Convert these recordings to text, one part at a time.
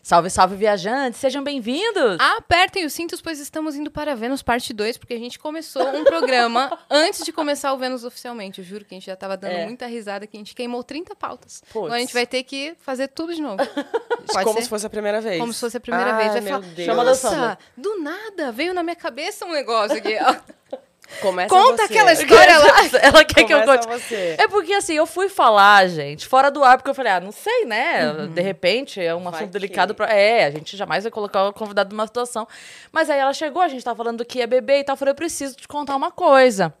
Salve, salve, viajantes! Sejam bem-vindos! Apertem os cintos, pois estamos indo para Vênus parte 2, porque a gente começou um programa antes de começar o Vênus oficialmente. Eu juro que a gente já estava dando É. muita risada, que a gente queimou 30 pautas. Puts. Agora a gente vai ter que fazer tudo de novo. Ah, Pode como ser? se fosse a primeira vez. Como se fosse a primeira Ai, vez. Vai meu falar, Deus. é Chama a nossa, Sandra." do nada veio na minha cabeça um negócio aqui. é Começa Conta você. aquela história lá. Ela quer que eu Começa conte. você. É porque assim, eu fui falar, gente, fora do ar, porque eu falei, ah, não sei, né? De repente é um Vai assunto que- delicado pra. É, a gente jamais vai colocar o convidado numa situação. Mas aí ela chegou, a gente tava falando do que ia beber e tal. Eu falei, eu preciso te contar uma coisa.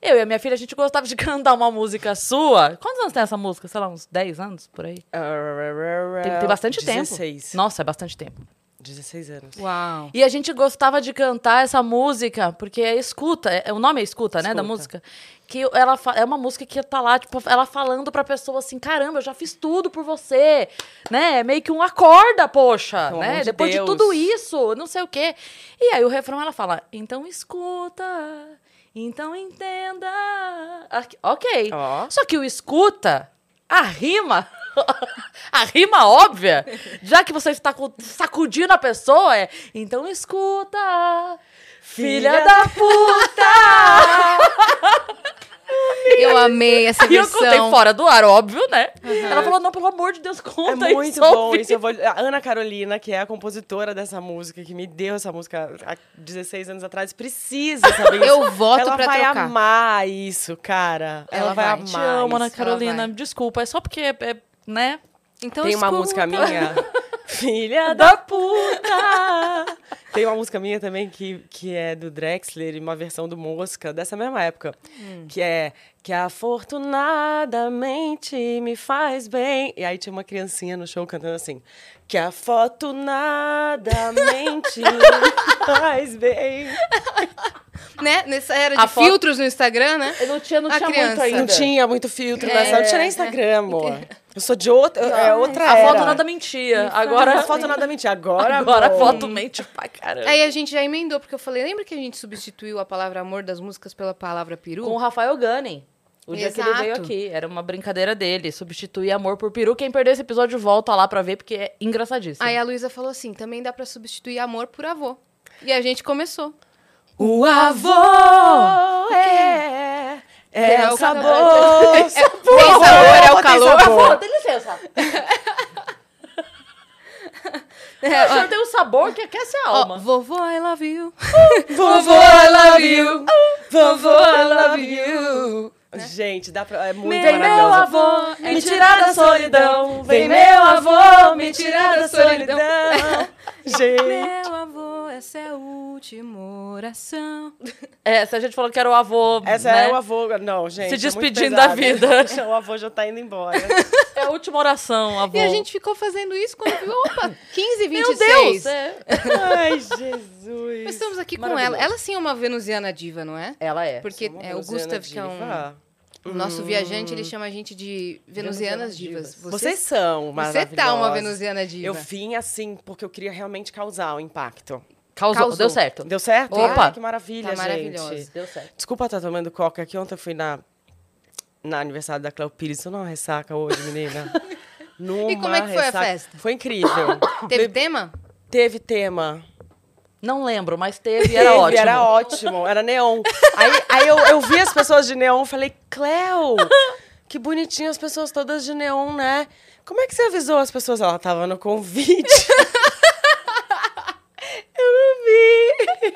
Eu e a minha filha, a gente gostava de cantar uma música sua. Quantos anos tem essa música? Sei lá, uns 10 anos por aí? Tem, tem bastante 16. tempo. Nossa, é bastante tempo. 16 anos. Uau. E a gente gostava de cantar essa música, porque é escuta, é, o nome é escuta, né, da Escuta. música. Que ela fa- é uma música que tá lá, tipo, ela falando pra pessoa assim, caramba, eu já fiz tudo por você, né? É meio que um acorda, poxa, Pelo né? amor de Depois Deus. de tudo isso, não sei o quê. E aí o refrão ela fala, então escuta, então entenda. Aqui- Ok. Ó. Só que o escuta, a rima, a rima óbvia, já que você está co- sacudindo a pessoa, é então escuta, filha, Filha da puta. Eu amei essa e eu contei versão. fora do ar, óbvio, né? Ela falou, não, pelo amor de Deus, conta é um É muito isso. bom ouvi. isso. Eu vou... A Ana Carolina, que é a compositora dessa música, que me deu essa música há 16 anos atrás, precisa saber isso. Eu voto Ela pra vai trocar. amar isso, cara. Ela, Ela vai, vai. amar. Te amo, Ana isso. Carolina, vai. desculpa, é só porque, é- é, né? Então Tem uma escuta. música minha. Filha da Da puta. Tem uma música minha também que, que é do Drexler e uma versão do Mosca, dessa mesma época. Que é que afortunadamente me faz bem. E aí tinha uma criancinha no show cantando assim. Que afortunadamente me faz bem. Né? Nessa era de A foto- filtros no Instagram, né? Eu não tinha, não A tinha muito criança. ainda. Não tinha muito filtro É. nessa, não tinha nem Instagram, amor. Eu sou de outra, é outra A era. foto nada mentia. Agora, A foto nada mentia. Agora, agora a amor. foto mente pra caramba. Aí a gente já emendou, porque eu falei, lembra que a gente substituiu a palavra amor das músicas pela palavra peru? com o Rafael Gunning. O dia que ele veio Exato. aqui. Era uma brincadeira dele. Substituir amor por peru. Quem perdeu esse episódio, volta lá pra ver, porque é engraçadíssimo. Aí a Luísa falou assim, também dá pra substituir amor por avô. E a gente começou. O avô! É, É é o o sabor. É, tem sabor, é o calor. Avô, dá licença. É, ó, tem um sabor que aquece a Ó, alma. vovô, I love you. Vovô, I love you. Vovô, I love you. Gente, dá pra... é muito Vem meu maravilhoso. avô é me tirar da solidão. Vem meu avô me tirar da solidão. Gente, Meu avô, essa é a última oração. É, se a gente falou que era o avô. essa né? é o avô... Não, gente, Se é muito despedindo pesado. da vida. O avô já tá indo embora. É a última oração, avô. E a gente ficou fazendo isso quando viu, opa, 15, 26. Meu Deus! é. Ai, Nós Jesus. estamos aqui com Maravilhoso. ela. Ela sim é uma venusiana diva, não é? Ela é. Porque Uma é, o Luciana Gustav, que é um... Diva. O nosso viajante, ele chama a gente de Venusianas venusianas divas. Vocês, são você maravilhosos. tá uma venusiana diva. Eu vim assim porque eu queria realmente causar o impacto. Causou, Causou. deu certo. Deu certo? Opa. Ai, que maravilha, Tá maravilhosa. gente. Deu certo. Desculpa estar tomando coca, que ontem eu fui na, na aniversário da Cléo Pires. Eu não é ressaca hoje, menina. Numa E como é que foi a ressaca. festa? Foi incrível. Teve tema? Teve tema. Não lembro, mas teve, era Teve, ótimo. Era ótimo, era neon. aí aí eu, eu vi as pessoas de neon falei, Cléo, que bonitinho as pessoas todas de neon, né? Como é que você avisou as pessoas? Ela tava no convite. eu não vi.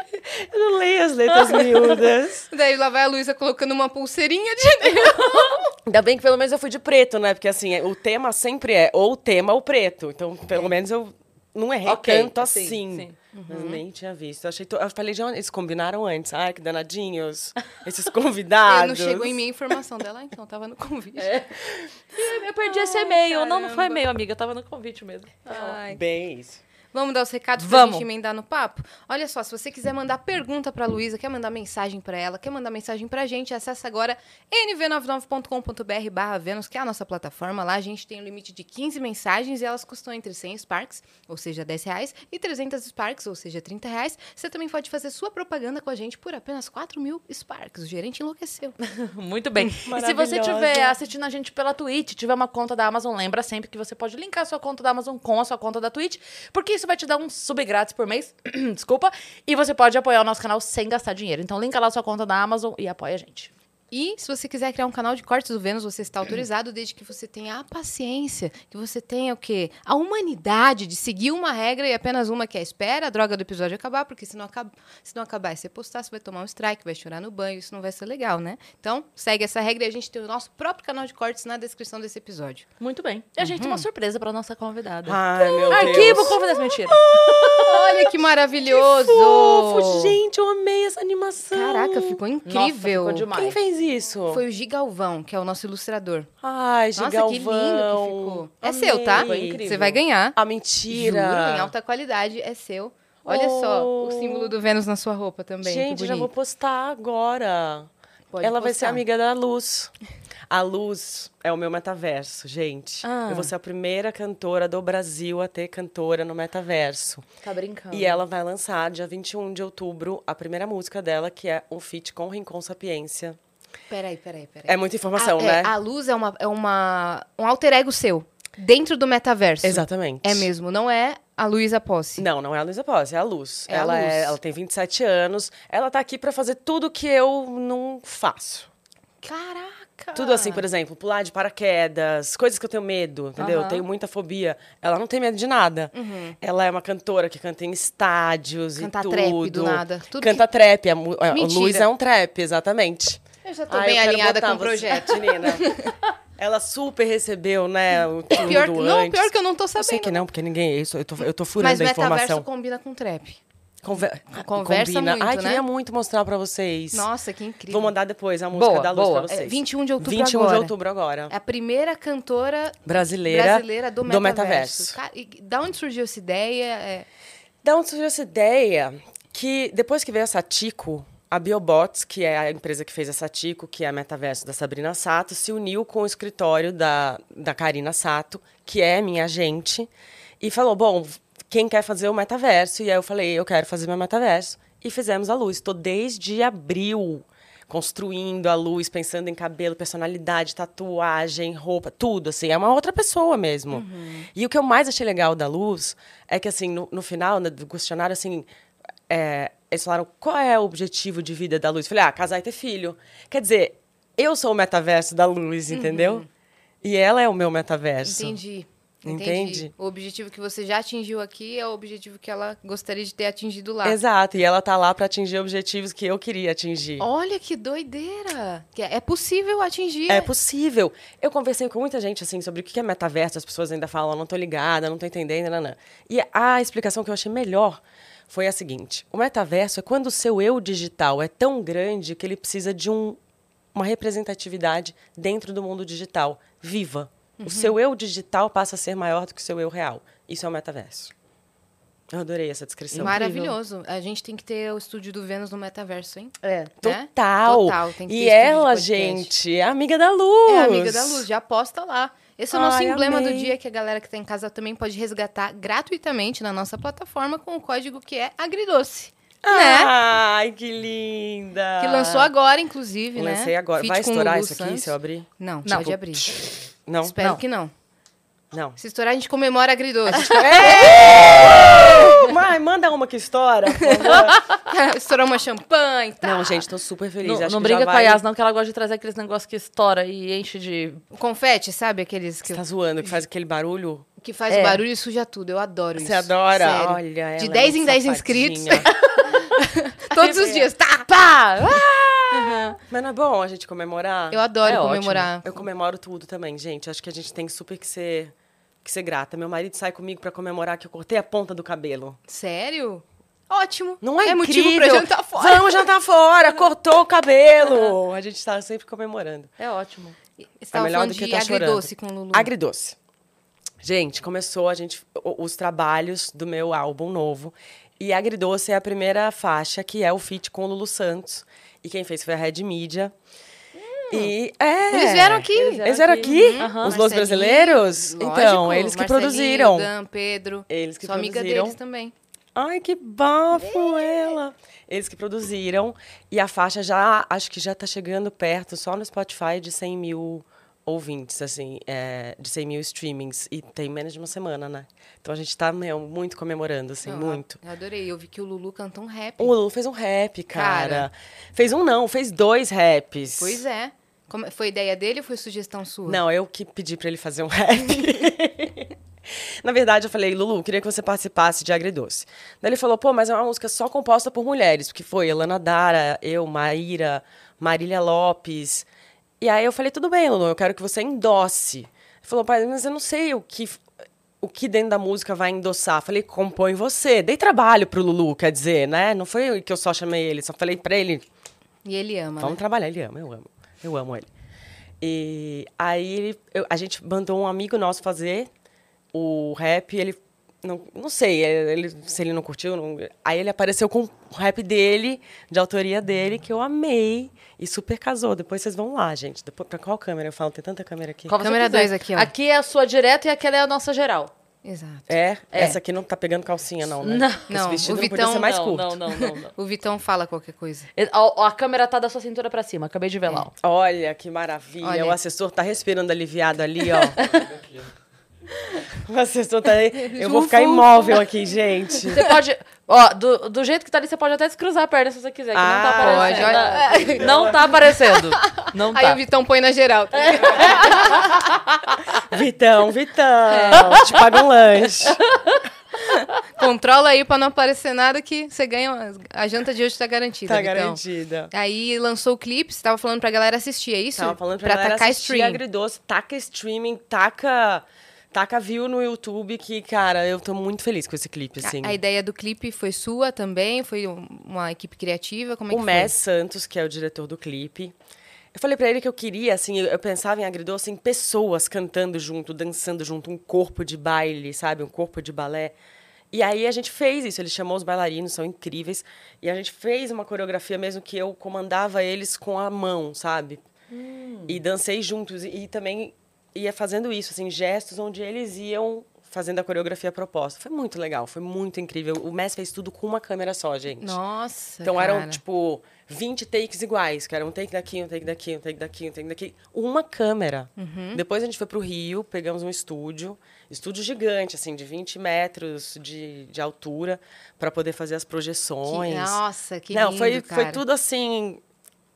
Eu não leio as letras miúdas. Daí lá vai a Luísa colocando uma pulseirinha de Ainda bem que pelo menos eu fui de preto, né? Porque assim, o tema sempre é ou o tema ou preto. Então, pelo menos eu não errei Ok, tanto sim, assim. sim. Uhum. Mas nem tinha visto. Eu, achei to... eu falei, já, eles combinaram antes. Ai, que danadinhos. Esses convidados. Não chegou em mim a informação dela, então tava no convite. Eu perdi esse e-mail. Não, não foi caramba. e-mail, amiga. Eu tava no convite mesmo. Ai. Bem isso. Vamos dar os recados Vamos. pra gente emendar no papo? Olha só, se você quiser mandar pergunta pra Luísa, quer mandar mensagem pra ela, quer mandar mensagem pra gente, acessa agora nv99.com.br barra Vênus, que é a nossa plataforma. Lá a gente tem um limite de 15 mensagens e elas custam entre 100 Sparks, ou seja, 10 reais, e 300 Sparks, ou seja, 30 reais. Você também pode fazer sua propaganda com a gente por apenas 4 mil Sparks. O gerente enlouqueceu. Muito bem. E se você estiver assistindo a gente pela Twitch, tiver uma conta da Amazon, lembra sempre que você pode linkar a sua conta da Amazon com a sua conta da Twitch, porque isso vai te dar um sub grátis por mês, desculpa, e você pode apoiar o nosso canal sem gastar dinheiro. Então linka lá a sua conta da Amazon e apoia a gente. E se você quiser criar um canal de cortes do Vênus, você está autorizado, desde que você tenha a paciência, que você tenha o quê? A humanidade de seguir uma regra e apenas uma que é espera a droga do episódio acabar, porque se não, acab se não acabar e você postar, você vai tomar um strike, vai chorar no banho, isso não vai ser legal, né? Então, segue essa regra e a gente tem o nosso próprio canal de cortes na descrição desse episódio. Muito bem. E a gente tem uma surpresa pra nossa convidada. Ai, meu Arquivo Deus. convidado. Mentira. Olha que maravilhoso! Fofo, gente, eu amei essa animação. Caraca, ficou Nossa, incrível. ficou demais. Quem fez isso? Foi o Gigalvão, que é o nosso ilustrador. Ai, Gigalvão. Nossa, que lindo que ficou. É seu, tá? Foi incrível. Você vai ganhar. A Juro, em Ah, mentira. alta qualidade, é seu. Olha só o Oh. símbolo do Vênus na sua roupa também. que gente, já bonito. vou postar agora. Pode Ela vai ser postar. amiga da Luz. A Luz é o meu metaverso, gente. Ah. Eu vou ser a primeira cantora do Brasil a ter cantora no metaverso. Tá brincando. E ela vai lançar, dia 21 de outubro, a primeira música dela, que é um feat com Rincon Sapiência. Peraí, peraí, peraí. É muita informação, a, né? é, a luz é, uma, é uma, um alter ego seu, dentro do metaverso. Exatamente. É mesmo, não é a Luísa Posse. Não, não é a Luísa Pós, é a Luz. É a ela, Luz. É, ela tem 27 anos, ela tá aqui pra fazer tudo que eu não faço. Caraca! Tudo assim, por exemplo, pular de paraquedas, coisas que eu tenho medo, entendeu? Aham. Eu tenho muita fobia. Ela não tem medo de nada. Ela é uma cantora que canta em estádios Uhum. Cantar e tudo. trap do nada. Tudo Canta trap. A, mu- a Mentira. Luz é um trap, exatamente. Eu já tô Ai, bem eu quero alinhada botar com o você, projeto. menina. Ela super recebeu, né? O tudo Pior, antes. não, pior que eu não tô Eu sei sabendo. que não, porque ninguém. é isso- Eu tô, eu tô furando Mas a metaverso informação. combina com trap. Conver- Conversa combina. muito, Ai, né? queria muito mostrar pra vocês. Nossa, que incrível. Vou mandar depois a música Boa, da luz boa. pra É, vocês. 21 de outubro 21 agora. de outubro agora. É a primeira cantora Brasileira, brasileira do metaverso. metaverso. Ca- e da onde surgiu essa ideia? É, Da onde surgiu essa ideia que depois que veio a Satico, a Biobots, que é a empresa que fez a Satico, que é a metaverso da Sabrina Sato, se uniu com o escritório da, da Karina Sato, que é minha agente, e falou: bom, quem quer fazer o metaverso? E aí eu falei: eu quero fazer meu metaverso. E fizemos a luz. Estou desde abril construindo a luz, pensando em cabelo, personalidade, tatuagem, roupa, tudo, assim, é uma outra pessoa mesmo. Uhum. E o que eu mais achei legal da luz é que, assim, no, no final né, do questionário, assim, é, eles falaram qual é o objetivo de vida da luz. Eu falei, ah, casar e ter filho. Quer dizer, eu sou o metaverso da luz, entendeu? E ela é o meu metaverso. Uhum. entendi. Entende? O objetivo que você já atingiu aqui é o objetivo que ela gostaria de ter atingido lá. Exato, e ela tá lá para atingir objetivos que eu queria atingir. Olha que doideira! Que É é possível atingir. É possível. Eu conversei com muita gente assim sobre o que é metaverso, as pessoas ainda falam, não tô ligada, não tô entendendo, nanã. E a explicação que eu achei melhor foi a seguinte: o metaverso é quando o seu eu digital é tão grande que ele precisa de um- uma representatividade dentro do mundo digital, viva. Uhum. O seu eu digital passa a ser maior do que o seu eu real. Isso é o metaverso. Eu adorei essa descrição. Maravilhoso. A gente tem que ter o estúdio do Vênus no metaverso, hein? É. Né? Total. Total, tem que ter estúdio e de ela, podcast. gente, é amiga da luz. É amiga da luz, já aposta lá. Esse é o nosso Ai, emblema do amei. dia que a galera que tá em casa também pode resgatar gratuitamente na nossa plataforma com o código que é agridoce. Né? Ai, que linda! Que lançou agora, inclusive, né? Ah, Lancei agora. Feat Vai com estourar Lulu isso aqui Santos. se eu abrir? Não, Não. pode abrir. Não? Espero Não. que não. Não. Se estourar, a gente comemora agridoce. Mãe, Uh, manda uma que estoura. por favor. Estourar uma champanhe, tá? não, gente, tô super feliz. Não, Acho não que já briga com a vai- Yas, não, que ela gosta de trazer aqueles negócios que estoura e enche de. O confete, sabe? Aqueles que, Você tá zoando, que faz aquele barulho? que faz É. barulho e suja tudo. Eu adoro isso. Você adora? Sério. Olha, ela De é 10 uma em 10 safadinha. inscritos. Todos os dias, tá? Pá! Ah. Mas não é bom a gente comemorar? Eu adoro É ótimo. comemorar. Eu comemoro tudo também, gente. Acho que a gente tem super que ser, que ser grata. Meu marido sai comigo pra comemorar que eu cortei a ponta do cabelo. Sério? Ótimo. Não é, é incrível? motivo pra jantar fora. Vamos jantar fora, cortou o cabelo. A gente tá sempre comemorando. É ótimo. Você tava é melhor falando do que de tá chorando. Hum. agridoce com o Lulu. Agridoce. Gente, começou a gente o- os trabalhos do meu álbum novo. E Agridoce é a primeira faixa, que é o feat com o Lulu Santos. E quem fez foi a Red Media. E é. Hum. Eles vieram aqui. Eles Eles vieram aqui? Uhum. Aham. Os Los Marcelinho, Brasileiros? lógico, então, eles que Marcelinho, produziram. Dan, Pedro. Eles que Sou amiga produziram. deles também. Ai, que bafo ela! Eles que produziram. E a faixa já, acho que já tá chegando perto, só no Spotify, de 100 mil ouvintes, assim, é, de 100 mil streamings. E tem menos de uma semana, né? Então a gente tá meu, muito comemorando, assim, Não, muito. Eu adorei. Eu vi que o Lulu cantou um rap. O Lulu fez um rap, cara. Cara. Fez um não, fez dois raps. Pois é. Como- foi ideia dele ou foi sugestão sua? Não, eu que pedi pra ele fazer um rap. Na verdade, eu falei, Lulu, queria que você participasse de Agridoce. Daí ele falou, pô, mas é uma música só composta por mulheres, porque foi Elana Dara, eu, Maíra, Marília Lopes. E aí eu falei, tudo bem, Lulu, eu quero que você endosse. Ele falou, pai, mas eu não sei o que, o que dentro da música vai endossar. Falei, compõe você. Dei trabalho pro Lulu, quer dizer, né? Não foi que eu só chamei ele, só falei pra ele, E ele ama. Vamos Né? trabalhar, ele ama, eu amo. Eu amo ele. E aí ele- eu- a gente mandou um amigo nosso fazer o rap, ele não, não sei é, ele- se ele não curtiu. não- aí ele apareceu com o rap dele, de autoria dele, que eu amei. E super casou. Depois vocês vão lá, gente. Depois, pra qual câmera eu falo? Tem tanta câmera aqui. Qual você Câmera quiser. dois aqui, ó. Aqui é a sua direta e aquela é a nossa geral. Exato. É, essa aqui não tá pegando calcinha, não, né? Não. Esse Não, vestido o não podia Vitão- ser mais Então, não, curto. não, não, não, não. O Vitão fala qualquer coisa. A, a câmera tá da sua cintura pra cima, acabei de ver lá. ó. Olha que maravilha. Olha. O assessor tá respirando aliviado ali, ó. o assessor tá aí. Eu vou ficar Ufa, ufa. imóvel aqui, gente. Você pode. Ó, do, do jeito que tá ali, você pode até descruzar a perna se você quiser. Que não tá Ah, aparecendo. pode, Não, tá aparecendo. Não Então tá. Aí o Vitão põe na geral. tá É. ligado? Vitão, Vitão, É. te paga um lanche. Tá Controla aí pra não aparecer nada que você ganha. umas- A janta de hoje tá garantida. Tá Vitão. garantida. Aí lançou o clipe, você tava falando pra galera assistir, é isso? Tava falando pra, pra galera tacar assistir stream. agridoce, taca streaming, taca, taca view no YouTube, que, cara, eu tô muito feliz com esse clipe, assim. A, a ideia do clipe foi sua também? Foi um- uma equipe criativa? Como é o que Mess Santos, que é o diretor do clipe. Eu falei pra ele que eu queria, assim, eu, eu pensava em agridoce em pessoas cantando junto, dançando junto, um corpo de baile, sabe? Um corpo de balé. E aí a gente fez isso, ele chamou os bailarinos, são incríveis. E a gente fez uma coreografia mesmo que eu comandava eles com a mão, sabe? E dancei juntos. E, e também ia fazendo isso, assim, gestos onde eles iam fazendo a coreografia proposta. Foi muito legal, foi muito incrível. O Mess fez tudo com uma câmera só, gente. foi? Nossa, Então cara. eram, tipo, 20 takes iguais, que era um take daqui, um take daqui, um take daqui, um take daqui. Uma câmera. Uhum. Depois a gente foi pro Rio, pegamos um estúdio, estúdio gigante, assim, de 20 metros de, de altura, para poder fazer as projeções. Que, nossa, que Não, lindo, foi, cara. foi tudo assim,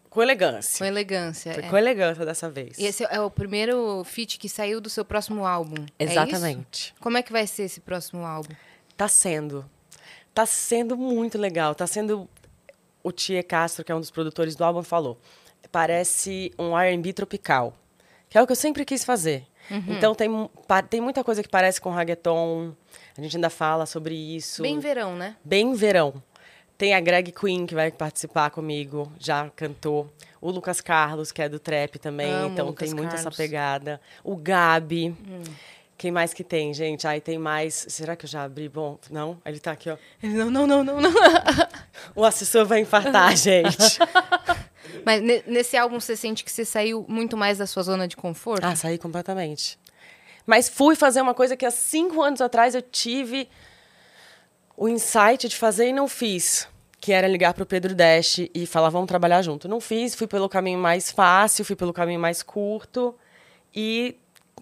com elegância. Com elegância. Foi é. com elegância dessa vez. E esse é o primeiro feat que saiu do seu próximo álbum. é isso? Exatamente. Como é que vai ser esse próximo álbum? Tá sendo. Tá sendo muito legal. Tá sendo. O Tia Castro, que é um dos produtores do álbum, falou. Parece um RB tropical. Que é o que eu sempre quis fazer. Então tem, mu- pa- tem muita coisa que parece com reggaeton. A gente ainda fala sobre isso. Bem verão, né? Bem verão. Tem a Greg Queen, que vai participar comigo, já cantou. O Lucas Carlos, que é do trap também, Amo o então Lucas tem muito essa Carlos. Hum. pegada. O Gabi. Quem mais que tem, gente? Aí tem mais. Será que eu já abri? Bom, não? Ele tá aqui, ó. Não, não, não, não, não. O assessor vai infartar, gente. Mas ne- nesse álbum você sente que você saiu muito mais da sua zona de conforto? Ah, saí completamente. Mas fui fazer uma coisa que há cinco anos atrás eu tive o insight de fazer e não fiz. Que era ligar pro Pedro Dash e falar, vamos trabalhar junto. Não fiz, fui pelo caminho mais fácil, fui pelo caminho mais curto. E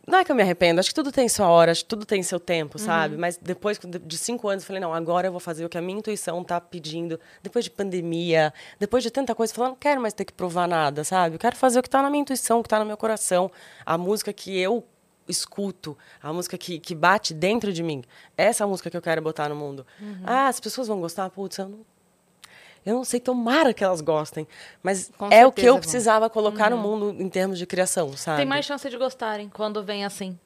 não é que eu me arrependo, acho que tudo tem sua hora, acho que tudo tem seu tempo, sabe? Mas depois de cinco anos, eu falei, não, agora eu vou fazer o que a minha intuição tá pedindo. Depois de pandemia, depois de tanta coisa, eu falei, não quero mais ter que provar nada, sabe? Eu quero fazer o que tá na minha intuição, o que tá no meu coração. A música que eu escuto, a música que, que bate dentro de mim. Essa é a música que eu quero botar no mundo. Ah, as pessoas vão gostar? Putz, eu não, eu não sei, tomara que elas gostem. Mas Com é o que certeza eu vão. precisava colocar no mundo em termos de criação, sabe? Tem mais chance de gostarem quando vem assim.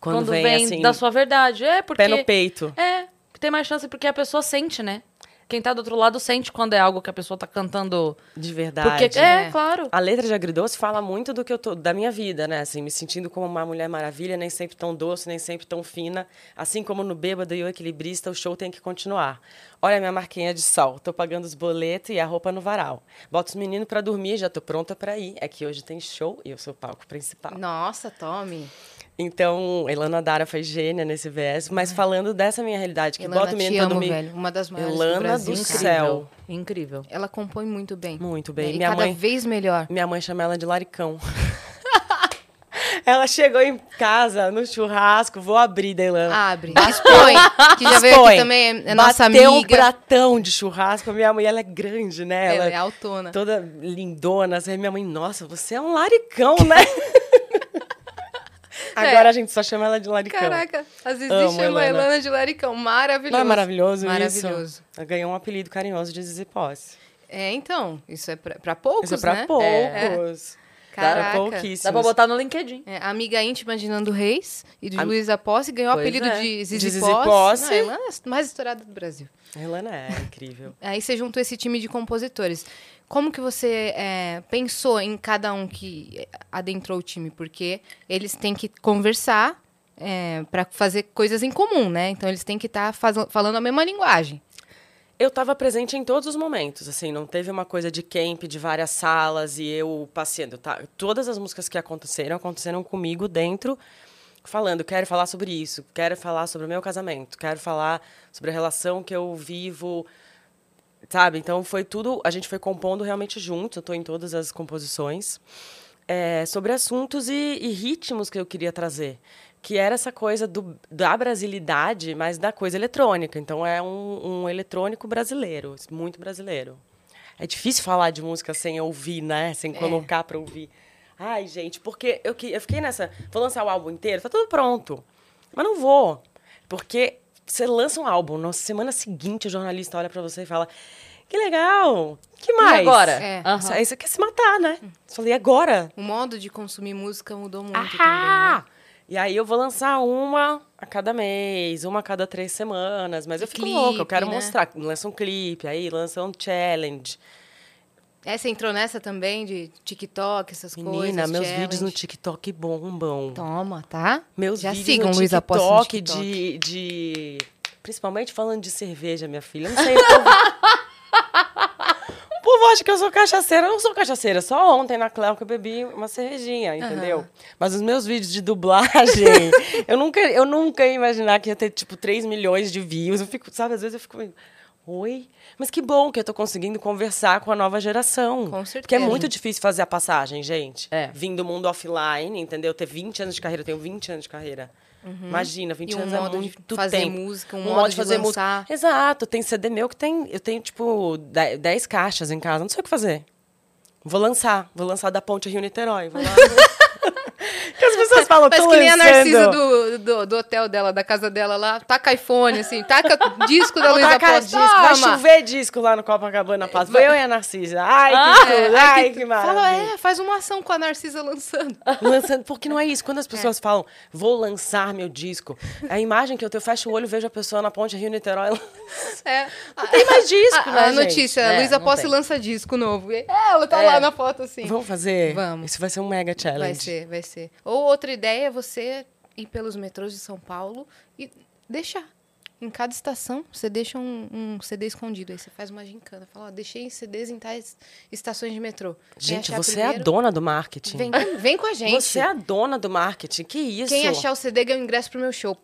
Quando, vem, assim, da sua verdade. É, porque. pé no peito. É, tem mais chance porque a pessoa sente, né? quem tá do outro lado sente quando é algo que a pessoa tá cantando. De verdade. Porque, é, né? claro. A letra de Agridoce fala muito do que eu tô, da minha vida, né? Assim, me sentindo como uma mulher maravilha, nem sempre tão doce, nem sempre tão fina. Assim como no Bêbado e o Equilibrista, o show tem que continuar. Olha a minha marquinha de sol, tô pagando os boletos e a roupa no varal. Boto os meninos pra dormir, já tô pronta pra ir. É que hoje tem show e eu sou o palco principal. Nossa, Tommy. Então, Elana Dara foi gênia nesse verso, mas falando dessa minha realidade, que Elana, bota o te menino pra amo, dormir. velho. Uma das maiores Elana do Brasil, do cara. céu. Incrível. Ela compõe muito bem. Muito bem. E Minha cada mãe- vez melhor. Minha mãe chama ela de Laricão. ela chegou em casa, no churrasco, vou abrir, Delana. Abre. Expõe. Que já veio aqui também. É nossa Bateu um amiga. pratão de churrasco. A Minha mãe, ela é grande, né? Ela é altona. Toda lindona. Assim, minha mãe, nossa, você é um laricão, né? Agora a gente só chama ela de laricão. É. Caraca, às vezes Amo chama a Elana. Elana de Laricão. Maravilhoso. Não é maravilhoso, isso? Maravilhoso. Ela Ganhou um apelido carinhoso de Zizi Posse. É, então. Isso é pra, pra poucos, Isso é pra né? É. poucos. Pra Caraca. pouquíssimos. Dá pra botar no LinkedIn. É, amiga íntima de Nando Reis e de Luísa Posse ganhou o Pois apelido é. de De Zizi Zizi Posse. Posse. Não, ela é a mais estourada do Brasil. A Elana é incrível. Aí você juntou esse time de compositores. Como que você é, pensou em cada um que adentrou o time? Porque eles têm que conversar para fazer coisas em comum, né? Então eles têm que estar falando a mesma linguagem. Eu estava presente em todos os momentos, assim, não teve uma coisa de camp, de várias salas e eu passeando, tá? Todas as músicas que aconteceram, aconteceram comigo dentro, falando, quero falar sobre isso, quero falar sobre o meu casamento, quero falar sobre a relação que eu vivo, sabe? Então foi tudo, a gente foi compondo realmente juntos, eu tô em todas as composições, é, sobre assuntos e, e ritmos que eu queria trazer. Que era essa coisa do, da brasilidade, mas da coisa eletrônica. Então é um, um eletrônico brasileiro, muito brasileiro. É difícil falar de música sem ouvir, né? É. Sem colocar pra ouvir. Ai, gente, porque eu, que- eu fiquei nessa. Vou lançar o álbum inteiro, tá tudo pronto. Mas não vou. Porque você lança um álbum, na semana seguinte o jornalista olha pra você e fala: Que legal! Que mais? E agora? Hum. É. Aham. Aí você quer se matar, né? Você fala, e agora? O modo de consumir música mudou muito também. né? Ah! E aí eu vou lançar uma a cada mês, uma a cada três semanas, mas eu fico Clipe, louca, eu quero né? mostrar. Lança um clipe, aí lança um challenge. né? É, você entrou nessa também de TikTok, essas coisas. Menina, meus challenge. vídeos no TikTok bombam. Toma, tá? Meus Já vídeos sigam no Luísa Posse no TikTok TikTok. de, de. Principalmente falando de cerveja, minha filha. Eu não sei. O povo... o povo acha que eu sou cachaceira. Eu não sou cachaceira. Só ontem na Cléo que eu bebi uma cervejinha, entendeu? Mas os meus vídeos de dublagem, eu, nunca, eu nunca ia imaginar que ia ter, tipo, 3 milhões de views. Eu fico, sabe, às vezes eu fico. meio, Oi? Mas que bom que eu tô conseguindo conversar com a nova geração. Com Porque é certeza. muito difícil fazer a passagem, gente. É. Vim do mundo offline, entendeu? Ter 20 anos de carreira, eu tenho 20 anos de carreira. Imagina, 20 E um anos modo é de muito fazer tempo. música, um modo de lançar. música. Exato, tem CD meu que tem, eu tenho tipo de- 10 caixas em casa, não sei o que fazer. Vou lançar, vou lançar da Ponte Rio Niterói, vou lá. que as pessoas falam, Mas tô que nem a lançando. Narcisa do, do, do hotel dela, da casa dela lá, taca iPhone, assim, taca disco da Vou Luísa tacar Posse. disco, vai Toma! chover disco lá no Copacabana Palace. Foi eu e a Narcisa. Ai, que Ah, tudo, ai, que, maravilha. Fala, é, faz uma ação com a Narcisa lançando. Lançando, porque não é isso. Quando as pessoas falam, vou lançar meu disco, a imagem que eu tenho, eu fecho o olho e vejo a pessoa na ponte Rio Niterói. É. Tem mais disco, A, né, a gente? notícia, É, Luísa não Posse tem. lança disco novo. E Ela É. tá lá na foto assim. Vamos fazer? Vamos. Isso vai ser um mega challenge. Vai ser, vai ser. Ou outra ideia é você ir pelos metrôs de São Paulo e deixar. Em cada estação, você deixa um, um CD escondido. Aí você fais uma gincana. Fala, ó, deixei CDs em tais estações de metrô. Quem Gente, achar você é a primeiro, dona do marketing. Vem, vem com a gente. Você é a dona do marketing. Que isso? Quem achar o CD ganha o ingresso pro meu show.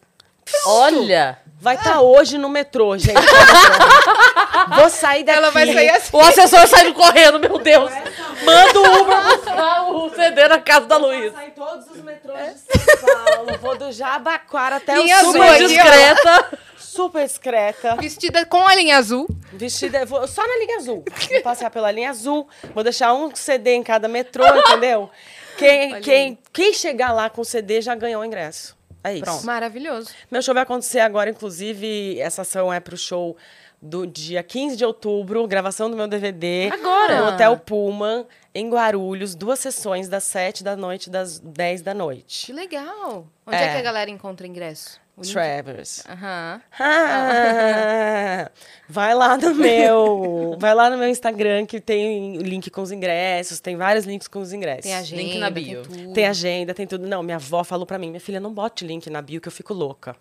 Olha! Vai estar Ah! hoje no metrô, gente. tá Vou sair daqui. Ela vai sair assim. O assessor saiu correndo, meu Deus! Manda um o Uber buscar o CD na casa da Vou Luísa. sair todos os metrôs de São Paulo. Vou do Jabaquara até Linha o azul Super super, aqui, discreta. discreta. super discreta. Vestida com a linha azul. Vestida, eu vou só na linha azul. Vou passear pela linha azul, vou deixar um CD em cada metrô, entendeu? Quem, quem, quem chegar lá com o CD já ganhou o ingresso. É isso. Maravilhoso. Meu show vai acontecer agora, inclusive, essa ação é pro show do dia 15 de outubro, gravação do meu DVD. Agora? No Hotel Pullman. em Guarulhos, duas sessões das 7 da noite e das 10 da Que noite. legal. Onde é. É. que a galera encontra ingresso? O link? Travers. Aham. Ah, vai lá no meu, vai lá no meu Instagram que tem link com os ingressos, tem vários links com os ingressos. Tem agenda, Link na bio. tem tudo. Tem agenda, tem tudo. Não, minha avó falou pra mim, minha filha, não bote link na bio que eu fico louca.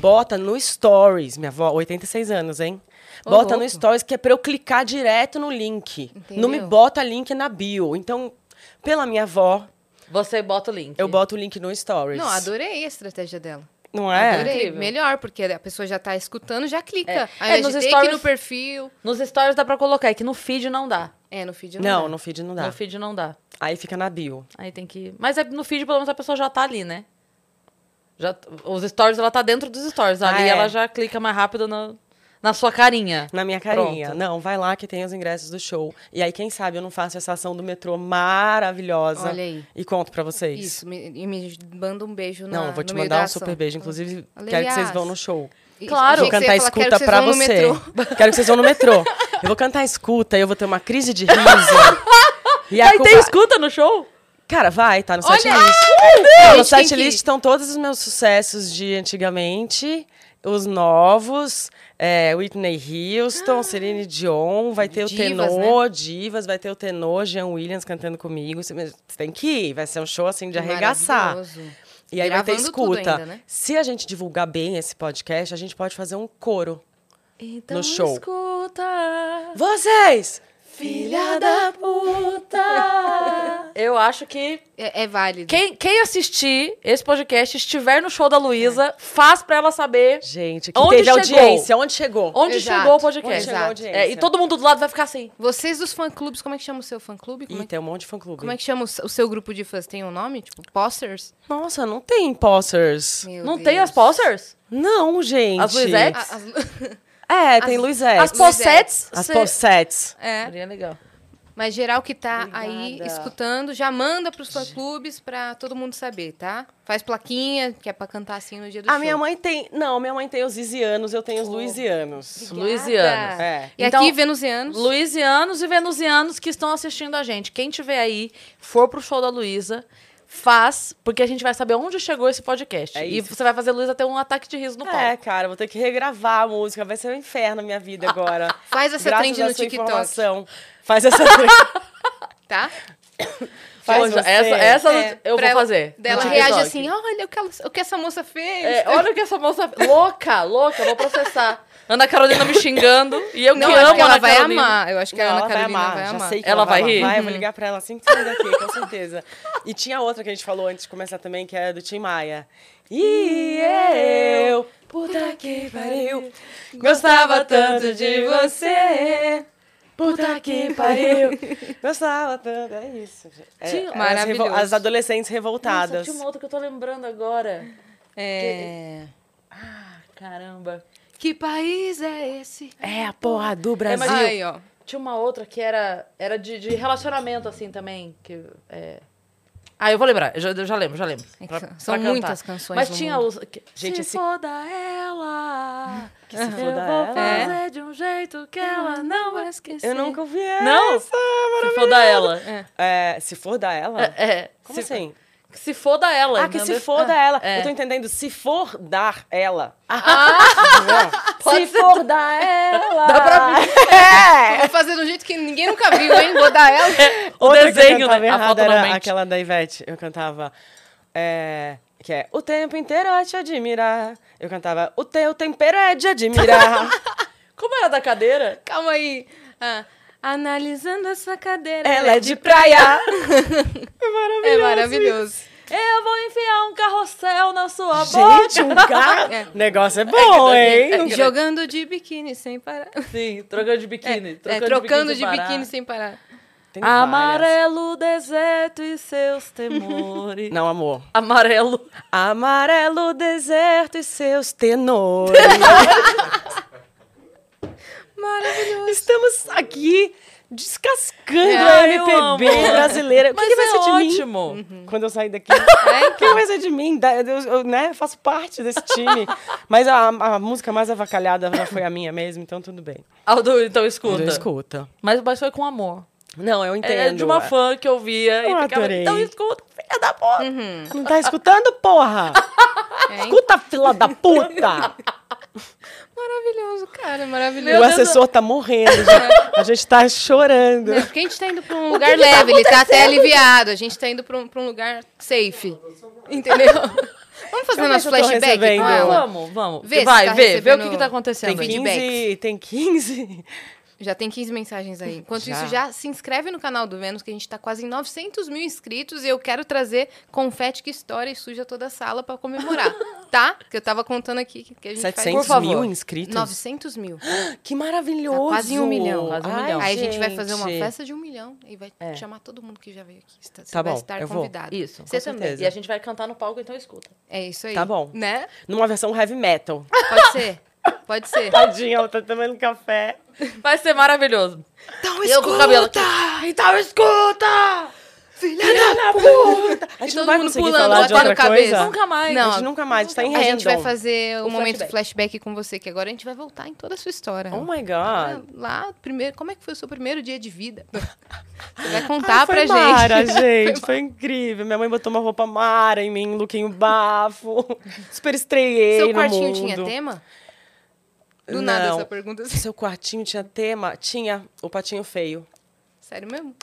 Bota no Stories, minha avó, 86 anos, hein? Ô, Bota no louco. Stories que é pra eu clicar direto no link. Não me Entendeu? bota link na bio. Então, pela minha avó, Você bota o link. eu boto o link no Stories. Não, adorei a estratégia dela. Não é? Adorei. Incrível. Melhor, porque a pessoa já tá escutando, já clica. É. Aí É, a nos gente tem stories- aqui no perfil. Nos stories dá pra colocar, é que no feed não dá. É, no feed não. Não, dá. no feed não dá. No feed não dá. Aí fica na bio. Aí tem que. Mas é, no feed, pelo menos, a pessoa já tá ali, né? Já, os stories, ela tá dentro dos stories. Ah, Ali é. ela já clica mais rápido na, na sua carinha. Na minha carinha. Não, vai lá que tem os ingressos do show. E aí, quem sabe eu não faço essa ação do metrô maravilhosa. Olha aí. E conto pra vocês. Isso, me, e me manda um beijo na, é Não, eu vou te no meio mandar da um ação. super beijo. Inclusive, quero que Aliás, vocês vão no show. E- Claro. achei Vou que você cantar ia falar, quero escuta que vocês pra vão no você. metrô. Quero que vocês vão no metrô. Eu vou cantar escuta e eu vou ter uma crise de riso. E a Aí culpa- tem escuta no show? Cara, vai, tá no Olha! setlist. Não, no gente tem que ir. setlist estão todos os meus sucessos de antigamente, os novos, é, Whitney Houston, Celine Dion, vai ter Ah, Divas, né? o tenor, divas, vai ter o tenor, Jean Williams cantando comigo. Você você tem que ir, vai ser um show assim de arregaçar. Maravilhoso. E aí vai ter Gravando tudo escuta. ainda, né? Se a gente divulgar bem esse podcast, a gente pode fazer um coro. Então é No show. escuta. Vocês! Filha da puta! Eu acho que É, é válido. quem, quem assistir esse podcast, estiver no show da É. Luísa, faz pra ela saber Gente, que Onde teve chegou? audiência, onde chegou? onde Exato. chegou o Onde podcast. chegou a audiência? É, e todo mundo do lado vai ficar assim. Vocês dos fã-clubes, como é que chama o seu fã-clube? Como, Ih, é, tem um monte de fã-clube. como é que chama o s- o seu grupo de fãs? Tem um nome? Tipo, posters? Nossa, não tem imposters. Meu não Deus. tem as posters? Não, gente. As Luisettes? A- as- É, tem As- Luisettes. As possetes? As cê- possetes. é. Seria legal. Mas geral que tá Obrigada. aí escutando, já manda pros fã-clubes pra todo mundo saber, tá? Faz plaquinha, que é pra cantar assim no dia do A show. minha mãe tem... Não, minha mãe tem os Isianos, eu tenho os Luisianos. Obrigada. Luisianos. É. E Então, aqui, venusianos. Luisianos e venusianos que estão assistindo a gente. Quem tiver aí, for pro show da Luísa, faz, porque a gente vai saber onde chegou esse podcast. É e isso. você vai fazer a Luísa ter um ataque de riso no palco. É, cara, vou ter que regravar a música. Vai ser um inferno a minha vida agora. Faz essa Graças Ah, trend à no sua TikTok, informação. Faz essa trend. tá? Faz Hoje, você. essa essa É, eu pra vou ela- fazer. no Dela TikTok. reage assim, olha o que, ela- o que essa moça fez. É, olha o que essa moça. Louca, louca, vou processar. Ana Carolina me xingando e eu Não, que acho amo que ela Ana vai Carolina. amar. Eu acho que a Não, Ana ela vai Carolina amar, vai já amar. sei que Ela ela, vai rir? amar. eu vou ligar pra ela assim que sair daqui, com certeza. E tinha outra que a gente falou antes de começar também, que é do Tim Maia. E eu, puta que pariu, gostava tanto de você. Puta que pariu, gostava tanto. É isso. gente. É, Tim- as Maravilhoso. revol- As adolescentes Nossa, revoltadas. tinha uma outra que eu tô lembrando agora. É... Caramba. Que país é esse? É a porra do Brasil. mas- Aí, ó. Tinha uma outra que era, era de, de relacionamento, assim, também. Que, é... Ah, eu vou lembrar. Eu já, eu já lembro, já lembro. É que Pra- são- pra são cantar. muitas canções Mas no tinha mundo. os... que- assim Gente, se esse- foda ela, Que se eu foda vou ela. é. fazer de um jeito que ela não vai esquecer. eu nunca ouvi Não? essa. Se foda ela. É, se for da ela? É, é. Como se, assim? se foda ela. Ah, que se entendeu? foda ela. É. Ah, Eu tô entendendo. Se for dar ela. Pode se for dar ela. Dá pra mim. Vou fazer de um jeito que ninguém nunca viu, hein? Vou dar ela. O desenho, que eu né? cantava A errado foto não era mente. aquela da Ivete. Eu cantava. é, que é. O tempo inteiro é te admirar. Eu cantava. O teu tempero é de admirar. Ah. Como era da cadeira? Calma aí. Ah, analisando essa cadeira. né? ela é de praia. É maravilhoso. Eu vou enfiar um carrossel na sua boca. Gente, um carro. É. Negócio é bom, hein? é que- Jogando de biquíni sem parar. Sim, trocando de biquíni. É, trocando, trocando de sem parar. biquíni sem parar. Tem várias. é. Amarelo, deserto e seus temores. Não, amor. Amarelo. Amarelo, deserto e seus tenores. Maravilhoso. Estamos aqui descascando É, a eu MPB amo. brasileira. O que, Mas que vai é ser de ótimo. então. mim Uhum. quando eu sair daqui? É, O que vai ser de mim? Da- Eu, eu, né, faço parte desse time. Mas a, a música mais avacalhada já foi a minha mesmo, então tudo bem. Ah, o do- então escuta. Escuta. Mas, mas foi com amor. Não, eu entendo. É de uma fã que eu via Eu e ficava, adorei. então escuta, filha da porra. Não tá escutando, porra? É, hein? Escuta, fila da puta! Maravilhoso, cara, Meu o maravilhoso. Deus do- assessor tá morrendo, gente. A gente tá chorando. É, porque a gente tá indo pra um lugar leve, ele tá até aliviado. A gente tá indo pra um, pra um lugar safe. Entendeu? Vamos fazer ver nosso se eu tô flashback com recebendo. Ah, ela? vamos, vamos. Vê se vai, tá vê, vê o que, recebendo- que tá acontecendo. Tem aí. que- tem 15. Já tem 15 mensagens aí. Enquanto Já. isso, já se inscreve no canal do Vênus, que a gente tá quase em 900 mil inscritos e eu quero trazer confete que estoura e suja toda a sala pra comemorar, tá? Que eu tava contando aqui que a gente Por 700 favor. mil inscritos? faz... 900 mil. Que maravilhoso! Tá quase em um milhão. Quase um Ai, milhão. Aí a gente vai fazer uma gente. festa de um milhão e vai É. chamar todo mundo que já veio aqui. Está- Você Tá vai bom, estar eu vou. convidado. Isso, Você com também. certeza. E a gente vai cantar no palco, então escuta. É isso aí. Tá bom. Né? Numa versão heavy metal. Pode ser. Pode ser. Tadinha, ela tá tomando café. Vai ser maravilhoso. Então Eu com o cabelo aqui. Então escuta! filha Filha da puta! A todo gente não vai mundo conseguir pulando, falar de batendo outra cabeça. coisa? Nunca mais. Não, a gente nunca mais, a gente tá em A gente vai random. fazer o, O momento flashback. flashback. com você, que agora a gente vai voltar em toda a sua história. Oh my Ah, God! Lá, primeiro, como é que foi o seu primeiro dia de vida? Você vai contar Ai, Ah, pra foi mara, gente. gente. Foi incrível. Minha mãe botou uma roupa mara em mim, um lookinho bafo. Super estreiei Seu no quartinho mundo. tinha tema? Do nada Não. essa pergunta. assim. Seu quartinho tinha tema? Tinha o patinho feio. Sério mesmo?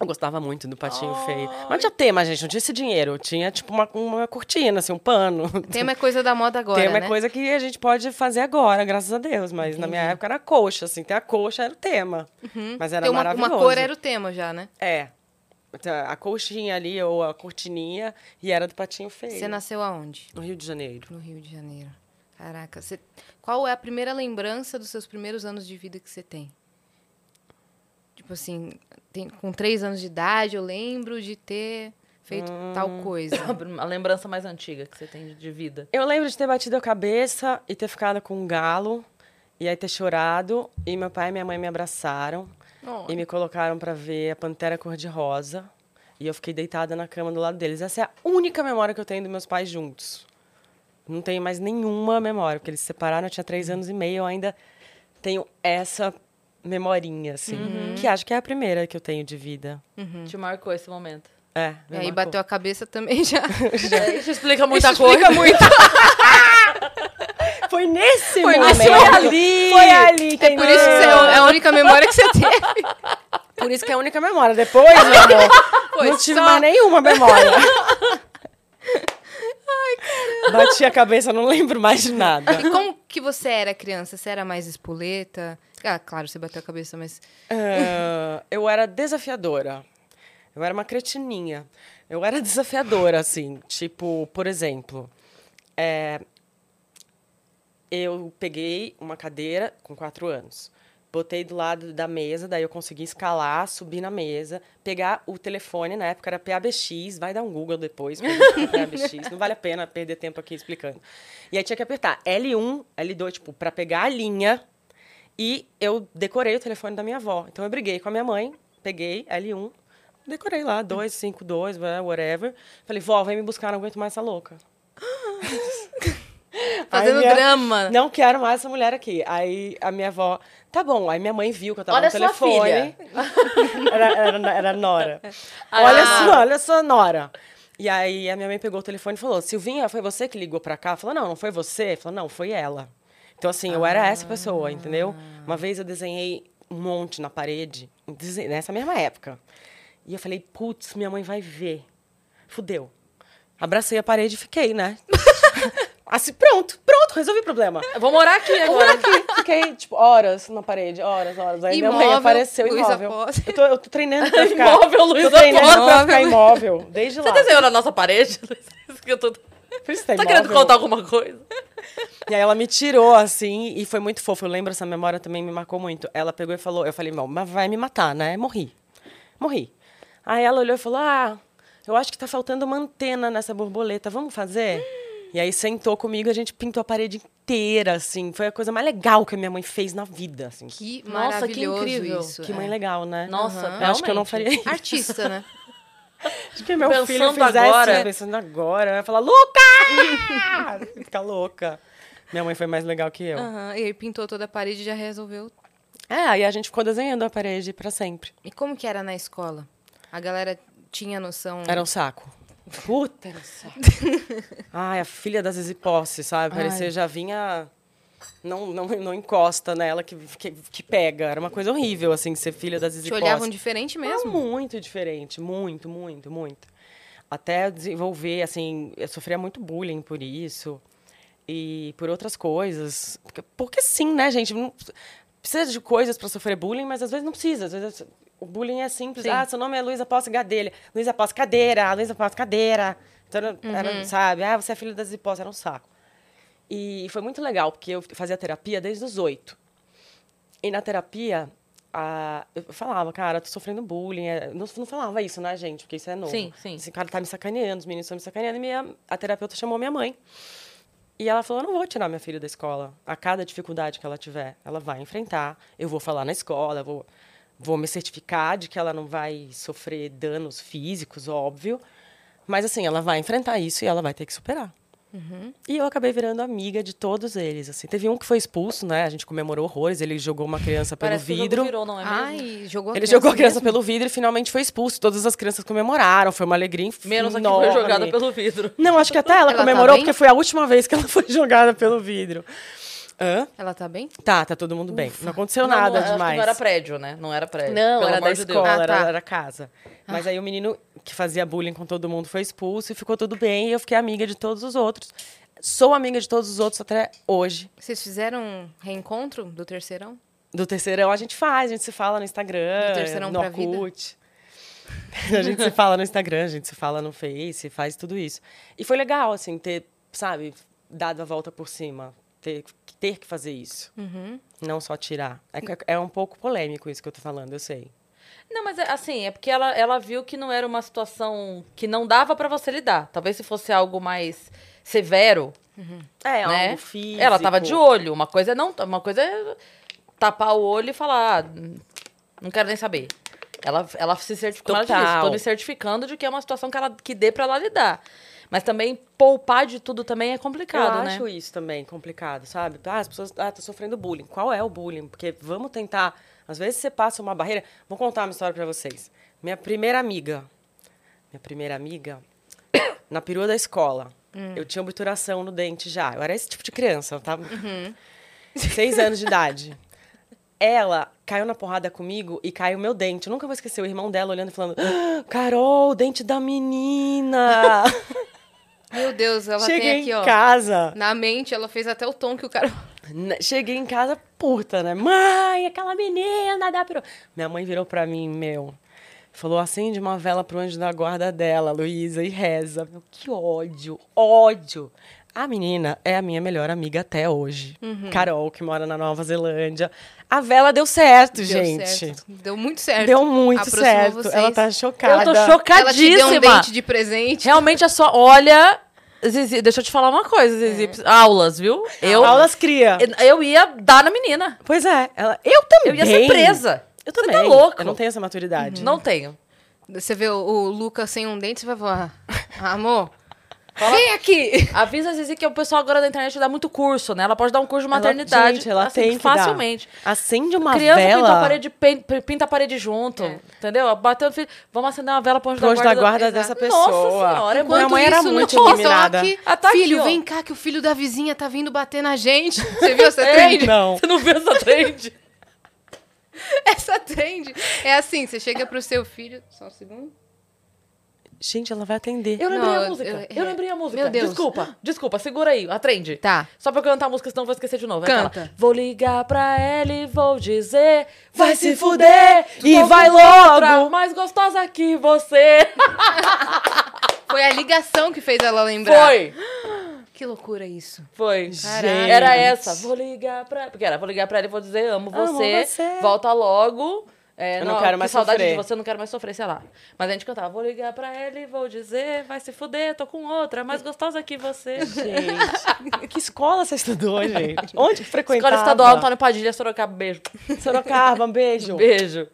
Eu gostava muito do patinho Ah. feio. Mas não tinha tema, gente. Não tinha esse dinheiro. Tinha, tipo, uma, uma cortina, assim, um pano. Tema é coisa da moda agora, tema né? é coisa que a gente pode fazer agora, graças a Deus. Mas na minha época era coxa, assim. Ter a coxa era o tema. Mas era Ter Uhum. uma, uma maravilhoso. cor era o tema já, né? É. Então, A colchinha ali, ou a cortininha, e era do patinho feio. Você nasceu aonde? No Rio de Janeiro. No Rio de Janeiro. Caraca, você- qual é a primeira lembrança dos seus primeiros anos de vida que você tem? Tipo assim, tem- com três anos de idade, eu lembro de ter feito tal coisa. A lembrança mais antiga que você tem de vida. Eu lembro de ter batido a cabeça e ter ficado com um galo. E aí ter chorado. E meu pai e minha mãe me abraçaram. Oh. E me colocaram pra ver a Pantera Cor-de-Rosa. E eu fiquei deitada na cama do lado deles. Essa é a única memória que eu tenho dos meus pais juntos. Não tenho mais nenhuma memória, porque eles se separaram, eu tinha três anos e meio, eu ainda tenho essa memorinha, assim. Que acho que é a primeira que eu tenho de vida. Te marcou esse momento. E É, me aí marcou. bateu a cabeça também já. Isso explica muita Isso coisa. explica muito. Foi nesse Foi momento. nesse ali. Foi ali, É por isso que você, é a única memória que você teve. Por isso que é a única memória. Depois, meu amor, Foi não tive só- mais nenhuma memória. Bati a cabeça, não lembro mais de nada. E como que você era criança? Você era mais espoleta? Ah, claro, você bateu a cabeça, mas... Ah, eu era desafiadora. Eu era uma cretininha. Eu era desafiadora, assim. Tipo, por exemplo, é, eu peguei uma cadeira com quatro anos. Botei do lado da mesa, daí eu consegui escalar, subir na mesa, pegar o telefone, na época era PABX, vai dar um Google depois, porque PABX, não vale a pena perder tempo aqui explicando. E aí tinha que apertar L1, L2, tipo, para pegar a linha, e eu decorei o telefone da minha avó. Então eu briguei com a minha mãe, peguei L1, decorei lá, 252, whatever. Falei, vó, vem me buscar, não aguento mais essa louca. Fazendo Aí minha- drama. Não quero mais essa mulher aqui. Aí a minha avó, tá bom. Aí minha mãe viu que eu tava Olha no sua telefone. era, era, era Nora. Olha Ah. só, olha só, Nora. E aí a minha mãe pegou o telefone e falou: Silvinha, foi você que ligou pra cá? Falou, não, não foi você. Falou, não, foi ela. Então, assim, eu era essa pessoa, entendeu? Uma vez eu desenhei um monte na parede, dese- nessa mesma época. E eu falei, putz, minha mãe vai ver. Fudeu. Abracei a parede e fiquei, né? assim, pronto, pronto, resolvi o problema. Eu vou morar aqui agora. Fiquei, fiquei, tipo, horas na parede, horas, horas. Aí minha Imóvel, mãe apareceu Luiz imóvel. Aposta. Eu tô, eu tô treinando pra ficar... Imóvel, Luiz Tô treinando pra Aposta. ficar imóvel, desde Você lá. desenhou na nossa parede? Isso que eu tô- Por isso tá Tá imóvel. querendo contar um- alguma coisa? E aí ela me tirou, assim, e foi muito fofo. Eu lembro, essa memória também me marcou muito. Ela pegou e falou... Eu falei, bom, mas vai me matar, né? Morri. Morri. Aí ela olhou e falou, ah, eu acho que tá faltando uma antena nessa borboleta. Vamos fazer? E aí sentou comigo, a gente pintou a parede inteira, assim. Foi a coisa mais legal que a minha mãe fez na vida, assim. Que, Que Nossa, que maravilhoso incrível. isso. mãe é. legal, né? Nossa, Eu acho que eu não faria realmente. isso. Artista, né? Acho que meu Pensando filho fizesse, agora- pensando agora, vai falar, Luca! Fica louca. Minha mãe foi mais legal que eu. Aham, e aí pintou toda a parede e já resolveu Ah. É, aí a gente ficou desenhando a parede pra sempre. E como que era na escola? A galera tinha noção. Era um saco. Puta, era um saco. Ai, a filha das Zizi Posse, sabe? Parecia Ai. já vinha. Não, não, não encosta nela que, que, que pega. Era uma coisa horrível, assim, ser filha das Zizi Te olhavam Posse. diferente Mas mesmo? Tá muito diferente, muito, muito, muito. Até desenvolver, assim, eu sofria muito bullying por isso e por outras coisas. Porque, porque sim, né, gente? Não precisa de coisas para sofrer bullying, mas às vezes não precisa. Às vezes o bullying é simples. Sim. Ah, seu nome é Luísa Posse Gadelha. Luísa Posse Cadeira, Luísa Posse Cadeira. Então, era, Uhum. era, sabe? Ah, você é filha das hipóteses. Era um saco. E foi muito legal, porque eu fazia terapia desde os oito. E na terapia, a- eu falava, cara, tô sofrendo bullying. é- Não, não falava isso, né, gente? Porque isso é novo. Sim, sim. Esse cara tá me sacaneando, os meninos estão me sacaneando. E minha, a terapeuta chamou minha mãe. E ela falou, eu não vou tirar minha filha da escola. A cada dificuldade que ela tiver, ela vai enfrentar. Eu vou falar na escola, vou, vou me certificar de que ela não vai sofrer danos físicos, óbvio. Mas, assim, ela vai enfrentar isso e ela vai ter que superar. Uhum. E eu acabei virando amiga de todos eles, assim. Teve um que foi expulso, né? A gente comemorou horrores, ele jogou uma criança pelo Parece que o vidro. jogo virou, não é mesmo? Ai, jogou Ele jogou a criança mesmo? pelo vidro e finalmente foi expulso. Todas as crianças comemoraram, foi uma alegria inf- Menos a que enorme. foi jogada pelo vidro. Não, acho que até ela, Ela tá comemorou, bem? porque foi a última vez que ela foi jogada pelo vidro. Hã? Ela tá bem? Tá, tá todo mundo bem. Não aconteceu Não, nada não, acho que demais. Não era prédio, né? Não era prédio. Não, pelo era da amor de Deus. escola, Ah, era, tá. era casa. Mas aí o menino que fazia bullying com todo mundo foi expulso e ficou tudo bem. E eu fiquei amiga de todos os outros. Sou amiga de todos os outros até hoje. Vocês fizeram um reencontro do terceirão? Do terceirão a gente faz, a gente se fala no Instagram, Do terceirão no pra vida? Orkut. a gente se fala no Instagram, a gente se fala no Face, faz tudo isso. E foi legal, assim, ter, sabe, dado a volta por cima. Ter, ter que fazer isso. Uhum. Não só tirar. É, é um pouco polêmico isso que eu tô falando, eu sei. Não, mas é, assim, é porque ela, ela viu que não era uma situação que não dava pra você lidar. Talvez se fosse algo mais severo, É, né? algo físico. Ela tava de olho. Uma coisa é não, uma coisa é tapar o olho e falar, "Ah, não quero nem saber. Ela, ela se certificou ela Total. disse, tô me certificando de que é uma situação que ela que dê pra ela lidar. Mas também poupar de tudo também é complicado, eu né? acho isso também complicado, sabe? Ah, as pessoas ah, tô sofrendo bullying. Qual é o bullying? Porque vamos tentar. Às vezes você passa uma barreira. Vou contar uma história pra vocês. Minha primeira amiga. Minha primeira amiga, na perua da escola. Eu tinha obturação no dente já. Eu era esse tipo de criança, tá? Seis anos de idade. Ela caiu na porrada comigo e caiu meu dente. Eu nunca vou esquecer o irmão dela olhando e falando: "Ah, Carol, o dente da menina! Meu Deus, ela Cheguei tem aqui, em ó. casa. Na mente, ela fez até o tom que o cara. N- Cheguei em casa puta, né? Mãe, aquela menina da peru. Minha mãe virou pra mim, meu. Falou, acende uma vela pro anjo da guarda dela, Luísa, e reza. Meu, que ódio, ódio. A menina é a minha melhor amiga até hoje. Uhum. Carol, que mora na Nova Zelândia. A vela deu certo, gente. Deu certo. Deu muito certo. Deu muito Aproximou certo. vocês. Ela tá É, Eu chocada. tô Ela te deu um chocadíssima. dente de presente. Realmente é só. Olha, Zizi, deixa eu te falar uma coisa, Zizi. Aulas, viu? Eu, É. Aulas cria. eu ia dar na menina. Pois é. Ela... Eu também. Eu ia ser presa. Eu Você também. tá louco. Eu não tenho essa maturidade. Não tenho. Você vê o, o Lucas sem um dente, você vai falar: "Ah, Amor, vem aqui! Avisa a Zizi que o pessoal agora da internet dá muito curso, né? Ela pode dar um curso de Ela- maternidade. gente, ela assim, tem que Facilmente. dar. Acende uma Criança vela. É. pinta a parede, pen- pinta a parede junto, entendeu? Bateu no filho, vamos acender uma vela pro anjo pro anjo da da guarda. guarda dessa Exato. pessoa. Nossa senhora, é Minha muito mãe era isso, muito nossa, iluminada. olha aqui. Ah, tá filho, aqui, ó. vem cá que o filho da vizinha tá vindo bater na gente. Você viu essa trend? Não. Você É, não viu essa trend? Essa trend é assim, você chega pro seu filho... Só um segundo. Gente, ela vai atender. Eu lembrei Não, a eu- música. Eu, eu- lembrei a música. Meu Deus. Desculpa, desculpa, segura aí, a trend. Tá. Só pra eu cantar a música, senão eu vou esquecer de novo. É Canta. aquela, Vou ligar pra ela e vou dizer. Vai se fuder! fuder e vou vai com logo." outra Mais gostosa que você! Foi a ligação que fez ela lembrar. Foi! Que loucura isso. Foi. Caralho. Era essa. Vou ligar pra. Porque era, vou ligar pra ela e vou dizer, amo Amo você. você. Volta logo. É, Eu não quero que mais saudade sofrer. de você, eu não quero mais sofrer, sei lá. Mas a gente cantava, vou ligar pra ela e vou dizer, vai se fuder, tô com outra, mais gostosa que você. Gente, que escola você estudou, gente? Onde que frequentava? tá- Escola Estadual Antônio Padilha, Sorocaba, beijo. Sorocaba, um beijo. Beijo.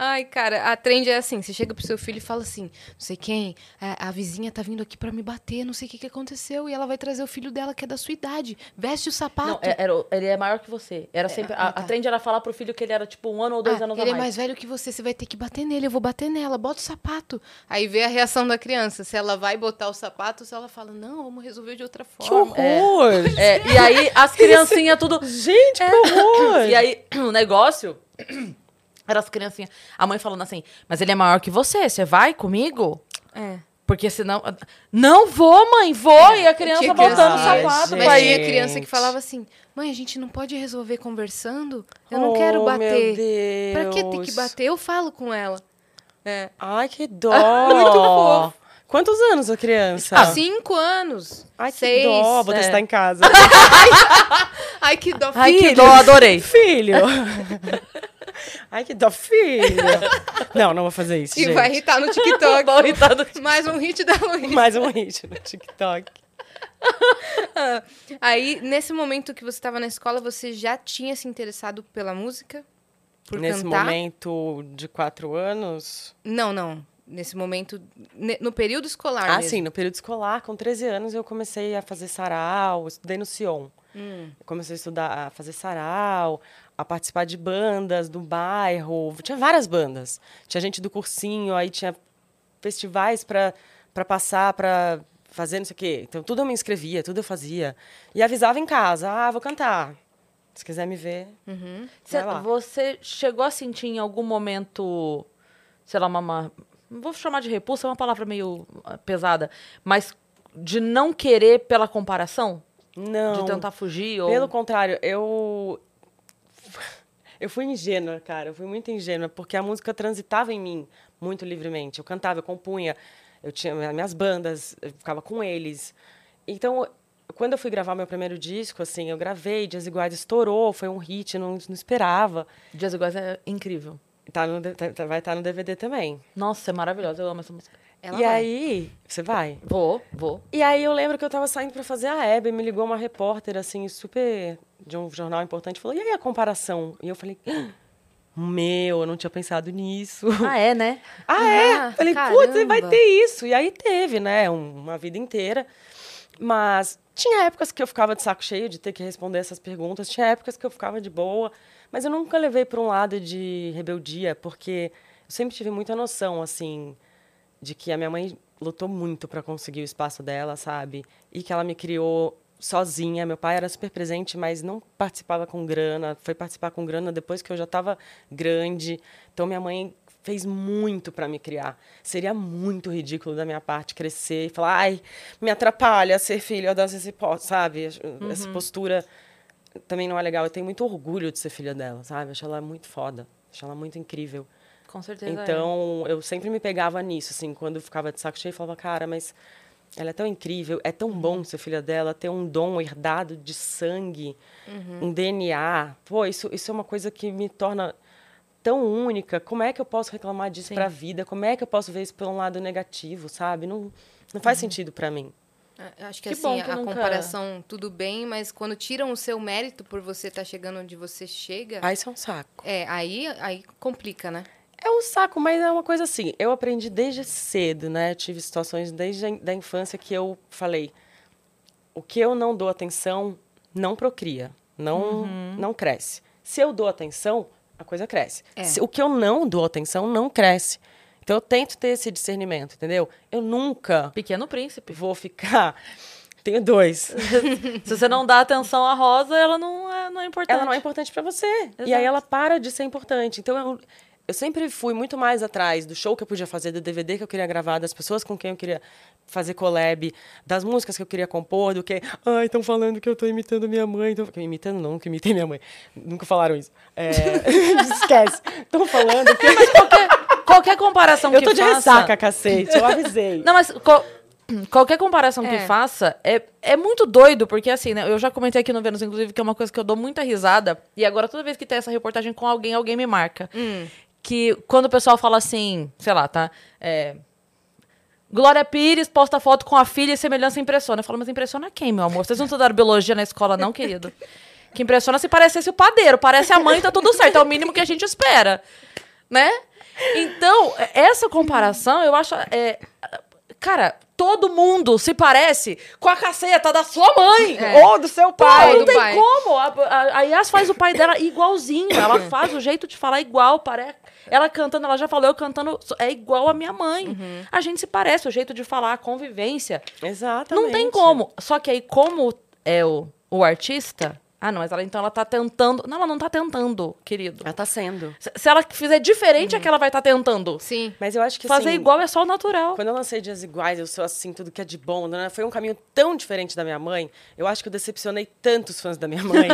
Ai, cara, a trend é assim: você chega pro seu filho e fala assim, não sei quem, a, a vizinha tá vindo aqui pra me bater, não sei o que, que aconteceu, e ela vai trazer o filho dela, que é da sua idade, veste o sapato. Não, é- era, o- ele é maior que você. Era sempre, a, ah, tá. a trend era falar pro filho que ele era tipo um ano ou dois Ah, anos ele a é mais mais. velho que você, você vai ter que bater nele, eu vou bater nela, bota o sapato. Aí vê a reação da criança, se ela vai botar o sapato, se ela fala, não, vamos resolver de outra Que forma. horror! É, e aí as criancinhas tudo. É. Gente, que horror! E aí o negócio era as criancinhas. A mãe falando assim: Mas ele é maior que você, você vai comigo? É. Porque senão. Não vou, mãe, vou! E a criança Tinha criança- botando o Ai, sapato gente. pra Mas ir. tinha Gente. criança que falava assim, mãe, a gente não pode resolver conversando? Eu não quero Oh, bater. Meu Pra Deus. que ter que bater? Eu falo com ela. É. Ai, que Muito dó! fofo. Quantos anos a criança? Há cinco anos. Tá. Ai, que seis. dó! Vou é. testar em casa. Ai, que dó. Ai, que filho. dó, adorei. filho! Ai, que dó, filho! Não, não vou fazer isso, E gente. vai irritar no TikTok. Dó irritado. Mais um hit da Luísa. Mais um hit no TikTok. Aí, nesse momento que você estava na escola, você já tinha se interessado pela música? Por Nesse cantar? momento de quatro anos... Não, não. Nesse momento, ne- no período escolar Ah, mesmo. sim, no período escolar, com 13 anos, eu comecei a fazer sarau, eu estudei no Sion. Hum. Eu comecei a estudar, a fazer sarau, a participar de bandas do bairro. Tinha várias bandas. Tinha gente do cursinho, aí tinha festivais para passar, para fazer não sei o quê. Então, tudo eu me inscrevia, tudo eu fazia. E avisava em casa, ah, vou cantar. Se quiser me ver, Uhum. Cê- vai lá. você chegou a sentir em algum momento, sei lá, uma, uma- Não vou chamar de repulsa, é uma palavra meio ah, pesada. Mas de não querer pela comparação? Não. De tentar fugir? Ou... Pelo contrário, eu. Eu fui ingênua, cara. Eu fui muito ingênua, porque a música transitava em mim muito livremente. Eu cantava, eu compunha, eu tinha mi- minhas bandas, eu ficava com eles. Então, quando eu fui gravar meu primeiro disco, assim, eu gravei, Dias Iguais estourou, foi um hit, eu não, não esperava. Dias Iguais é incrível. Tá no D- tá- tá- vai estar no DVD também. Nossa, é maravilhosa. Eu amo essa música. Ela e vai. aí, você vai? Vou, vou. E aí eu lembro que eu tava saindo pra fazer a Hebe, me ligou uma repórter, assim, super de um jornal importante, e falou, e aí a comparação? E eu falei, "Ah, meu, eu não tinha pensado nisso. Ah, é, né? ah, é? Ah, falei, putz, vai caramba." ter isso. E aí teve, né, um- uma vida inteira. Mas tinha épocas que eu ficava de saco cheio de ter que responder essas perguntas, tinha épocas que eu ficava de boa, mas eu nunca levei para um lado de rebeldia, porque eu sempre tive muita noção, assim, de que a minha mãe lutou muito para conseguir o espaço dela, sabe? E que ela me criou sozinha. Meu pai era super presente, mas não participava com grana. Foi participar com grana depois que eu já estava grande. Então minha mãe fez muito para me criar. Seria muito ridículo da minha parte crescer e falar: "Ai, me atrapalha ser filho das esse po-", sabe? Essa postura também não é legal. Eu tenho muito orgulho de ser filha dela, sabe? Acho ela muito foda. Acho ela muito incrível. Com certeza. é. Então, eu sempre me pegava nisso, assim, quando eu ficava de saco cheio, eu falava, cara, mas ela é tão incrível, é tão Uhum. bom ser filha dela, ter um dom herdado de sangue, Uhum. um DNA. Pô, isso, isso é uma coisa que me torna tão única. Como é que eu posso reclamar disso Sim. pra vida? Como é que eu posso ver isso por um lado negativo, sabe? Não, não Uhum. faz sentido pra mim. Ah, Acho que, Que assim, bom que a nunca- comparação tudo bem, mas quando tiram o seu mérito por você estar chegando onde você chega, Ah, isso é um saco. é, aí, aí complica, né? É um saco, mas é uma coisa assim. Eu aprendi desde cedo, né? Eu tive situações desde a in- da infância que eu falei: o que eu não dou atenção não procria, não, não cresce. Se eu dou atenção, a coisa cresce. É. Se- o que eu não dou atenção não cresce. Então eu tento ter esse discernimento, entendeu? Eu nunca Pequeno Príncipe. vou ficar. Tenho dois. Se você não dá atenção à Rosa, ela não é, não é importante. Ela não é importante pra você. E aí ela para de ser importante. Então eu, eu sempre fui muito mais atrás do show que eu podia fazer, do DVD que eu queria gravar, das pessoas com quem eu queria fazer collab, das músicas que eu queria compor, do que. Ai, estão falando que eu tô imitando minha mãe. Tão... que eu Imitando não, que eu imitei minha mãe. Nunca falaram isso. É, Esquece. Estão falando que. Qualquer comparação eu então que tô de faça... ressaca, cacete. Eu avisei. Não, mas co- qualquer comparação É. que faça é, é muito doido, porque assim, né? Eu já comentei aqui no Vênus, inclusive, que é uma coisa que eu dou muita risada. E agora, toda vez que tem essa reportagem com alguém, alguém me marca. Que quando o pessoal fala assim, sei lá, tá? É, Glória Pires posta foto com a filha e semelhança impressiona. Eu falo, mas impressiona quem, meu amor? Vocês não estudaram biologia na escola, não, querido? Que impressiona se parecesse o padeiro, parece a mãe, tá tudo certo. É o mínimo que a gente espera, né? Então, essa comparação, eu acho. é, cara, todo mundo se parece com a caceta da sua mãe. É. Ou do seu Pô, pai. não do tem pai. como. A, a, a Yas faz o pai dela igualzinho. Ela faz o jeito de falar igual. Pare... Ela cantando, ela já falou, eu cantando, é igual a minha mãe. Uhum. A gente se parece, o jeito de falar, a convivência. Exatamente. Não tem como. Só que aí, como é o, o artista. Ah, não, mas ela então ela tá tentando. Não, ela não tá tentando, querido. Ela tá sendo. Se, se ela fizer diferente, é que ela vai estar tentando. Sim. Mas eu acho Uhum. que Fazer assim, igual é só o natural. Quando eu lancei Dias Iguais, eu sou assim, tudo que é de bom. né? Foi um caminho tão diferente da minha mãe. Eu acho que eu decepcionei tantos fãs da minha mãe.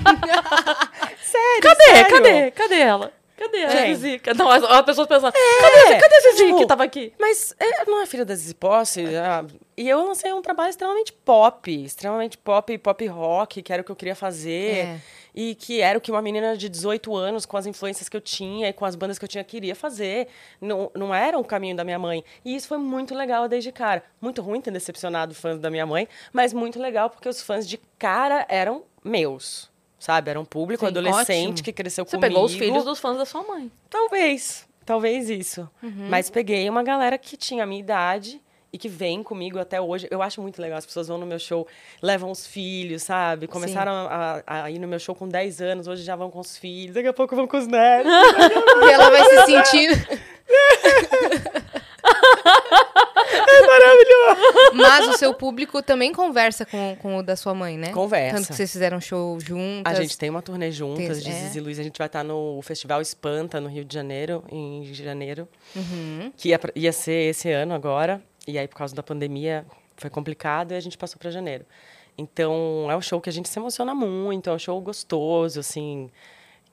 sério, Cadê? é sério. Cadê? Cadê ela? Cadê a Quem? Zizi? Não, as, as pessoas pensando, cadê, cadê a Zizi tipo, que tava aqui? Mas é, não é filha da Zizi Posse? é, E eu lancei um trabalho extremamente pop, extremamente pop, pop rock, que era o que eu queria fazer. É. E que era o que uma menina de 18 anos, com as influências que eu tinha e com as bandas que eu tinha, queria fazer. Não, não era o caminho da minha mãe. E isso foi muito legal desde cara. Muito ruim ter decepcionado fãs da minha mãe, mas muito legal porque os fãs de cara eram meus. Sabe? Era um público Sim, adolescente ótimo. que cresceu Você comigo. pegou os filhos dos fãs da sua mãe. Talvez, talvez isso. Mas peguei uma galera que tinha a minha idade e que vem comigo até hoje. Eu acho muito legal. As pessoas vão no meu show, levam os filhos, sabe? Começaram a, a- a ir no meu show com 10 anos, hoje já vão com os filhos, daqui a pouco vão com os netos. E ela vai se sentir. É maravilhoso! Mas o seu público também conversa com, com o da sua mãe, né? Conversa. Tanto que vocês fizeram show juntas. A gente tem uma turnê juntas, de Tem- é. Zizi Luiz. A gente vai estar no Festival Espanta, no Rio de Janeiro, em janeiro. Uhum. Que ia, pra- ia ser esse ano agora. E aí, por causa da pandemia, foi complicado e a gente passou para janeiro. Então, é um show que a gente se emociona muito, é um show gostoso, assim.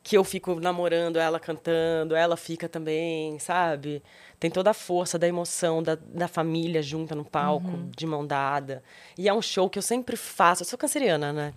Que eu fico namorando ela cantando, ela fica também, sabe? Tem toda a força da emoção, da, da família junta no palco, Uhum. de mão dada. E é um show que eu sempre faço. Eu sou canceriana, né?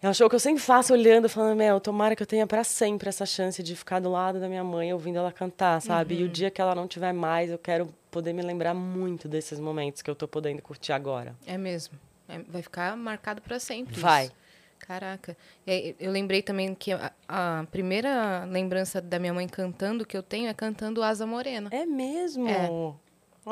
É um show que eu sempre faço olhando, falando, meu, tomara que eu tenha pra sempre essa chance de ficar do lado da minha mãe ouvindo ela cantar, sabe? E o dia que ela não tiver mais, eu quero poder me lembrar muito desses momentos que eu tô podendo curtir agora. É mesmo. É, vai ficar marcado pra sempre. isso. Vai. Caraca. E aí, Eu lembrei também que a, a primeira lembrança da minha mãe cantando que eu tenho é cantando Asa Morena. É Ah. mesmo?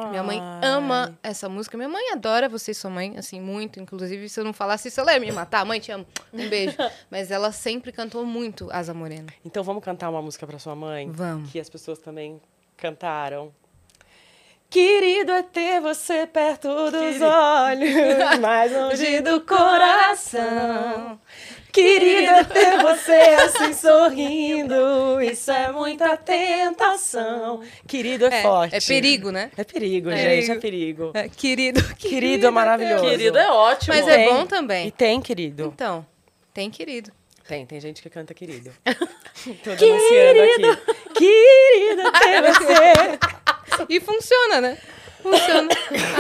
Minha mãe Ai. ama essa música. Minha mãe adora você e sua mãe, assim, muito. Inclusive, se eu não falasse isso, ela ia me matar. Mãe, te amo. Um beijo. Mas ela sempre cantou muito Asa Morena. Então vamos cantar uma música pra sua mãe? Vamos. Que as pessoas também cantaram. Querido é ter você perto dos olhos, mais longe do coração. Querido é ter você assim sorrindo, isso é muita tentação. Querido é, forte. É perigo, né? É perigo, É gente, perigo. é perigo. É, querido. Querido é maravilhoso. Querido é ótimo. Mas é bom também. E tem, querido. Então, tem querido. Tem, tem gente que canta querido. Tô denunciando aqui. Querido é ter você E funciona, né? Funciona.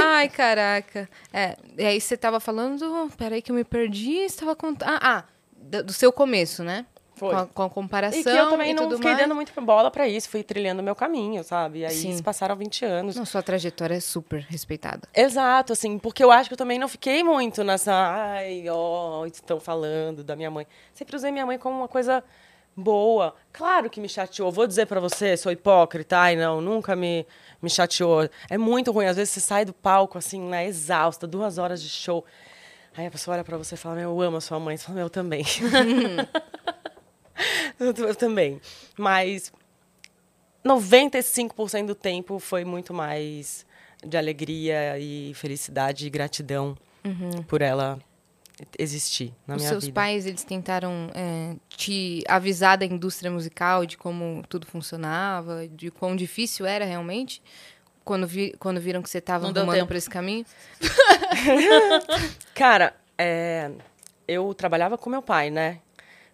Ai, caraca. É, e aí você tava falando. Peraí, que eu me perdi. Você tava contando. Ah, ah, do do seu começo, né? Foi. Com a, com a comparação. E que eu também e não tudo fiquei mais. dando muito bola pra isso, fui trilhando meu caminho, sabe? E aí Sim. se passaram 20 anos. Não, sua trajetória é super respeitada. Exato, assim, porque eu acho que eu também não fiquei muito nessa, ai, ó, estão falando da minha mãe. Sempre usei minha mãe como uma coisa boa. Claro que me chateou, vou dizer pra você, sou hipócrita, ai não, nunca me, me chateou. É muito ruim, às vezes você sai do palco, assim, né, exausta, duas horas de show. Aí a pessoa olha pra você e fala, meu, eu amo a sua mãe. Você fala, meu, eu também. eu, t- eu também. Mas 95% do tempo foi muito mais de alegria e felicidade e gratidão por ela existir na Uhum. Os minha seus vida. pais, eles tentaram é, te avisar da indústria musical, de como tudo funcionava, de quão difícil era realmente? Quando, vi, quando viram que você estava Não deu arrumando tempo. para esse caminho? Cara, é, eu trabalhava com meu pai, né?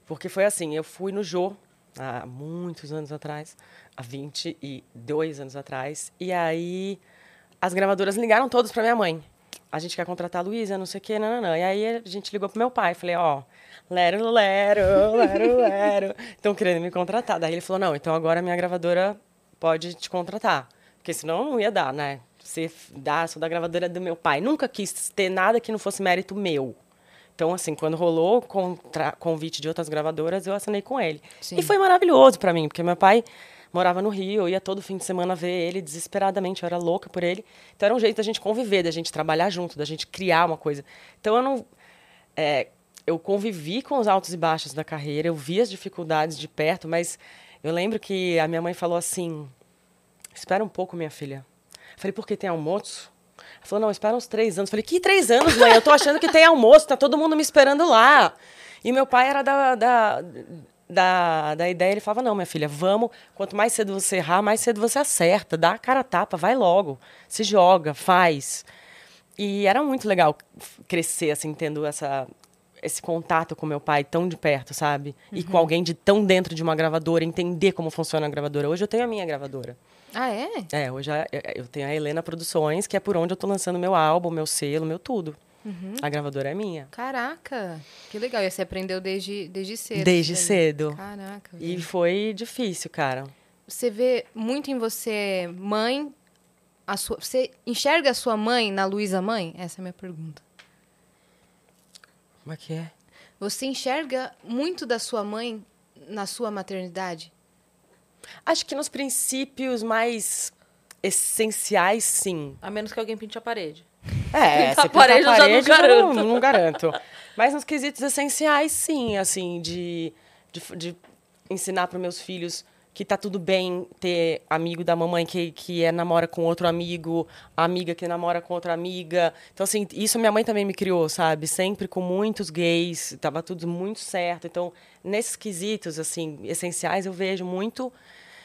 Porque foi assim, eu fui no Jô há muitos anos atrás, há 22 anos atrás, e aí as gravadoras ligaram todos pra minha mãe. A gente quer contratar a Luísa, não sei o quê, nananã. E aí a gente ligou pro meu pai, falei, ó, lero, lero, lero, lero, estão querendo me contratar. Daí ele falou, não, então agora a minha gravadora pode te contratar, porque senão não ia dar, né? Você dá, sou da gravadora do meu pai. Nunca quis ter nada que não fosse mérito meu. Então, assim, quando rolou o contra- convite de outras gravadoras, eu assinei com ele. Sim. E foi maravilhoso pra mim, porque meu pai morava no Rio, eu ia todo fim de semana ver ele desesperadamente, eu era louca por ele. Então era um jeito da gente conviver, da gente trabalhar junto, da gente criar uma coisa. Então eu não. é, eu convivi com os altos e baixos da carreira, eu vi as dificuldades de perto, mas eu lembro que a minha mãe falou assim: Espera um pouco, minha filha. Eu falei, porque tem almoço? Ela falou, não, espera uns três anos. Eu falei, que três anos, mãe? Eu tô achando que tem almoço, tá todo mundo me esperando lá. E meu pai era da, da, da, da ideia, ele falava, não, minha filha, vamos, quanto mais cedo você errar, mais cedo você acerta, dá a cara a tapa, vai logo, se joga, faz. E era muito legal crescer, assim, tendo essa, esse contato com meu pai tão de perto, sabe? E com alguém de tão dentro de uma gravadora, entender como funciona a gravadora. Hoje eu tenho a minha gravadora. Ah, é? É, hoje a- eu- eu tenho a Helena Produções, que é por onde eu tô lançando meu álbum, meu selo, meu tudo. A gravadora é minha. Caraca, que legal. E você aprendeu desde, desde cedo. Desde isso daí. cedo. Caraca. E foi difícil, cara. Você vê muito em você, mãe. A sua, você enxerga a sua mãe na Luísa mãe? Essa é a minha pergunta. Como é que é? Você enxerga muito da sua mãe na sua maternidade? Acho que nos princípios mais essenciais, sim. A menos que alguém pinte a parede. É, Pintar se a parede, eu já não eu não, garanto. não garanto. Mas nos quesitos essenciais, sim, assim, de, de, f- de ensinar para meus filhos que tá tudo bem ter amigo da mamãe que, que é, namora com outro amigo, amiga que namora com outra amiga. Então, assim, isso minha mãe também me criou, sabe? Sempre com muitos gays, tava tudo muito certo. Então, nesses quesitos, assim, essenciais, eu vejo muito,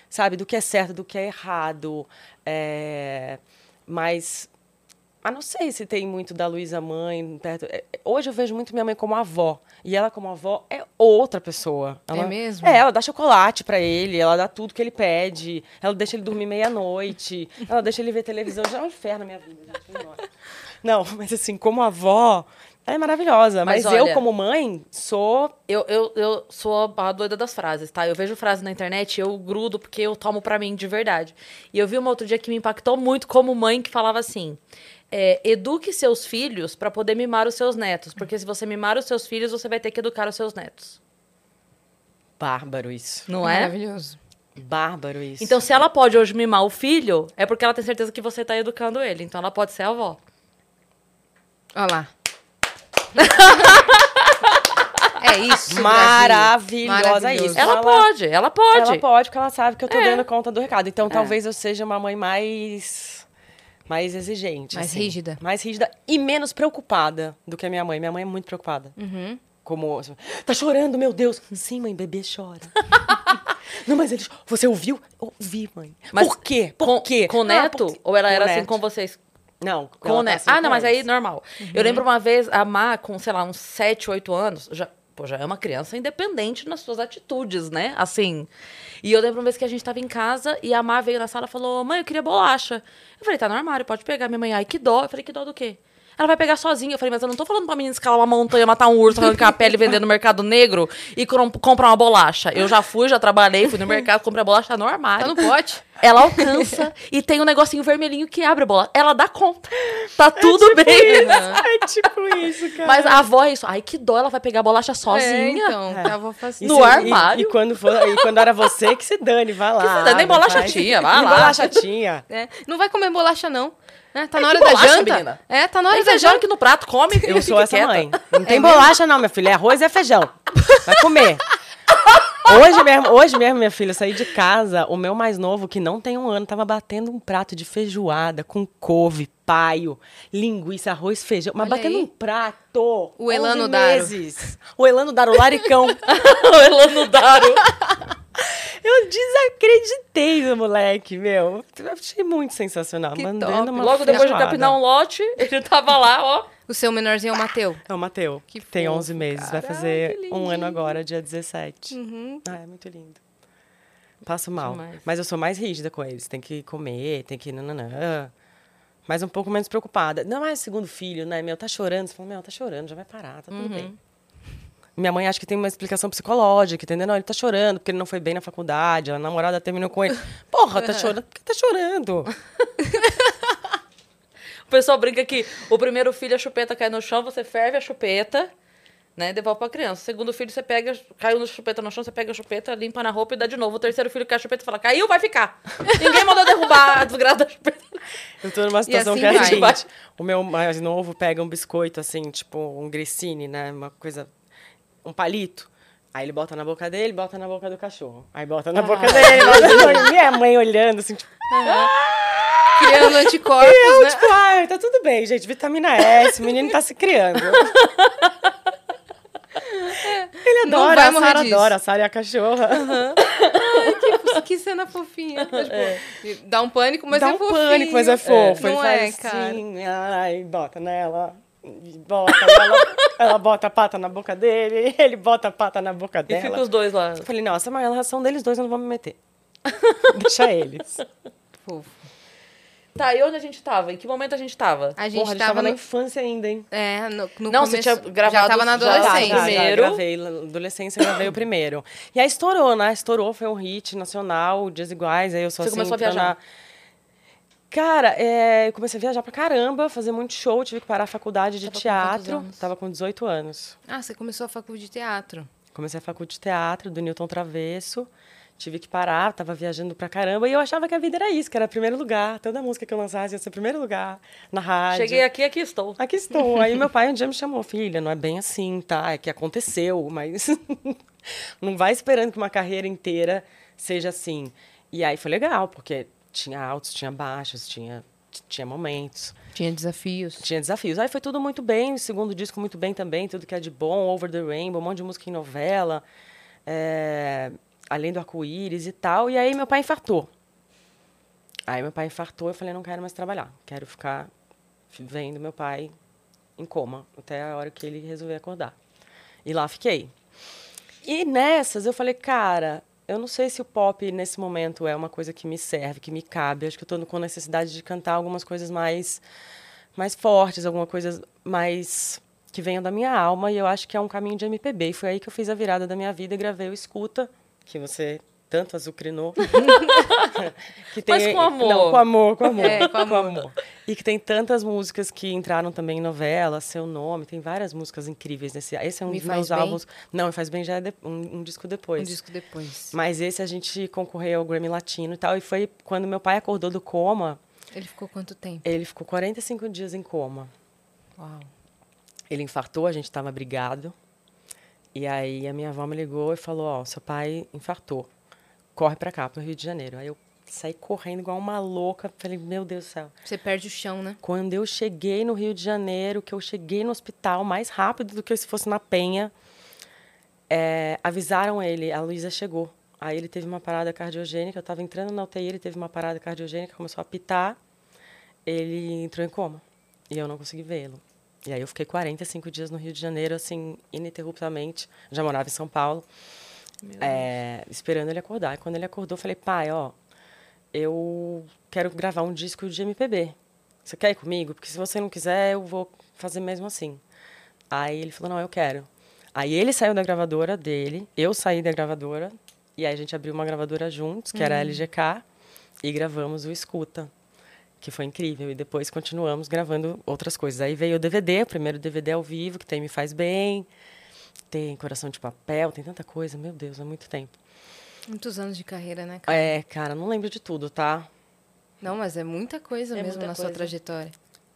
sabe, do que é certo, do que é errado. É... Mas ah, não sei se tem muito da Luísa mãe perto. É, Hoje eu vejo muito minha mãe como avó. E ela, como avó, é outra pessoa. Ela, mesmo? É, ela dá chocolate pra ele, ela dá tudo que ele pede, ela deixa ele dormir meia-noite, ela deixa ele ver televisão. Já é um inferno a minha vida. gente, vamos embora. Não, mas assim, como avó, ela é maravilhosa. Mas Mas, olha- eu, como mãe, sou. Eu, eu, eu sou a doida das frases, tá? Eu vejo frases na internet e eu grudo porque eu tomo pra mim de verdade. E eu vi uma outro dia que me impactou muito como mãe que falava assim: é, eduque seus filhos pra poder mimar os seus netos. Porque se você mimar os seus filhos, você vai ter que educar os seus netos. Bárbaro isso. Não é? Maravilhoso. Bárbaro isso. Então, se ela pode hoje mimar o filho, é porque ela tem certeza que você tá educando ele. Então, ela pode ser a avó. Olha lá. é isso. Brasil. Maravilhosa Maravilhoso. isso. Ela, Ela- pode, ela pode. Ela pode, porque ela sabe que eu tô É. dando conta do recado. Então, talvez eu seja uma mãe mais... Mais exigente. assim. Mais rígida. Mais rígida e menos preocupada do que a minha mãe. Minha mãe é muito preocupada. Uhum. Como... Tá chorando, meu Deus. Sim, mãe, bebê chora. Não, mas eles... Você ouviu? Ouvi, mãe. Mas Por quê? Por com, quê? Com o Ah, neto? porque- Ou ela era assim neto. com vocês? Não. Com ela o tá neto. assim Ah, não, com mas eles. Uhum. aí normal. Eu lembro uma vez a Má, com, sei lá, uns 7, 8 anos, já, pô, já é uma criança independente nas suas atitudes, né? Assim. E eu lembro uma vez que a gente tava em casa e a Má veio na sala e falou: Mãe, eu queria bolacha. Eu falei: Tá no armário, pode pegar. Minha mãe, ai, que dó. Eu falei: Que dó do quê? Ela vai pegar sozinha. Eu falei, mas eu não tô falando pra menina escalar uma montanha, matar um urso, arrancar a pele, vender no mercado negro e crom- comprar uma bolacha. Eu já fui, já trabalhei, fui no mercado, comprei a bolacha, tá no armário. Tá no pote. Ela alcança e tem um negocinho vermelhinho que abre a bola. Ela dá conta. Tá tudo tipo bem. É tipo isso, cara. Mas a avó é isso. Ai, que dó, ela vai pegar a bolacha sozinha. É, então, É. tá, vou fazer. No se- armário? E, e quando for, e quando era você, que se dane, vai lá. se dane, nem vai. bolacha tinha, vai lá. Nem bolacha tinha. É, Não vai comer bolacha, não. É, tá É, na que hora da bolacha, janta. menina? É, tá na hora Tem da feijão janta. aqui no prato, come. Eu sou fica essa quieta. mãe. Não tem bolacha, não, minha filha. É arroz e é feijão. Vai comer. Hoje mesmo, hoje mesmo, minha filha, eu saí de casa. O meu mais novo, que não tem um ano, tava batendo um prato de feijoada com couve, paio, linguiça, arroz, feijão. Mas Olha batendo aí. um prato. O Elano 11 Daro. meses. O Elano Daro, laricão. o Elano Daro. eu desacreditei do moleque, meu. Eu achei muito sensacional. Que Mandando top. uma Logo depois de feijoada. capinar um lote, ele tava lá, ó. O seu menorzinho é o Mateu. É o Mateu, Que que tem fofo, 11 meses, cara. vai Ai, fazer que Uhum. um ano agora, dia 17. Ah, é muito lindo. Passo mal. Demais. Mas eu sou mais rígida com eles. Tem que comer, tem que. Nananã. Mas um pouco menos preocupada. Não é segundo filho, né? Meu, tá chorando. Você fala, meu, tá chorando, já vai parar, tá tudo Uhum. bem. Minha mãe acha que tem uma explicação psicológica, entendeu? Não, ele tá chorando porque ele não foi bem na faculdade, a namorada terminou com ele. Porra, tá chorando porque tá chorando. O pessoal brinca que o primeiro filho, a chupeta cai no chão, você ferve a chupeta. né? Devolve pra criança. Segundo filho, você pega, caiu no chupeta no chão, você pega a chupeta, limpa na roupa e dá de novo. O terceiro filho cai a chupeta e fala, caiu, vai ficar. Ninguém mandou derrubar a desgraça da chupeta. Eu tô numa situação assim que a vai. gente bate. O meu mais novo pega um biscoito, assim, tipo um grissini, né? Uma coisa. Um palito. Aí ele bota na boca dele, bota na boca do cachorro. Aí bota na Ah. boca dele, bota na minha mãe olhando, assim, tipo, Criando anticorpos, né? tipo, ai, tá tudo bem, gente. Vitamina S, o menino tá se criando. Ele Não adora, vai a morrer Sara disso. adora, a Sara é a cachorra. Que- Que cena fofinha. Mas, tipo, Dá um pânico, mas Dá é um fofinho. pânico, mas é fofo. Ele Não é, faz cara. assim, ai, bota nela. e Bota, ela, ela bota a pata na boca dele, ele bota a pata na boca E fica dela. os dois lá. Eu falei, nossa, mas a relação deles dois eu não vou me meter. Deixa eles. Fofo. Tá, e onde a gente tava? Em que momento a gente tava? A gente Porra, a gente tava, tava na no... infância ainda, hein? É, no, no Não, você começo- tinha gravado Já tava já na tava, já. adolescência. Então, assim, Primeiro. tá, Já gravei, na adolescência gravei o primeiro. E aí estourou, né? Estourou, foi um hit nacional, Dias Iguais, aí eu sou Você assim... começou a tá viajar? na- Cara, é, eu comecei a viajar pra caramba, fazer muito show, tive que parar a faculdade Tava de com quantos teatro. anos? Tava com 18 anos. Ah, você começou a faculdade de teatro. Comecei a faculdade de teatro do Newton Travesso. Tive que parar, tava viajando pra caramba. E eu achava que a vida era isso, que era primeiro lugar. Toda música que eu lançasse ia ser primeiro lugar na rádio. Cheguei aqui, aqui estou. Aqui estou. Aí meu pai um dia me chamou, filha, não é bem assim, tá? É que aconteceu, mas não vai esperando que uma carreira inteira seja assim. E aí foi legal, porque tinha altos, tinha baixos, tinha, tinha momentos, Tinha desafios. tinha desafios. Aí foi tudo muito bem, o segundo disco muito bem também, tudo que é de bom, Over the Rainbow, um monte de música em novela, é, além do arco-íris e tal. E aí meu pai infartou. Aí meu pai infartou, eu falei, não quero mais trabalhar. Quero ficar vendo meu pai em coma até a hora que ele resolver acordar. E lá fiquei. E nessas eu falei, cara, eu não sei se o pop nesse momento é uma coisa que me serve, que me cabe. Acho que eu tô com necessidade de cantar algumas coisas mais mais fortes, alguma coisa mais que venha da minha alma, e eu acho que é um caminho de MPB. E foi aí que eu fiz a virada da minha vida e gravei o Escuta, que você tanto azucrinou. Que Mas com amor. Não, com amor, com amor. É, com amor. E que tem tantas músicas que entraram também em novela, Seu Nome, tem várias músicas incríveis nesse. Esse é um Me dos Faz meus Bem? álbuns. Não, Me faz bem já é de- um, um disco depois. Um disco depois. Mas esse a gente concorreu ao Grammy Latino e tal. E foi quando meu pai acordou do coma, Ele ficou quanto tempo? ele ficou 45 dias em coma. Uau. Ele infartou, a gente estava brigado. E aí a minha avó me ligou e falou: Ó, seu pai infartou. Corre pra cá, pro Rio de Janeiro. Aí eu saí correndo igual uma louca. Falei: Meu Deus do céu. Você perde o chão, né? Quando eu cheguei no Rio de Janeiro, que eu cheguei no hospital mais rápido do que se fosse na Penha, é, avisaram ele, a Luísa chegou. Aí ele teve uma parada cardiogênica, eu estava entrando na UTI, ele teve uma parada cardiogênica, começou a apitar, ele entrou em coma e eu não consegui vê-lo. E aí eu fiquei 45 dias no Rio de Janeiro, assim, ininterruptamente, já morava em São Paulo, é, esperando ele acordar. E quando ele acordou, eu falei, pai, ó, eu quero gravar um disco de MPB. Você quer ir comigo? Porque se você não quiser, eu vou fazer mesmo assim. Aí ele falou, não, eu quero. Aí ele saiu da gravadora dele, eu saí da gravadora, e aí a gente abriu uma gravadora juntos, que era a LGK, e gravamos o Escuta, que foi incrível. E depois continuamos gravando outras coisas. Aí veio o DVD, o primeiro DVD ao vivo, que tem Me Faz Bem, tem Coração de Papel, tem tanta coisa, meu Deus, há muito tempo. Muitos anos de carreira, né, cara? É, cara, não lembro de tudo, tá? Não, mas é muita coisa É mesmo muita na sua coisa. trajetória.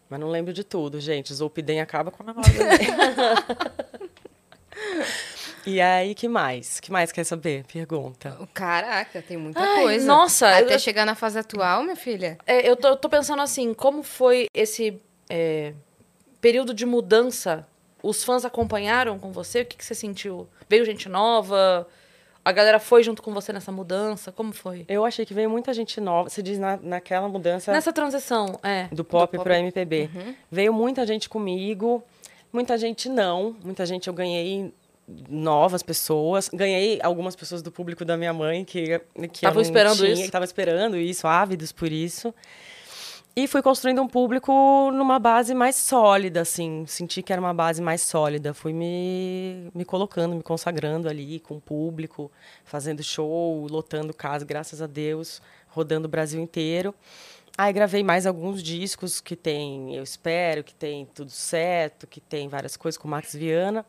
Mas não lembro de tudo, gente. Zolpidem acaba com a memória. dele. e aí, que mais? que mais quer saber? Pergunta. O- Caraca, tem muita Ai, coisa. nossa, Até eu- chegar na fase atual, minha filha. É, eu tô, eu tô pensando assim, como foi esse é, período de mudança? Os fãs acompanharam com você? O que, que você sentiu? Veio gente nova? A galera foi junto com você nessa mudança? Como foi? Eu achei que veio muita gente nova. Você diz na, naquela mudança Nessa transição, é. do pop, do pop. pro MPB. Veio muita gente comigo, muita gente não. Muita gente eu ganhei novas pessoas. Ganhei algumas pessoas do público da minha mãe que que eu Estavam não esperando tinha, isso. que Estavam esperando isso, ávidos por isso. E fui construindo um público numa base mais sólida, assim. Senti que era uma base mais sólida. Fui me, me colocando, me consagrando ali com o público, fazendo show, lotando casa, graças a Deus, rodando o Brasil inteiro. Aí gravei mais alguns discos que tem Eu Espero, que tem Tudo Certo, que tem várias coisas com o Max Viana.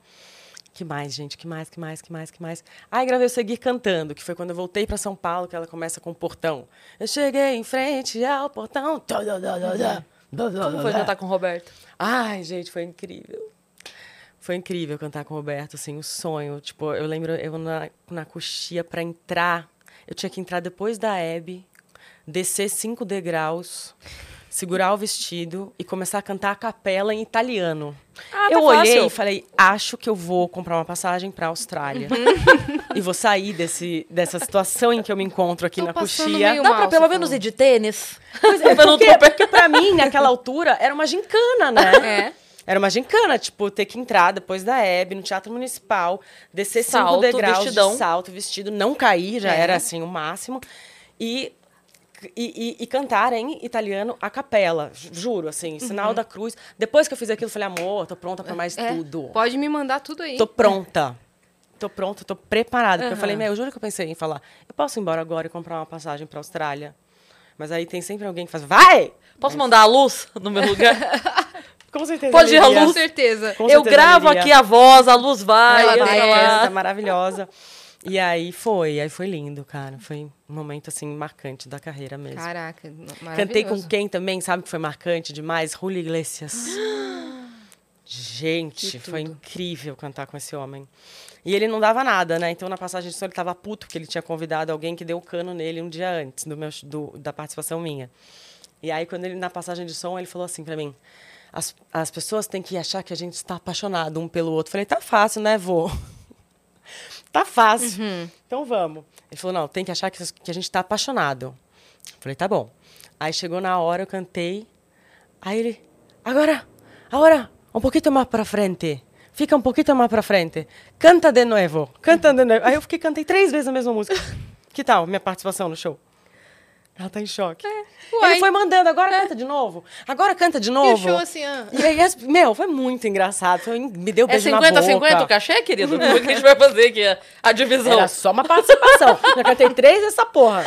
Que mais, gente? Que mais, que mais, que mais, que mais? Aí gravei o Seguir Cantando, que foi quando eu voltei para São Paulo, que ela começa com o portão. Eu cheguei em frente ao portão. Tó, dó, dó, dó, dó. Dó, dó, Como foi dó, dó. cantar com o Roberto? Ai, gente, foi incrível. Foi incrível cantar com o Roberto, assim, um sonho. Tipo, eu lembro eu na, na coxia para entrar. Eu tinha que entrar depois da Hebe, descer cinco degraus, segurar o vestido e começar a cantar a capela em italiano. Ah, tá eu olhei fácil. e falei, acho que eu vou comprar uma passagem para Austrália. e vou sair desse, dessa situação em que eu me encontro aqui Uhum. Tô na passando coxia. meio- Dá pra mal, pelo você menos falou. ir de tênis? Pra não porque, porque pra mim, naquela altura, era uma gincana, né? É. Era uma gincana, tipo, ter que entrar depois da Hebe no Teatro Municipal, descer Salto, cinco degraus vestidão. de salto, vestido, não cair, já É. era assim o máximo. E, e, e- e cantar em italiano a capela, ju- juro, assim, Uhum. sinal da cruz. Depois que eu fiz aquilo, eu falei, amor, tô pronta pra mais É, tudo. Pode me mandar tudo aí. Tô pronta. né? Tô pronta, tô preparada. Porque eu falei, Aham. meu, eu juro que eu pensei em falar, eu posso ir embora agora e comprar uma passagem pra Austrália. Mas aí tem sempre alguém que faz, vai! Posso mandar a luz no meu lugar? Com certeza. Pode ir à Lilia. Com luz. certeza. Com eu certeza gravo viria. aqui a voz, a luz vai. Ela eu vai, sei Maravilhosa, lá. é maravilhosa. E aí foi, aí foi lindo, cara. Foi um momento, assim, marcante da carreira mesmo. Caraca, n- maravilhoso. Cantei com quem também, sabe que foi marcante demais? Julio Iglesias. Que Gente, tudo. foi incrível cantar com esse homem. E ele não dava nada, né? Então, na passagem de som, ele tava puto, porque ele tinha convidado alguém que deu o cano nele um dia antes do meu, sh- do- da participação minha. E aí, quando ele, na passagem de som, ele falou assim pra mim: as, as pessoas têm que achar que a gente está apaixonado um pelo outro. Eu falei: tá fácil, né, vô? tá fácil. Uhum. Então vamos. Ele falou: não, tem que achar que, que a gente tá apaixonado. Eu falei: tá bom. Aí chegou na hora, eu cantei. Aí ele: agora, agora, um pouquinho mais pra frente. Fica um pouquinho mais pra frente. Canta de novo. Canta de novo. Aí eu fiquei, cantei três vezes a mesma música. Que tal minha participação no show? Ela tá em choque. É. Uai. É. Ele foi mandando, agora canta de novo. Agora canta de E o novo. show assim, ah. E aí, as- meu, foi muito engraçado. Foi, me deu É beijo na boca. 50-50 o cachê, querido? Como é que a gente vai fazer aqui a- a divisão? Era só uma participação. Já cantei três essa porra.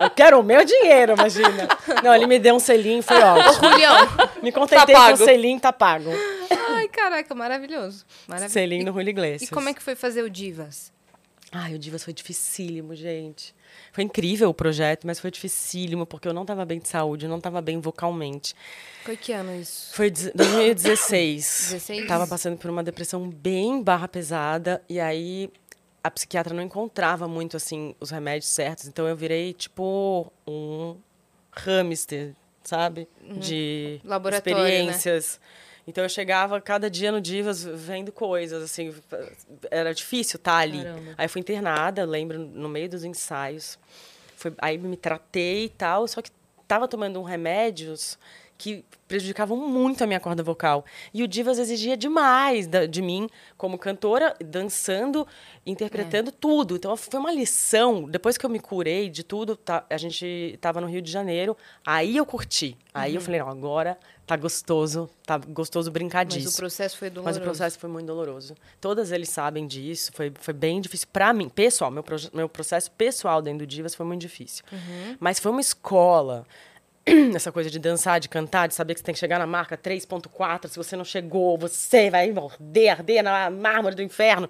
Eu quero o meu dinheiro, imagina. Não, ele me deu um selinho, foi ótimo. Julião. Me contentei Tá com o pago. selinho, tá pago. Ai, caraca, maravilhoso. Maravilhoso. Selinho no Julio Iglesias. E como é que foi fazer o Divas? Ai, o Divas foi dificílimo, gente. Foi incrível o projeto, mas foi dificílimo, porque eu não tava bem de saúde, eu não tava bem vocalmente. Foi que ano isso? Foi deze- 2016. 16? Tava passando por uma depressão bem barra pesada e aí a psiquiatra não encontrava muito assim os remédios certos, então eu virei tipo um hamster, sabe? De Laboratório, experiências. Então eu chegava cada dia no Divas vendo coisas, assim, era difícil estar ali. Caramba. Aí eu fui internada, lembro, no meio dos ensaios. Foi, aí me tratei e tal, só que tava tomando um remédios que prejudicavam muito a minha corda vocal. E o Divas exigia demais da- de mim, como cantora, dançando, É. interpretando tudo. Então foi uma lição. Depois que eu me curei de tudo, tá- a gente tava no Rio de Janeiro, aí eu curti. Aí Uhum. eu falei, não, agora tá gostoso, tá gostoso brincar Mas o disso. processo foi Mas doloroso. o processo foi muito doloroso. Todas eles sabem disso. Foi, foi bem difícil para mim, pessoal. Meu, proje- meu processo pessoal dentro do Divas foi muito difícil. Uhum. Mas foi uma escola. Essa coisa de dançar, de cantar, de saber que você tem que chegar na marca 3.4. Se você não chegou, você vai morder, arder na mármore do inferno.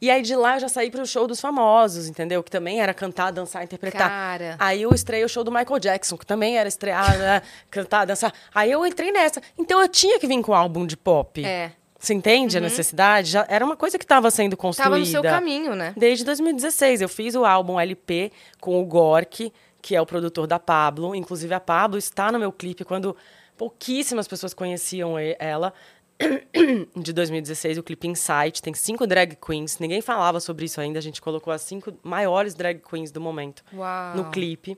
E aí de lá eu já saí pro show dos famosos, entendeu? Que também era cantar, dançar, interpretar. Cara. Aí eu estreiei o show do Michael Jackson, que também era estrear, né? cantar, dançar. Aí eu entrei nessa. Então eu tinha que vir com álbum de pop. É. Você entende a necessidade? Já era uma coisa que estava sendo construída. Tava no seu caminho, né? Desde 2016, eu fiz o álbum LP com o Gork, que é o produtor da Pablo. Inclusive, a Pablo está no meu clipe quando pouquíssimas pessoas conheciam e- ela. De 2016, o clipe Insight. Tem cinco drag queens. Ninguém falava sobre isso ainda. A gente colocou as cinco maiores drag queens do momento Uau. no clipe.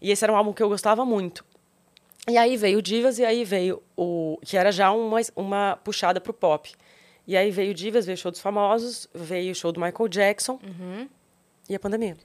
E esse era um álbum que eu gostava muito. E aí veio o Divas e aí veio o. que era já uma, uma puxada pro pop. E aí veio o Divas, veio o show dos famosos, veio o show do Michael Jackson Uhum. e a pandemia.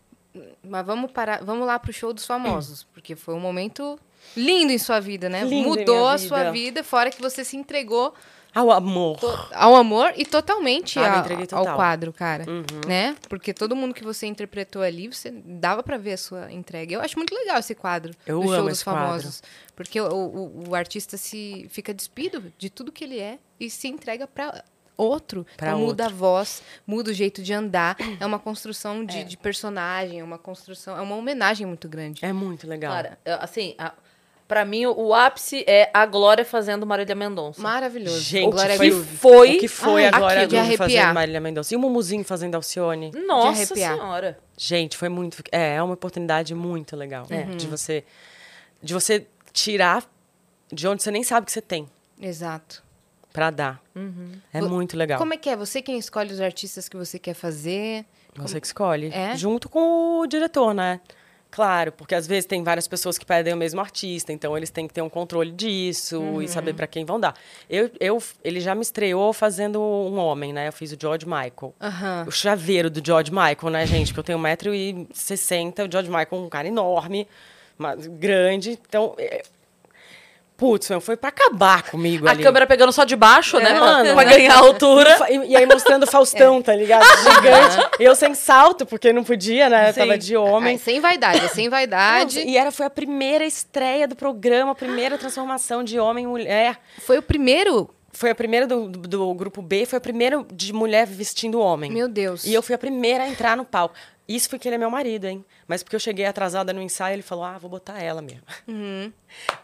Mas vamos parar, vamos lá pro show dos famosos, porque foi um momento lindo em sua vida, né? Lindo em Mudou minha a sua vida. vida, fora que você se entregou Ao Ah, amor. to- ao amor e totalmente Ah, me a- entreguei ao total. Uhum. quadro, cara, né? Porque todo mundo que você interpretou ali, você dava pra ver a sua entrega. Eu acho muito legal esse quadro Eu do show amo dos esse famosos, porque o, o- o artista se fica despido de tudo que ele é e se entrega pra outro. Pra então, muda a outro. voz, muda o jeito de andar. É uma construção de, de personagem, é uma construção, é uma homenagem muito grande. É muito legal. Cara, eu- assim, a, pra mim o, o ápice é a Glória fazendo Marília Mendonça. Maravilhoso. Gente, Glória foi- Groove. Foi- o que foi Ai, agora aqui, de Groove fazendo arrepiar. Marília Mendonça. E o Mumuzinho fazendo Alcione. Nossa De arrepiar. senhora. Gente, foi muito. É, é uma oportunidade muito legal Uhum. é, de você de você tirar de onde você nem sabe que você tem Exato. pra dar. É Uhum. Vo- muito legal. Como é que é? Você quem escolhe os artistas que você quer fazer? Você que escolhe. É? Junto com o diretor, né? Claro, porque às vezes tem várias pessoas que pedem o mesmo artista, então eles têm que ter um controle disso Uhum. e saber pra quem vão dar. Eu, eu, ele já me estreou fazendo um homem, né? Eu fiz o George Michael. Aham. O chaveiro do George Michael, né, gente? Porque eu tenho 1,60m, o George Michael é um cara enorme, ma- grande. Então, é... putz, meu, foi pra acabar comigo A ali. câmera pegando só de baixo, né? É, Pra, mano. pra ganhar a altura. É. E fa- E, e aí mostrando o Faustão, tá ligado? Gigante. Eu sem salto, porque não podia, né? Eu Sim. tava de homem. Ah, sem vaidade, é sem vaidade. Não, e era, foi a primeira estreia do programa, a primeira transformação de homem e mulher. Foi o primeiro. Foi a primeira do, do, do grupo B, foi a primeira de mulher vestindo homem. Meu Deus. E eu fui a primeira a entrar no palco. Isso porque ele é meu marido, hein? Mas porque eu cheguei atrasada no ensaio, ele falou: ah, vou botar ela mesmo. Uhum.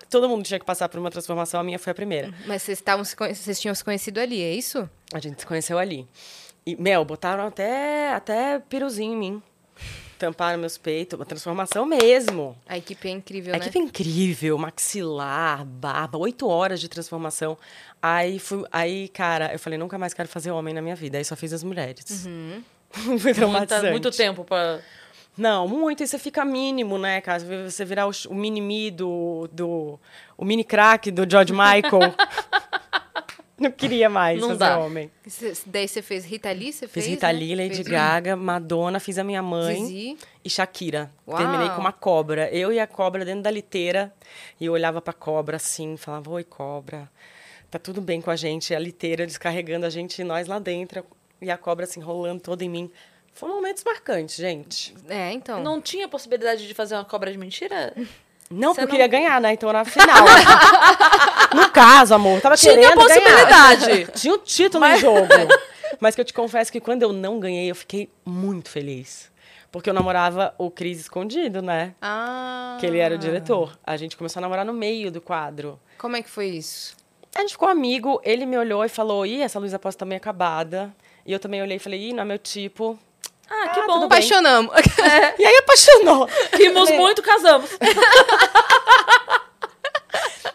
Todo mundo tinha que passar por uma transformação, a minha foi a primeira. Mas vocês, estavam se conhe- vocês tinham se conhecido ali, é isso? A gente se conheceu ali. E, meu, botaram até, até piruzinho em mim. Tamparam meus peitos, uma transformação mesmo. A equipe é incrível, A né? equipe é incrível, maxilar, barba, oito horas de transformação. Aí, fui, aí, cara, eu falei, nunca mais quero fazer homem na minha vida. Aí só fiz as mulheres. Foi Uhum. Muita- traumatizante. muito tempo pra. Não, muito. E você fica mínimo, né, cara? Você virar o, ch- o mini-me do, do... O mini-crack do George Michael. Não queria mais Não fazer dá. homem. Cê- Daí você fez Rita Lee, você Fiz fez, Rita né? Lee, Lady Fez- Gaga, Madonna, fiz a minha mãe Zizi. e Shakira. Uau. Terminei com uma cobra. Eu e a cobra dentro da liteira. E eu olhava pra cobra assim, falava, oi, cobra. Tá tudo bem com a gente. A liteira descarregando a gente e nós lá dentro. E a cobra se enrolando toda em mim. Foram momentos marcantes, gente. É, então. Não tinha possibilidade de fazer uma cobra de mentira? Não, Você porque eu não- queria ganhar, né? Então era final. no caso, amor, tava Tinha querendo ganhar. possibilidade. Tinha o título no jogo. Mas que eu te confesso que quando eu não ganhei, eu fiquei muito feliz. Porque eu namorava o Cris escondido, né? Ah. Que ele era o diretor. A gente começou a namorar no meio do quadro. Como é que foi isso? A gente ficou amigo, ele me olhou e falou: Ih, essa luz após tá meio acabada. E eu também olhei e falei: Ih, não é meu tipo. Ah, Ah, que bom. tudo bem. É. Apaixonamos. E aí apaixonou. Rimos muito, casamos.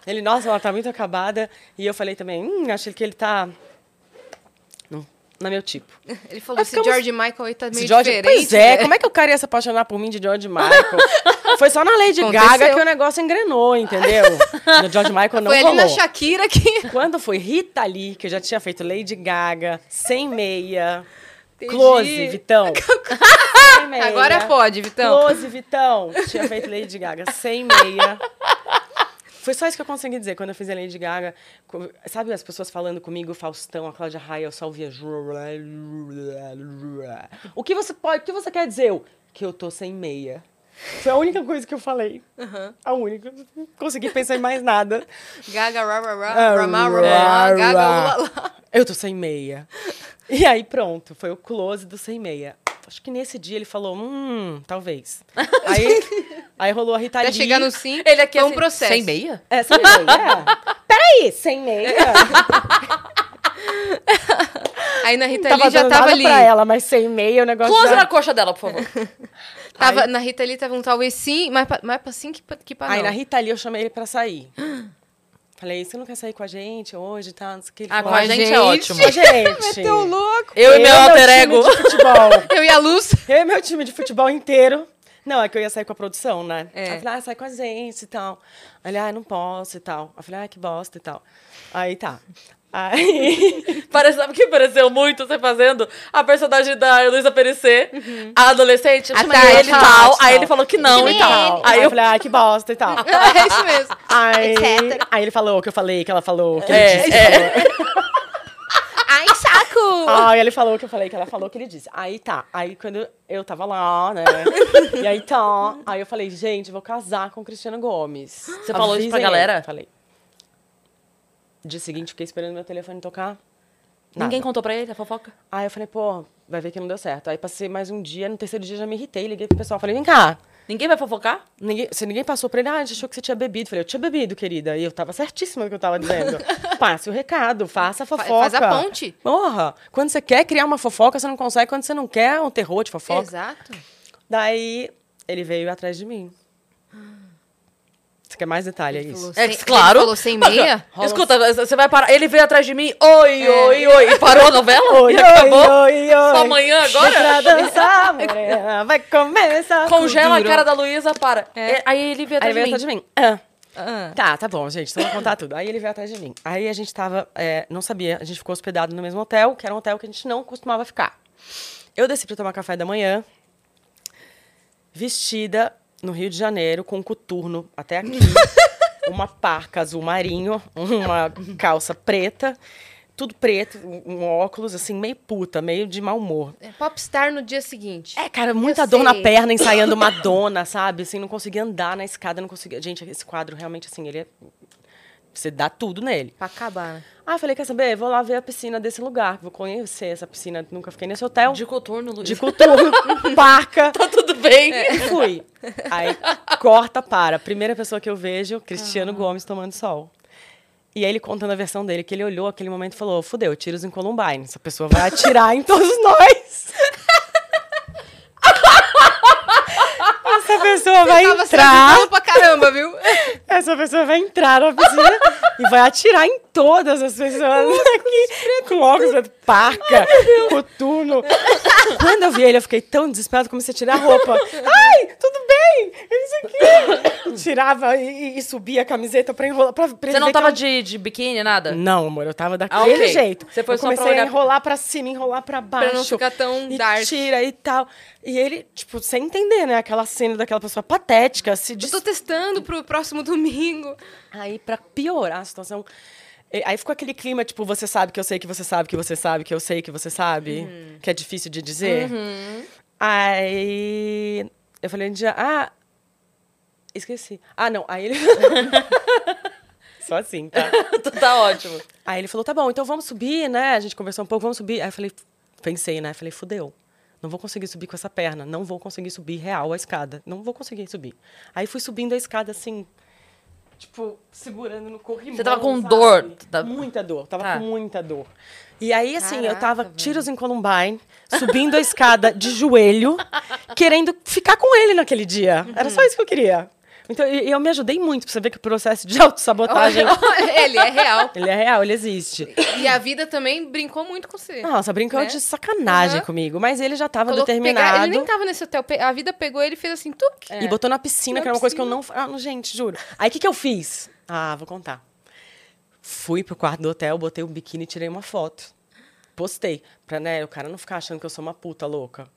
Ele, nossa, ela tá muito acabada. E eu falei também, hum, acho que ele tá. Não, não é meu tipo. Ele falou, Mas esse ficamos- George Michael aí tá meio Esse George, diferente. pois é, né? como é que o cara ia se apaixonar por mim de George Michael? Foi só na Lady Aconteceu. Gaga que o negócio engrenou, entendeu? No George Michael não Foi ali rolou. na Shakira que... Quando foi Rita Lee, que eu já tinha feito Lady Gaga, sem meia, close, Vitão. Sem meia. Agora pode, Vitão. Close, Vitão. Tinha feito Lady Gaga sem meia. Foi só isso que eu consegui dizer quando eu fiz a Lady Gaga. co- Sabe as pessoas falando comigo, Faustão, a Cláudia Raia, eu só ouvia... O que você pode... O que você quer dizer? Eu, que eu tô sem meia. Foi a única coisa que eu falei. A única. Não consegui pensar em mais nada. Gaga, rá, rá, rá, Ah, ramá, ramá, rá, gaga, rá. lá, lá. Eu tô sem meia. E aí, pronto, foi o close do sem meia. Acho que nesse dia ele falou, hum, talvez. Aí, aí rolou a Rita Até Lee. chegar no sim, Ele aqui foi um assim, processo. Sem meia? É, sem meia. é? Peraí, sem meia. Aí na Rita tava Lee já dando tava nada ali. pra ela, mas sem meia o negócio Close já- na coxa dela, por favor. Tava, na Rita Lee tava um talvez sim, mas pra, mas pra sim que, pra- que pra Ah, não. Aí na Rita ali eu chamei ele pra sair. Falei, você não quer sair com a gente hoje, tá? Não sei o que. Ele Ah, com falou, a "Ai, gente, é gente. ótimo. Com a gente. Meteu o louco. Eu e meu alter time ego. de futebol. Eu e a Luz. Eu e meu time de futebol inteiro. Não, é que eu ia sair com a produção, né? É. Aí eu falei, ah, sai com a gente e tal. Aí ele, ah, não posso e tal. Aí eu falei, ah, que bosta e tal. Aí tá. Aí. Parece, sabe o que pareceu muito você fazendo? A personagem da Heloísa Perecer, a adolescente, A chama Tati, ele e Tati, tal. Tati, Aí Tati. ele falou que não então. e tal. Aí falei, eu falei, ah, que bosta e tal. é isso mesmo. Aí, Etc. aí ele falou o que eu falei, que ela falou, que ele É, disse. é. que falou. Ai, saco! Aí ele falou o que eu falei, que ela falou o que ele disse. Aí tá, aí quando eu tava lá, né? e aí tá, aí eu falei, gente, vou casar com o Cristiano Gomes. Você falou isso pra galera? Falei. Dia seguinte, fiquei esperando meu telefone tocar. Ninguém Nada. contou pra ele a fofoca? Aí eu falei, pô, vai ver que não deu certo. Aí passei mais um dia, no terceiro dia já me irritei, liguei pro pessoal, falei, vem cá. Ninguém vai fofocar? Ninguém, se ninguém passou pra ele, ah, a gente achou que você tinha bebido. Falei, eu tinha bebido, querida. E eu tava certíssima do que eu tava dizendo. Passe o recado, faça a Fa- fofoca. faz a ponte. Porra! Quando você quer criar uma fofoca, você não consegue. Quando você não quer, é um terror de fofoca. Exato. Daí, ele veio atrás de mim. Você quer mais detalhe, é Ele isso? falou- Sem- ele falou sem meia? Rola- Escuta, você vai parar. Ele veio atrás de mim. Oi, oi, oi. E Parou a novela? Oi, e acabou? oi, oi, oi. Só amanhã agora? Pra dançar, morena, vai começar. Congela a tudo. cara da Luísa, para. É, Aí ele veio Aí atrás ele veio de atrás mim. de mim. Ah. Ah. Tá, tá bom, gente. Então eu vou contar tudo. Aí ele veio atrás de mim. Aí a gente tava. é, não sabia, a gente ficou hospedado no mesmo hotel, que era um hotel que a gente não costumava ficar. Eu desci pra tomar café da manhã, vestida no Rio de Janeiro, com um coturno até aqui, uma parca azul marinho, uma calça preta, tudo preto, um- um óculos, assim, meio puta, meio de mau humor. É popstar no dia seguinte. É, cara, muita Eu dor na sei. perna, ensaiando Madonna, sabe? Assim, não conseguia andar na escada, não conseguia... Gente, esse quadro realmente, assim, ele é... Você dá tudo nele. Pra acabar, né? Ah, eu falei, quer saber? Vou lá ver a piscina desse lugar. Vou conhecer essa piscina. Nunca fiquei nesse hotel. De coturno, Luísa. De coturno, parca. Tá tudo bem. E fui. Aí, corta para. Primeira pessoa que eu vejo, Cristiano Gomes tomando sol. E aí ele contando a versão dele, que ele olhou aquele momento e falou, fudeu, tiros em Columbine. Essa pessoa vai atirar em todos nós. Essa pessoa vai Tava se entrar. avisando pra caramba, viu? Essa pessoa vai entrar na piscina e vai atirar em todas as pessoas aqui, com óculos de parca, coturno. Quando eu vi ele, eu fiquei tão desesperada, comecei a tirar a roupa. Ai, tudo bem, isso aqui. Tirava e, e- e subia a camiseta pra enrolar. Pra, pra Você não ver tava que de, de biquíni, nada? eu- Não, amor, eu tava daquele Ah, ok. jeito. Você foi eu só pra comecei olhar- a enrolar pra cima, enrolar pra baixo. ficar tão e dark. tira e tal. E ele, tipo, sem entender, né? Aquela cena daquela pessoa patética, se Eu tô testando pro próximo domingo. Aí, pra piorar a situação. eh, Aí ficou aquele clima, tipo, você sabe que eu sei que você sabe que você sabe que eu sei que você sabe, que é difícil de dizer. Aí eu falei um dia, ah, esqueci. Ah, não, aí ele. Só assim, tá? tá ótimo. Aí ele falou, tá bom, então vamos subir, né? A gente conversou um pouco, vamos subir. Aí eu falei, pensei, né? Falei, fudeu. Não vou conseguir subir com essa perna. Não vou conseguir subir real a escada. Não vou conseguir subir. Aí fui subindo a escada assim, tipo, segurando no corrimão. Você tava com sabe? dor, tá- Muita dor. Tava Tá. com muita dor. E aí, assim, eu Caraca, tava velho. tiros em Columbine, subindo a escada de joelho, querendo ficar com ele naquele dia. Era só isso que eu queria. Então, e e eu me ajudei muito pra você ver que o processo de autossabotagem, Ele é real. ele é real, ele existe. E a vida também brincou muito com você. Nossa, brincou né? de sacanagem Aham. comigo, mas ele já Ah, tava Falou que determinado. pegar- ele nem tava nesse hotel. pe- A vida pegou ele e fez assim, tuque. E botou na piscina, Na que era uma coisa que eu piscina. não. fa- Ah, gente, juro. Aí o que, que eu fiz? Ah, vou contar. Fui pro quarto do hotel, botei um biquíni e tirei uma foto. Postei. Pra né, o cara não ficar achando que eu sou uma puta louca.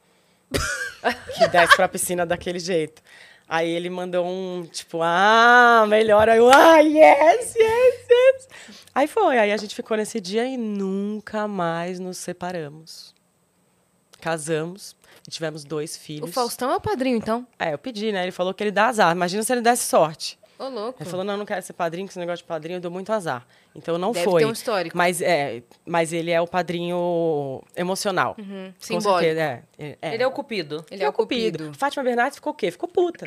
que desce pra piscina daquele jeito. Aí ele mandou um, tipo, ah, melhor. Aí eu, ah, yes, yes, yes. Aí foi. Aí a gente ficou nesse dia e nunca mais nos separamos. Casamos e tivemos dois O filhos. Faustão é o padrinho, então. É, eu pedi, né? Ele falou que ele dá azar. Imagina se ele desse sorte. Ô, louco. Ele falou, não, eu não quero ser padrinho, que esse negócio de padrinho eu dou muito azar. Então não Deve foi. ter um histórico. Mas, é, mas ele é o padrinho emocional. Com Uhum. simbólico. certeza, é. Ele é, Ele é o cupido. Ele é o cupido. Fátima Bernardes ficou o quê? Ficou puta.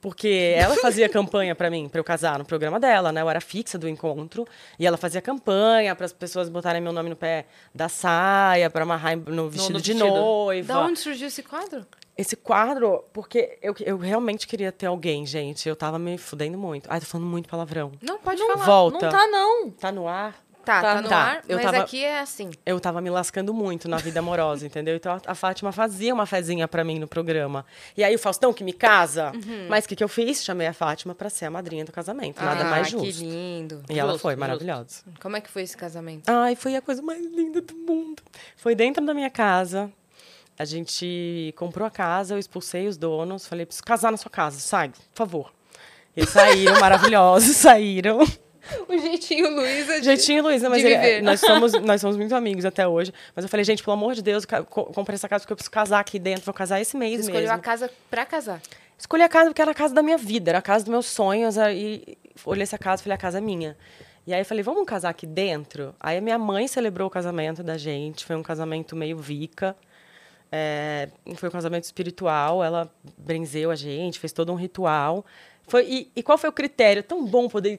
Porque ela fazia campanha pra mim, pra eu casar no programa dela, né? Eu era fixa do encontro. E ela fazia campanha para as pessoas botarem meu nome no pé da saia, pra amarrar em- no vestido de vestido. noiva. Da onde surgiu esse quadro? Esse quadro, porque eu, eu realmente queria ter alguém, gente. Eu tava me fudendo muito. Ai, tô falando muito palavrão. Não, pode falar. Volta. Não tá, não. Tá no ar? Tá, tá, Tá, no tá. ar, Eu mas tava- aqui é assim. Eu tava me lascando muito na vida amorosa, entendeu? Então a, a Fátima fazia uma fezinha pra mim no programa. E aí o Faustão que me casa. Mas o que, que eu fiz? Chamei a Fátima pra ser a madrinha do casamento. Nada ah, mais que justo. E lindo. ela Justo, foi justo. maravilhosa. Como é que foi esse casamento? Ai, foi a coisa mais linda do mundo. Foi dentro da minha casa. A gente comprou a casa, eu expulsei os donos. Falei, preciso casar na sua casa, sai, por favor. Eles saíram, maravilhosos, saíram. O jeitinho Luísa de... Jeitinho, Luísa, mas De ele- é, viver. nós, somos, nós somos muito amigos até hoje. Mas eu falei, gente, pelo amor de Deus, eu ca- co- comprei essa casa porque eu preciso casar aqui dentro. Vou casar esse mês Você mesmo. escolheu a casa pra casar. Escolhi a casa porque era a casa da minha vida, era a casa dos meus sonhos. aí- E olhei essa casa e falei, a casa é minha. E aí eu falei, vamos casar aqui dentro? Aí a minha mãe celebrou o casamento da gente, foi um casamento meio vica. É, foi um casamento espiritual, ela benzeu a gente, fez todo um ritual. Foi, e, e qual foi o critério? Tão bom poder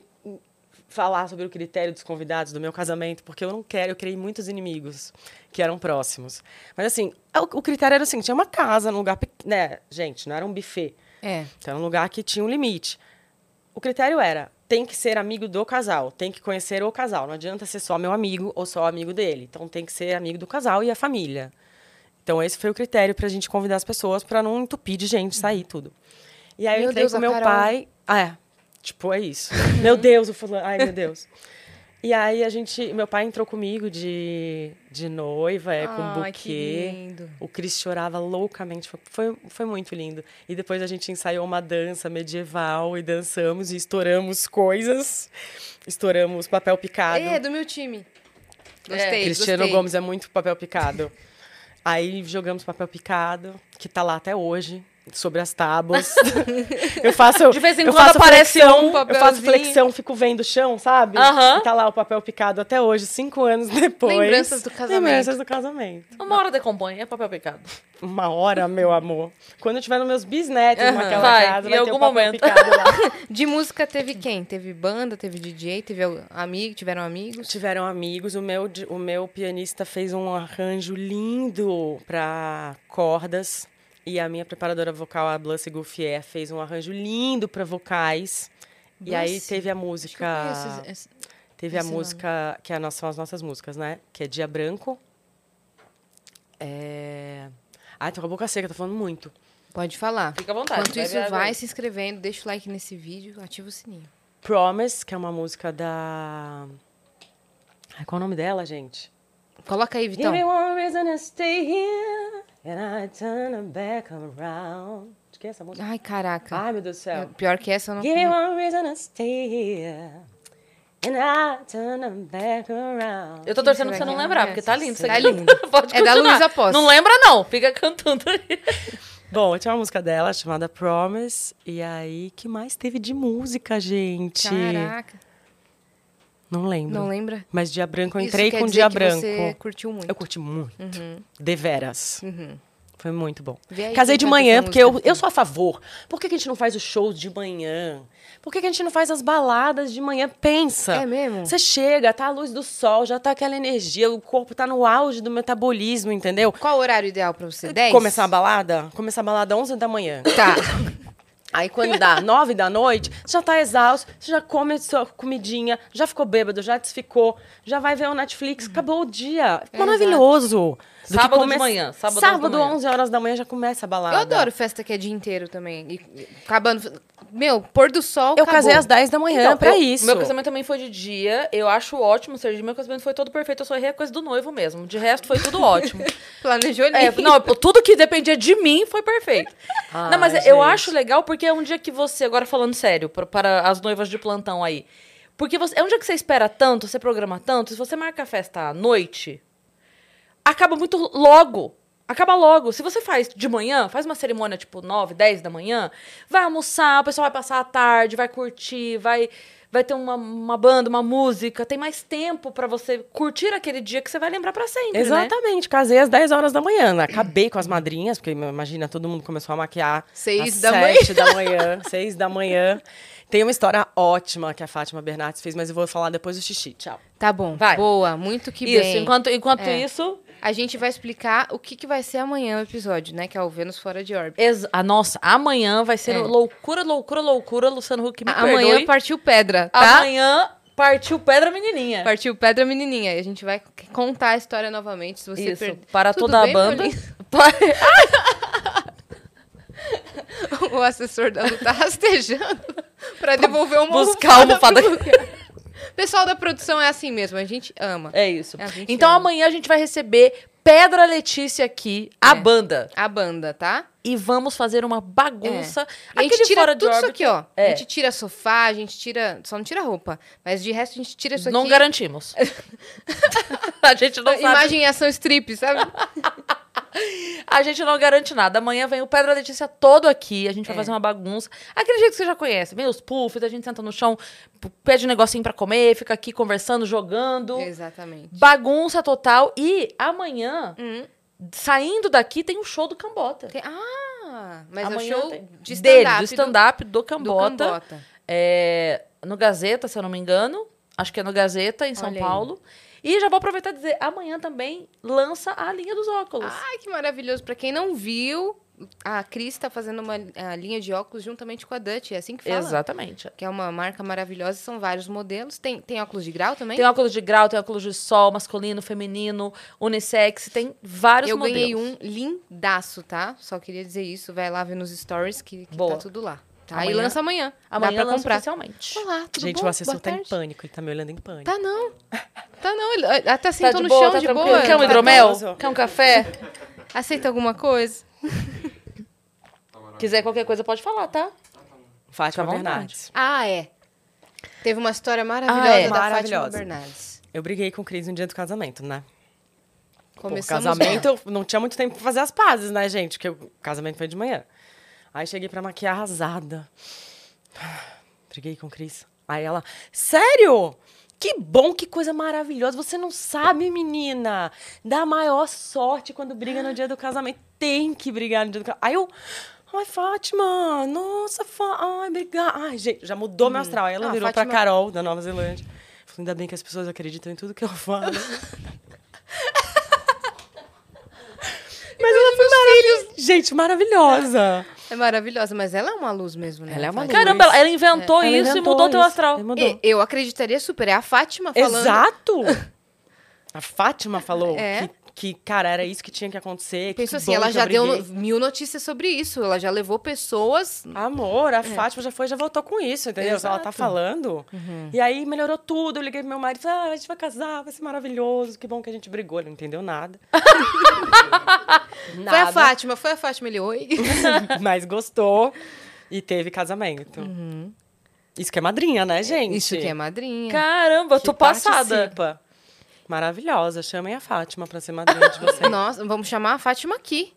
falar sobre o critério dos convidados do meu casamento, porque eu não quero, eu criei muitos inimigos que eram próximos. Mas assim, o, o critério era assim, tinha uma casa num lugar, pe- né, gente, não era um buffet. É. Então era um lugar que tinha um limite. O critério era, tem que ser amigo do casal, tem que conhecer o casal, não adianta ser só meu amigo ou só amigo dele. Então tem que ser amigo do casal e a família. Então esse foi o critério pra gente convidar as pessoas pra não entupir de gente, sair tudo. E aí Meu eu entrei Deus, com a meu Carol. pai. Ah, é. Tipo, é isso. meu Deus, o fulano. Ai, meu Deus. E aí a gente, meu pai entrou comigo de, de noiva, é, com Ai, buquê. que lindo. O Cris chorava loucamente, foi- foi, foi muito lindo. E depois a gente ensaiou uma dança medieval e dançamos e estouramos coisas. Estouramos papel picado. É, do meu time. Gostei, É, Cristiano gostei. Gomes é muito papel picado. Aí jogamos papel picado, que tá lá até hoje, sobre as tábuas. eu faço. De vez em eu quando faço aparece flexão, um Eu faço papelzinho. flexão, fico vendo o chão, sabe? Aham. E tá lá o papel picado até hoje, cinco anos depois. Lembranças do casamento. Lembranças do casamento. Uma hora decompõe, é papel picado. Uma hora, meu amor. Quando eu tiver nos meus bisnetos Aham, naquela vai, casa, em vai ter algum o papel momento. picado lá. De música teve quem? Teve banda, teve DJ, teve al- amigo, tiveram amigos? Tiveram amigos, o meu, di- o meu pianista fez um arranjo lindo para cordas. E a minha preparadora vocal, a Blance Gouffier, fez um arranjo lindo para vocais. E aí Blance? teve a Acho que eu conheço música. esse- esse- Teve a esse nome. música, que é a nossa- são as nossas músicas, né? Que é Dia Branco. É. Ai, tô com a boca seca, tô falando muito. Pode falar. Fica à vontade. Enquanto isso, virar vai dois. se inscrevendo, deixa o like nesse vídeo, ativa o sininho. Promise, que é uma música da. Ai, qual é o nome dela, gente? Coloca aí, Vitão. Give me one reason to stay here and I turn my back around. De quem é essa música? Ai, caraca. Ai, meu Deus do É, céu. Pior que essa, eu não... Give me one reason to stay here and I turn my back around. Eu tô torcendo pra você Quem não será que lembrar, é porque essa? tá lindo. Isso Tá aqui. lindo. Pode É da continuar. Luísa Posse. Não lembra, não. Fica cantando aí. Bom, tinha uma música dela chamada Promise. E aí, que mais teve de música, gente? Caraca. Não lembro. Não lembra? Mas Dia Branco, eu Isso entrei quer com dizer Dia que Branco. você curtiu muito. Uhum. Eu curti muito. Deveras. Foi muito bom. Vê aí Casei quem de canta manhã, essa porque eu, música. eu sou a favor. Por que, que a gente não faz os shows de manhã? Por que, que a gente não faz as baladas de manhã? Pensa. É mesmo? Você chega, tá a luz do sol, já tá aquela energia, o corpo tá no auge do metabolismo, entendeu? Qual é o horário ideal pra você? 10? Começar a balada? Começar a balada 11 da manhã. Tá. Aí quando dá 9 da noite, você já tá exausto, você já come sua comidinha, já ficou bêbado, já desficou, já vai ver o Netflix, acabou o dia. Maravilhoso. Do que Sábado de manhã, sábado, 11 da manhã. 11 horas da manhã já começa a balada. Eu adoro festa que é dia inteiro também. E- e- acabando... Meu, pôr do sol, Eu acabou. casei às 10 da É, manhã Então, pra eu- isso. Meu casamento também foi de dia. Eu acho ótimo, ou seja, meu casamento foi todo perfeito. Eu só errei a coisa do noivo mesmo. De resto, foi tudo ótimo. Planejou ali. É, não, tudo que dependia de mim foi perfeito. Ah, não, mas eu gente. acho legal porque é um dia que você, agora falando sério, pra- para as noivas de plantão aí. Porque você- é um dia que você espera tanto, você programa tanto, se você marca a festa à noite, acaba muito logo. Acaba logo. Se você faz de manhã, faz uma cerimônia tipo 9, 10 da manhã, vai almoçar, o pessoal vai passar a tarde, vai curtir, vai vai ter uma, uma banda, uma música, tem mais tempo pra você curtir aquele dia que você vai lembrar pra sempre, né? Exatamente, casei às 10 horas da manhã. né? Acabei com as madrinhas, porque imagina, todo mundo começou a maquiar. Seis às da manhã. 7 da manhã. 6 da manhã. Tem uma história ótima que a Fátima Bernardes fez, mas eu vou falar depois do xixi. Tchau. Tá bom. Vai. Boa, muito que isso, bem. enquanto, enquanto É. isso. A gente vai explicar o que, que vai ser amanhã o episódio, né? Que é o Vênus Fora de Órbita. ex- a nossa, amanhã vai ser É. loucura, loucura, loucura. Luciano Huck me Amanhã perdoe. partiu pedra, tá? Amanhã partiu Pedra Menininha. Partiu pedra menininha. E a gente vai c- contar a história novamente. Se você Isso, per- para Tudo toda bem, a banda. Paulinho? Pa- o assessor da Lu tá rastejando pra devolver uma buscar a almofada. pro lugar. Pessoal da produção é assim mesmo, a gente ama. é isso. É, a gente então ama. amanhã a gente vai receber Pedra Letícia aqui, a É. banda. A banda, tá? E vamos fazer uma bagunça. E a gente Aquele tira fora de tudo isso órbita. aqui, ó. É. A gente tira sofá, a gente tira... Só não tira roupa. Mas de resto a gente tira isso Não aqui. garantimos. a gente não sabe. Imagem em ação strip, sabe? A gente não garante nada. Amanhã vem o Pedro Letícia todo aqui. A gente vai É. fazer uma bagunça. Aquele jeito que você já conhece. Vem os puffs, a gente senta no chão, p- pede um negocinho pra comer, fica aqui conversando, jogando. É. Exatamente. Bagunça total. E amanhã, Hum. saindo daqui, tem o show do Cambota. Tem- Ah, mas amanhã é o show tem- de dele, stand-up. do stand-up do, do Cambota. Cambota. É, no Gazeta, se eu não me engano. Acho que é no Gazeta, em São Olha aí. Paulo. E já vou aproveitar e dizer, amanhã também lança a linha dos óculos. Ai, que maravilhoso. Pra quem não viu, a Cris tá fazendo uma a linha de óculos juntamente com a Dutch. É assim que fala? Exatamente. Que é uma marca maravilhosa. São vários modelos. Tem, tem óculos de grau também? Tem óculos de grau, tem óculos de sol, masculino, feminino, unissex, tem vários Eu modelos. ganhei um lindaço, tá? Só queria dizer isso. Vai lá ver nos stories que, que Boa. tá tudo lá. Tá? E Amanhã- lança amanhã. Amanhã Dá pra lança comprar. oficialmente. Olá, tudo Gente, bom? o assessor Boa tá em tarde. pânico, ele tá me olhando em pânico. Tá não. Tá não. Ele ele até sentou tá de no boa, chão tá de tranquilo? boa. Quer um Tá hidromel? gostoso. Quer um café? Aceita alguma coisa? Quiser qualquer coisa, pode falar, tá? Fica Fátima à vontade. Bernardes. Ah, é. Teve uma história maravilhosa Ah, é. da Maravilhosa. Fátima Bernardes. Eu briguei com o Cris no dia do casamento, né? Pô, Começamos casamento, eu não tinha muito tempo pra fazer as pazes, né, gente? Porque o casamento foi de manhã. Aí cheguei pra maquiar arrasada. Briguei com o Cris. Aí ela, sério? Que bom, que coisa maravilhosa. Você não sabe, menina. Dá a maior sorte quando briga no dia do casamento. Tem que brigar no dia do casamento. Aí eu, ai, Fátima, nossa, Fá... ai, brigar. Ai, gente, já mudou meu astral. Aí ela Ah, virou pra Fátima- Carol, da Nova Zelândia. Falei, ainda bem que as pessoas acreditam em tudo que eu falo. Mas ela foi maravilhosa. Gente, maravilhosa. É maravilhosa, mas ela é uma luz mesmo, né? Ela é uma Fátima? Caramba, ela- ela inventou Ela isso e inventou mudou teu isso. astral. Ela mudou. E- eu acreditaria super. É a Fátima falando. Exato! tá A Fátima falou É. que, que, cara, era isso que tinha que acontecer. que Pensou assim, bom ela que já eu deu briguei. no- mil notícias sobre isso. Ela já levou pessoas. Amor, a Fátima já foi já voltou com isso, entendeu? É. Exato. Uhum. Ela tá falando. E aí melhorou tudo. Eu liguei pro meu marido e falei: ah, a gente vai casar, vai ser maravilhoso. Que bom que a gente brigou. Ele não entendeu nada. Foi a Fátima, foi a Fátima. Ele, oi. Mas gostou e teve casamento. Isso que é madrinha, né, gente? Isso que Uhum. é madrinha. Caramba, eu Que tô passada. participa. Maravilhosa. Chamem a Fátima pra ser madrinha de vocês. Nossa, vamos chamar a Fátima aqui,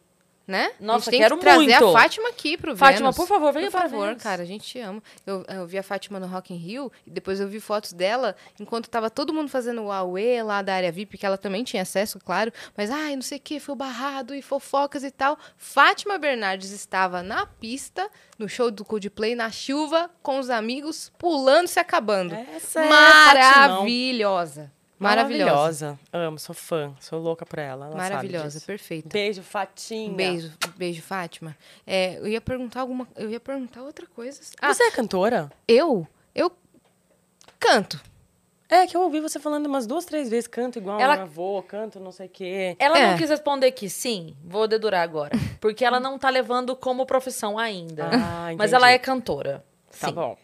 né? Nossa, a gente tem quero que trazer muito. a Fátima aqui pro Fátima, Vênus. por favor, venha Por pra favor, Vênus. cara, a gente te ama. Eu, eu vi a Fátima no Rock in Rio e depois eu vi fotos dela enquanto tava todo mundo fazendo o Aue lá da área VIP, que ela também tinha acesso, claro, mas ai, não sei o que, foi barrado e fofocas e tal. Fátima Bernardes estava na pista, no show do Coldplay, na chuva, com os amigos, pulando e se acabando. Essa é Fatimão. Maravilhosa. Maravilhosa. Maravilhosa. Amo, sou fã. Sou louca por ela. ela sabe Maravilhosa, disso. Um perfeita. Beijo, Fatinha. Um beijo, um beijo, Fátima. É, eu ia perguntar alguma, eu ia perguntar outra coisa. Ah, Você é cantora? eu, eu canto. É, que eu ouvi você falando umas duas, três vezes. Canto igual Ela- ela... meu avô, canto não sei o quê. Ela não É. quis responder que sim, vou dedurar agora. Porque ela não tá levando como profissão ainda. Ah, Mas entendi. ela é cantora. Tá sim. bom.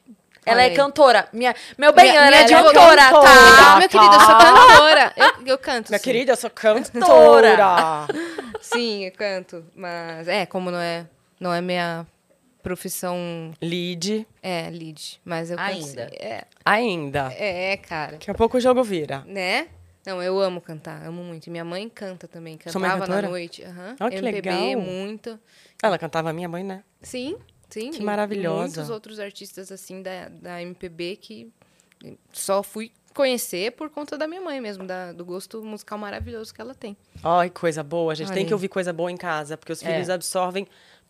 Ela Olha é aí. cantora. Minha, meu bem, ela é advogada- cantora, tá? Ah, meu querido, eu sou cantora. Eu, eu canto. Minha sim. querida, eu sou cantora. Sim, eu canto. Mas é, como não é, não é minha profissão Lead é lead, mas eu canto. Ainda. sim. É, ainda. é, é, cara. Daqui a pouco o jogo vira. Né? Não, eu amo cantar, amo muito. E Minha mãe canta também, Sua mãe é cantava na cantora? noite. Aham. Olha que MPB, legal. muito. Ela cantava minha mãe, né? Sim, sim. Que e maravilhosa. Muitos outros artistas, assim, da, da MPB que só fui conhecer por conta da minha mãe mesmo, da- do gosto musical maravilhoso que ela tem. Ai, coisa boa. A gente Olha tem aí. que ouvir coisa boa em casa, porque os É. filhos absorvem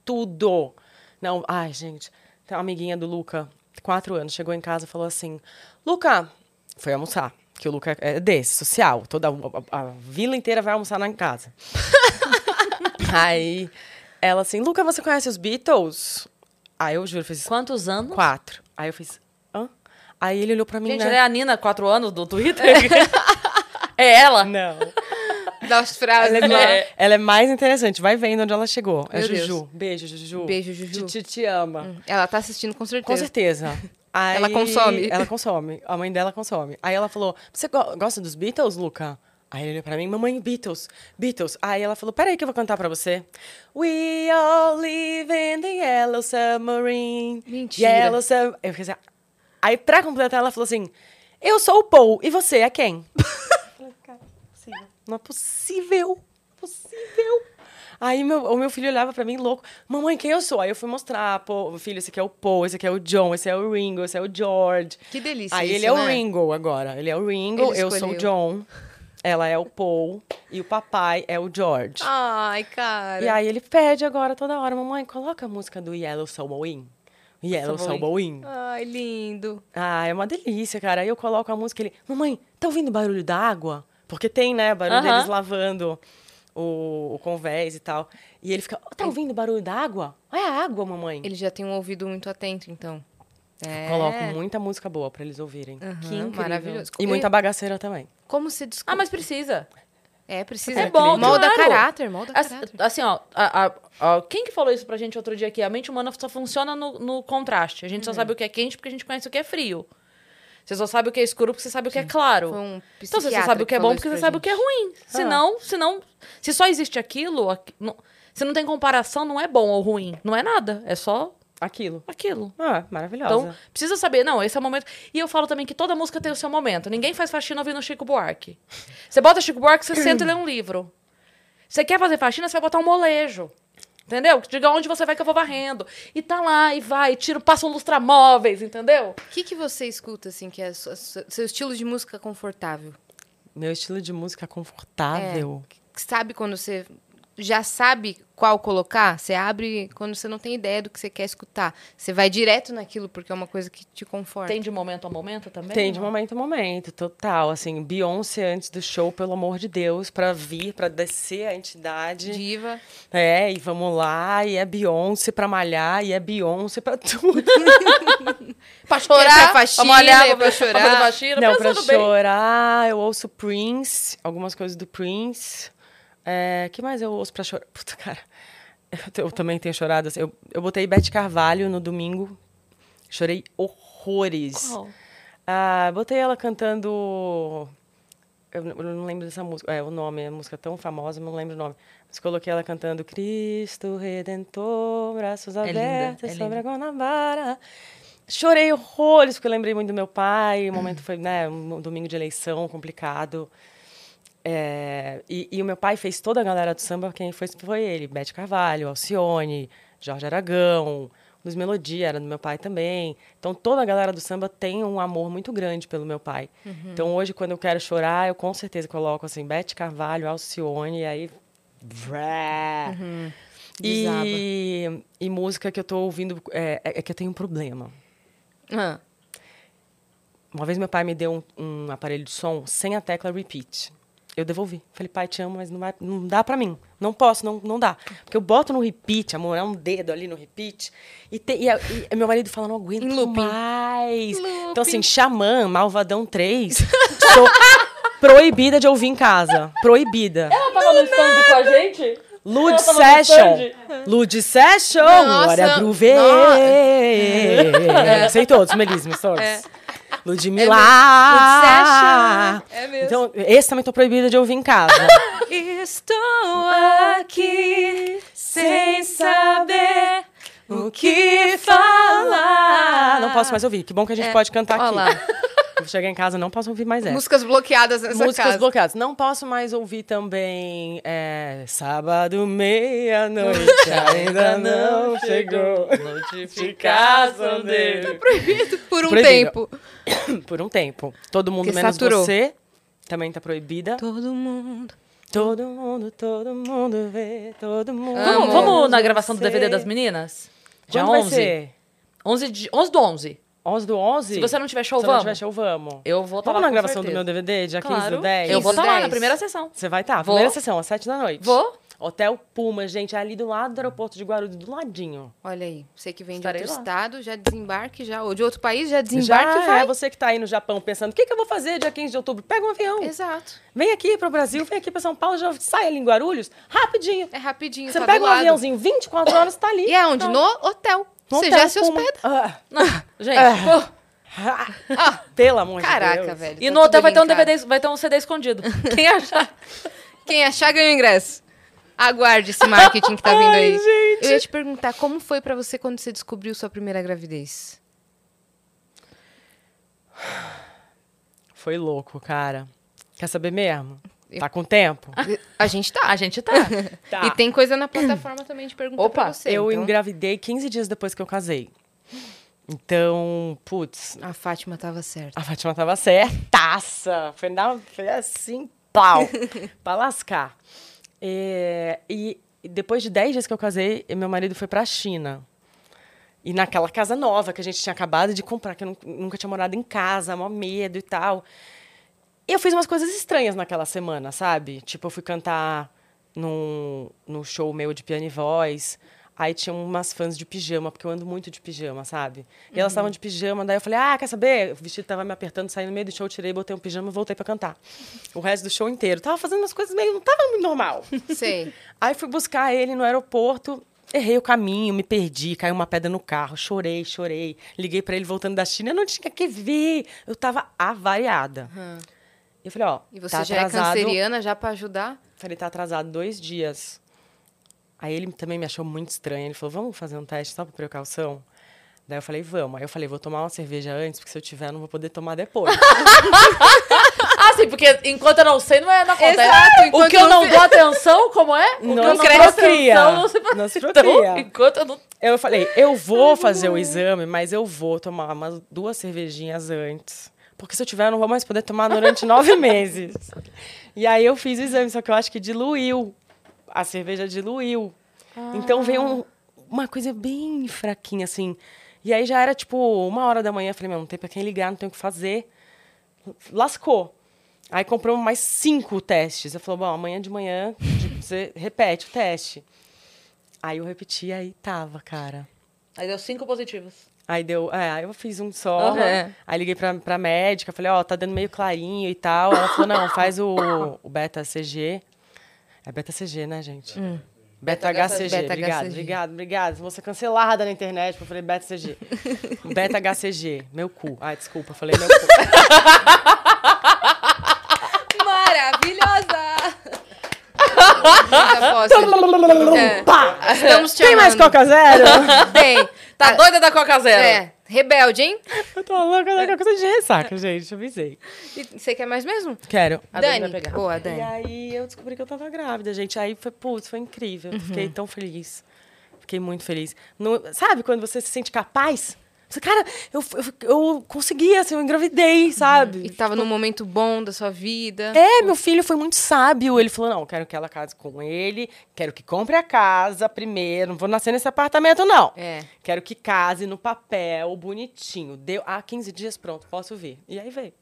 tudo. Não, ai, gente. Tem uma amiguinha do Luca, quatro anos, chegou em casa e falou assim: Luca, foi almoçar. Que o Luca é desse, social. Toda a, a- a vila inteira vai almoçar lá em casa. Aí ela assim: Luca, você conhece os Beatles? Aí eu juro, eu fiz Quantos anos? quatro. Aí eu fiz: hã? Aí ele olhou pra mim, Gente, né? ela é a Nina, quatro anos, do Twitter. é ela? Não. Das frases né? Ela é, lá. mais, ela é mais interessante. Vai vendo onde ela chegou. É Meu Deus. Juju. Beijo, Juju. Beijo, Juju. Titi te ama. Ela tá assistindo com certeza. Com certeza. Aí- Ela consome. Ela consome. A mãe dela consome. Aí ela falou: Você go- gosta dos Beatles, Luca? Aí ele olhou pra mim, mamãe, Beatles, Beatles. Aí ela falou: Peraí que eu vou cantar pra você. We all live in the Yellow Submarine. Mentira. Yellow Submarine. Eu fiquei assim, "Ah." Aí pra completar, ela falou assim: Eu sou o Paul e você é quem? Eu falei, "Cara, não é possível. Não é possível. Não é possível. Aí meu, o meu filho olhava pra mim louco. Mamãe, quem eu sou? Aí eu fui mostrar. Pô, filho, esse aqui é o Paul, esse aqui é o John, esse é o Ringo, esse é o George. Que delícia Aí isso, ele é o né? Ringo agora. Ele é o Ringo, Ele eu sou o escolheu. John. Ela é o Paul e o papai é o George. Ai, Ah, cara. E aí ele pede agora toda hora, mamãe, coloca a música do Yellow Submarine. Yellow Submarine. Submarine. Ai, lindo. Ah, é uma delícia, cara. Aí eu coloco a música e ele, mamãe, tá ouvindo o barulho da água? Porque tem, né, barulho Aham. deles lavando o, o convés e tal. E ele fica, "Oh, tá ouvindo o barulho da água? É a água, mamãe. Ele já tem um ouvido muito atento, então. É. Coloco muita música boa pra eles ouvirem. Aham, que incrível. maravilhoso. E muita bagaceira também. Como se descobre? Ah, mas precisa. É, precisa. É bom, Molda claro. caráter, molda As- caráter. Assim, ó, a- a- a- quem que falou isso pra gente outro dia aqui? A mente humana só funciona no, no contraste. A gente só sabe o que é quente porque a gente conhece o que é frio. Você só sabe o que é escuro porque você sabe o que é claro. Foi um então você só psiquiatra sabe o que é falou bom isso porque você pra sabe o gente. que é ruim. Se não, se não, se só existe aquilo, aqui- não- se não tem comparação, não é bom ou ruim. Não é nada. É só Aquilo. aquilo. Ah, maravilhosa. Então, precisa saber, não, esse é o momento. E eu falo também que toda música tem o seu momento. Ninguém faz faxina ouvindo Chico Buarque. Você bota Chico Buarque, você senta e lê um livro. Você quer fazer faxina, você vai botar um molejo. Entendeu? Que Diga onde você vai que eu vou varrendo. E tá lá, e vai, e tira, passa um lustramóveis, entendeu? O que, que você escuta, assim, que é sua- sua- seu estilo de música confortável? Meu estilo de música confortável. Que Sabe quando você já sabe qual colocar? Você abre quando você não tem ideia do que você quer escutar. Você vai direto naquilo porque é uma coisa que te conforta. Tem de momento a momento também? Tem de momento a momento, total. Assim, Beyoncé antes do show, pelo amor de Deus, pra vir, pra descer a entidade. Diva. É, e vamos lá, e é Beyoncé pra malhar, e é Beyoncé pra tudo. Pra Pra chorar, pra, faxina, malhar, pra pra chorar. chorar. Pra fazer faxina, Não, não, pra pensando bem. chorar, eu ouço Prince, algumas coisas do Prince. É, que mais eu ouço pra chorar? Puta, cara, eu, te- eu também tenho chorado. assim, Eu, eu botei Beth Carvalho no domingo, chorei horrores. Qual? Ah, botei ela cantando... Eu n- eu não lembro dessa música, é o nome, é uma música tão famosa, mas não lembro o nome. Mas coloquei ela cantando Cristo Redentor, braços É linda, abertos é sobre a Guanabara. Chorei horrores, porque eu lembrei muito do meu pai. O momento foi, né, um domingo de eleição complicado. É, e, e o meu pai fez toda a galera do samba, quem foi foi ele: Bete Carvalho, Alcione, Jorge Aragão, Luz Melodia era do meu pai também. Então toda a galera do samba tem um amor muito grande pelo meu pai. Então hoje, quando eu quero chorar, eu com certeza coloco assim: Bete Carvalho, Alcione, e aí. vrá. E, e música que eu tô ouvindo é, é que eu tenho um problema. Ah, Uma vez meu pai me deu um, um aparelho de som sem a tecla repeat. Eu devolvi. Falei, pai, te amo, mas não, vai, não dá pra mim. Não posso, não, não dá. Porque eu boto no repeat, amor, é um dedo ali no repeat. E, te- e a- e meu marido fala, não aguento Em looping. mais. Looping. Então, assim, Xamã, Malvadão 3, sou proibida de ouvir em casa. Proibida. Ela tava no stand com a gente? Lud tava no Session. stand. Lud Session. Nossa, Glória Groove. Sei todos, melismos, todos. Ludmilla. Lud Session, é mesmo. Então, esse também tô proibida de ouvir em casa. Estou aqui sem saber o que falar. Não posso mais ouvir. Que bom que a gente pode cantar Ó aqui. lá. Vou chegar em casa, não posso ouvir mais essa. Músicas bloqueadas nessa Músicas casa. bloqueadas. Não posso mais ouvir também. é, sábado, meia-noite, ainda não chegou. Notificação dele. Por um Proibido. tempo. Por um tempo. Todo mundo Porque menos saturou. você. Também tá proibida. Todo mundo. Todo mundo, todo mundo vê, todo mundo. Vamos, Amor. vamos na gravação do DVD das meninas? Dia Quando vai 11? ser? 11, de, 11 do 11. 11 do 11? Se você não tiver show, Se eu não vamos. tiver show, vamos. Eu vou estar Vamos lá na com gravação do certeza. meu DVD, dia 15 claro. do 10? Eu vou 15 estar do lá 10. na primeira sessão. Você vai estar. Vou. Primeira sessão, às 7 da noite. Vou. Hotel Puma, gente, é ali do lado do aeroporto de Guarulhos, do ladinho. Olha aí, você que vem Estarei de outro lá. estado, já desembarque, já, ou de outro país, já desembarque Já e vai. é você que tá aí no Japão pensando, o que, que eu vou fazer dia 15 de outubro? Pega um avião, Exato. vem aqui pro Brasil, vem aqui pra São Paulo, já sai ali em Guarulhos, rapidinho. É rapidinho, você tá pega do um lado. aviãozinho, 24 horas, tá ali. E é onde? No hotel. No você Hotel já se Puma. hospeda. Ah, Gente, pô, ah, Pelo amor de Deus. Caraca, velho. e tá no hotel tudo vai ter, um linkado. DVD, vai ter um CD escondido. Quem achar? Quem achar ganha o ingresso. Aguarde esse marketing que tá vindo aí. Eu ia te perguntar, como foi pra você quando você descobriu sua primeira gravidez? Foi louco, cara. Quer saber mesmo? Tá com tempo? A gente tá. A gente tá. Tá. E tem coisa na plataforma também de perguntar Opa, pra você. eu então. engravidei 15 dias depois que eu casei. Então, putz, A Fátima tava certa. a Fátima tava certaça. Foi, na, foi assim, pau, pra lascar. É, e depois de 10 dias que eu casei, meu marido foi pra China. E naquela casa nova que a gente tinha acabado de comprar, que eu nun- nunca tinha morado em casa, mó medo e tal. Eu fiz umas coisas estranhas naquela semana, sabe? Tipo, eu fui cantar num, num show meu de piano e voz. Aí tinha umas fãs de pijama, porque eu ando muito de pijama, sabe? E elas estavam de pijama, daí eu falei, ah, quer saber? O vestido tava me apertando, saí no meio do show, tirei, botei um pijama e voltei pra cantar. O resto do show inteiro. Tava fazendo umas coisas meio. Não tava muito normal. Sei. Aí fui buscar ele no aeroporto, errei o caminho, me perdi, caiu uma pedra no carro, chorei, chorei. Liguei pra ele voltando da China, eu não tinha que ver. Eu tava avariada. Eu falei, ó, E você tá já atrasado. é canceriana, já pra ajudar? Falei, tá atrasado dois dias. Aí ele também me achou muito estranho. Ele falou, vamos fazer um teste só por precaução? Daí eu falei, vamos. Aí eu falei, vou tomar uma cerveja antes, porque se eu tiver, eu não vou poder tomar depois. Ah, sim, porque enquanto eu não sei, não, é, não acontece. Exato, o enquanto que eu não você- dou atenção, como é? O que eu Não dou se procria. atenção, Não se Não se Então, procria. enquanto eu não... Eu falei, eu vou fazer o exame, mas eu vou tomar umas duas cervejinhas antes. Porque se eu tiver, eu não vou mais poder tomar durante nove meses. E aí eu fiz o exame, só que eu acho que diluiu. A cerveja diluiu. Então veio um- uma coisa bem fraquinha, assim. E aí já era tipo uma hora da manhã. Eu falei, meu, não tem pra quem ligar, não tem o que fazer. Lascou. Aí comprou mais cinco testes. Eu falei, bom, amanhã de manhã tipo, você repete o teste. Aí eu repeti, aí tava, cara. Aí deu cinco positivos. Aí deu, é, aí eu fiz um só. Aham. Aí liguei pra, pra médica, falei, ó, tá dando meio clarinho e tal. Ela falou, não, faz o, o beta CG. É beta CG, né, gente? Beta HCG, Beta obrigado, HCG. obrigado, obrigado. Vou ser cancelada na internet, porque eu falei beta CG. beta HCG, meu cu. Ai, desculpa, eu falei meu cu. Maravilhosa! Nunca É. Pá! posso. Estamos te Tem mais amando. Coca Zero? Tem. Ah, Tá doida da Coca Zero? É, rebelde, hein? eu tô louca da Coca de ressaca, gente, avisei. E Você quer mais mesmo? Quero. A Dani Dani. vai pegar. Boa, E Dani. aí eu descobri que eu tava grávida, gente. Aí foi, putz, foi incrível. Eu Fiquei tão feliz. Fiquei muito feliz. Não- sabe quando você se sente capaz? Você, cara, eu, eu, eu consegui, assim, eu engravidei, sabe? E tava num momento bom da sua vida. É, meu filho foi muito sábio. Ele falou: não, quero que ela case com ele, quero que compre a casa primeiro. Não vou nascer nesse apartamento, não. É. Quero que case no papel, bonitinho. Deu. Ah, 15 dias, pronto, posso vir. E aí veio.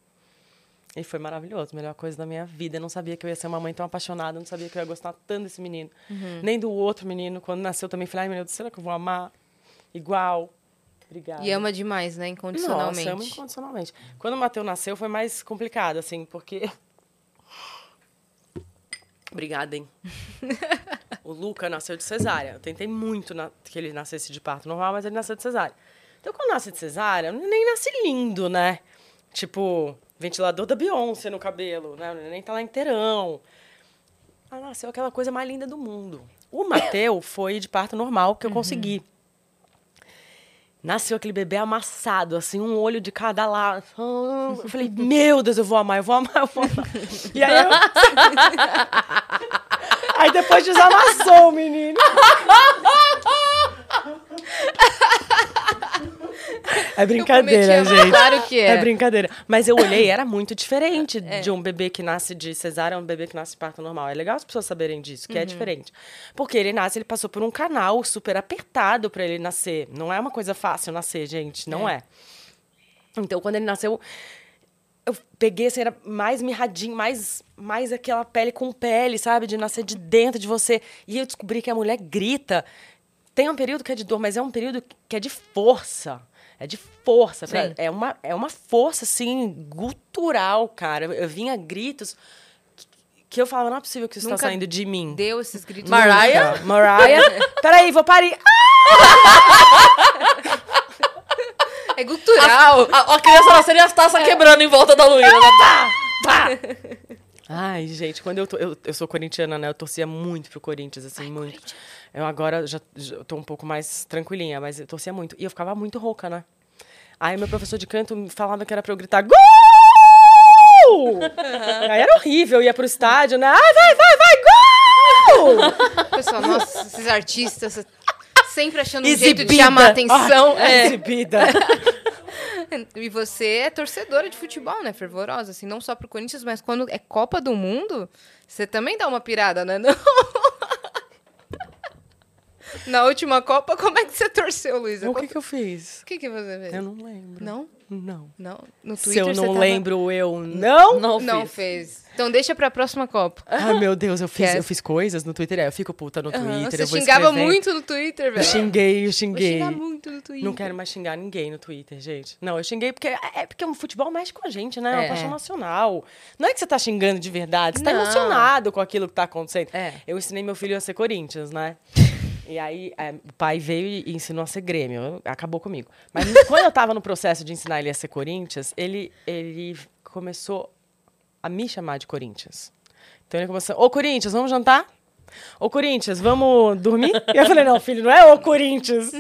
E foi maravilhoso, melhor coisa da minha vida. Eu não sabia que eu ia ser uma mãe tão apaixonada, eu não sabia que eu ia gostar tanto desse menino. Nem do outro menino. Quando nasceu também, falei, ai meu Deus, será que eu vou amar? Igual. Obrigada. E ama demais, né? Incondicionalmente. Nossa, amo incondicionalmente. Quando o Matheus nasceu foi mais complicado, assim, porque. Obrigada, hein? o Luca nasceu de cesárea. Eu tentei muito na- que ele nascesse de parto normal, mas ele nasceu de cesárea. Então, quando nasce de cesárea, o neném nasce lindo, né? Tipo, ventilador da Beyoncé no cabelo, né? O neném tá lá inteirão. Ah, nasceu aquela coisa mais linda do mundo. O Mateu foi de parto normal, que eu consegui. Nasceu aquele bebê amassado, assim, um olho de cada lado. Eu falei, meu Deus, eu vou amar, eu vou amar, eu vou amar. E aí eu... Aí depois desamassou o menino. É brincadeira, Eu cometi erro. gente. Claro que é. É brincadeira. Mas eu olhei, era muito diferente de um bebê que nasce de cesárea a um bebê que nasce de parto normal. É legal as pessoas saberem disso, que Uhum. é diferente. Porque ele nasce, ele passou por um canal super apertado pra ele nascer. Não é uma coisa fácil nascer, gente, não é. Então, quando ele nasceu, eu peguei, assim, era mais mirradinho, mais, mais aquela pele com pele, sabe? De nascer de dentro de você. E eu descobri que a mulher grita. Tem um período que é de dor, mas é um período que é de força. É de força. pra- Sim. É, uma, é uma força, assim, gutural, cara. Eu, eu vinha gritos que, que eu falava, não é possível que isso está Nunca saindo de mim. Deu esses gritos. Mariah? Nunca. Mariah. Peraí, vou parir. É cultural. Ah, A, a criança nasceria as É. taças quebrando em volta da Luísa. né? Ai, gente, quando eu, tô, eu eu sou corintiana, né? Eu torcia muito pro Corinthians, assim, muito. Eu agora já, já tô um pouco mais tranquilinha, mas eu torcia muito. E eu ficava muito rouca, né? Aí meu professor de canto me falava que era pra eu gritar gol! Aí era horrível, eu ia pro estádio, né? Ai, vai, vai, vai, gol! Pessoal, nossa, esses artistas sempre achando um jeito de Exibida. chamar atenção. é. Ah, é. Exibida. E você é torcedora de futebol, né? Fervorosa, assim, não só pro Corinthians, mas quando é Copa do Mundo, você também dá uma pirada, né? Não. Na última Copa, como é que você torceu, Luísa? o que Conta- que eu fiz? O que, que você fez? Eu não lembro. Não? Não. Não? No Se Twitter eu você não tava- lembro, eu não. Não, Não fiz. fez. Então deixa pra próxima Copa. Ai, meu Deus, eu fiz, Quer? eu fiz coisas no Twitter. É, eu fico puta no Twitter. Aham, eu você vou xingava escrevendo. muito no Twitter, Eu velho. xinguei, eu Vou xinguei. xingar muito no Twitter. Não quero mais xingar ninguém no Twitter, gente. Não, eu xinguei porque é porque o futebol mexe com a gente, né? É É. uma paixão nacional. Não é que você tá xingando de verdade, você tá Não. emocionado com aquilo que tá acontecendo. É. Eu ensinei meu filho a ser Corinthians, né? E aí, é, o pai veio e ensinou a ser Grêmio. Acabou comigo. Mas quando eu tava no processo de ensinar ele a ser Corinthians, ele, ele começou a me chamar de Corinthians. Então ele começou, ô Corinthians, vamos jantar? Ô Corinthians, vamos dormir? E eu falei, não, filho, não é o Corinthians.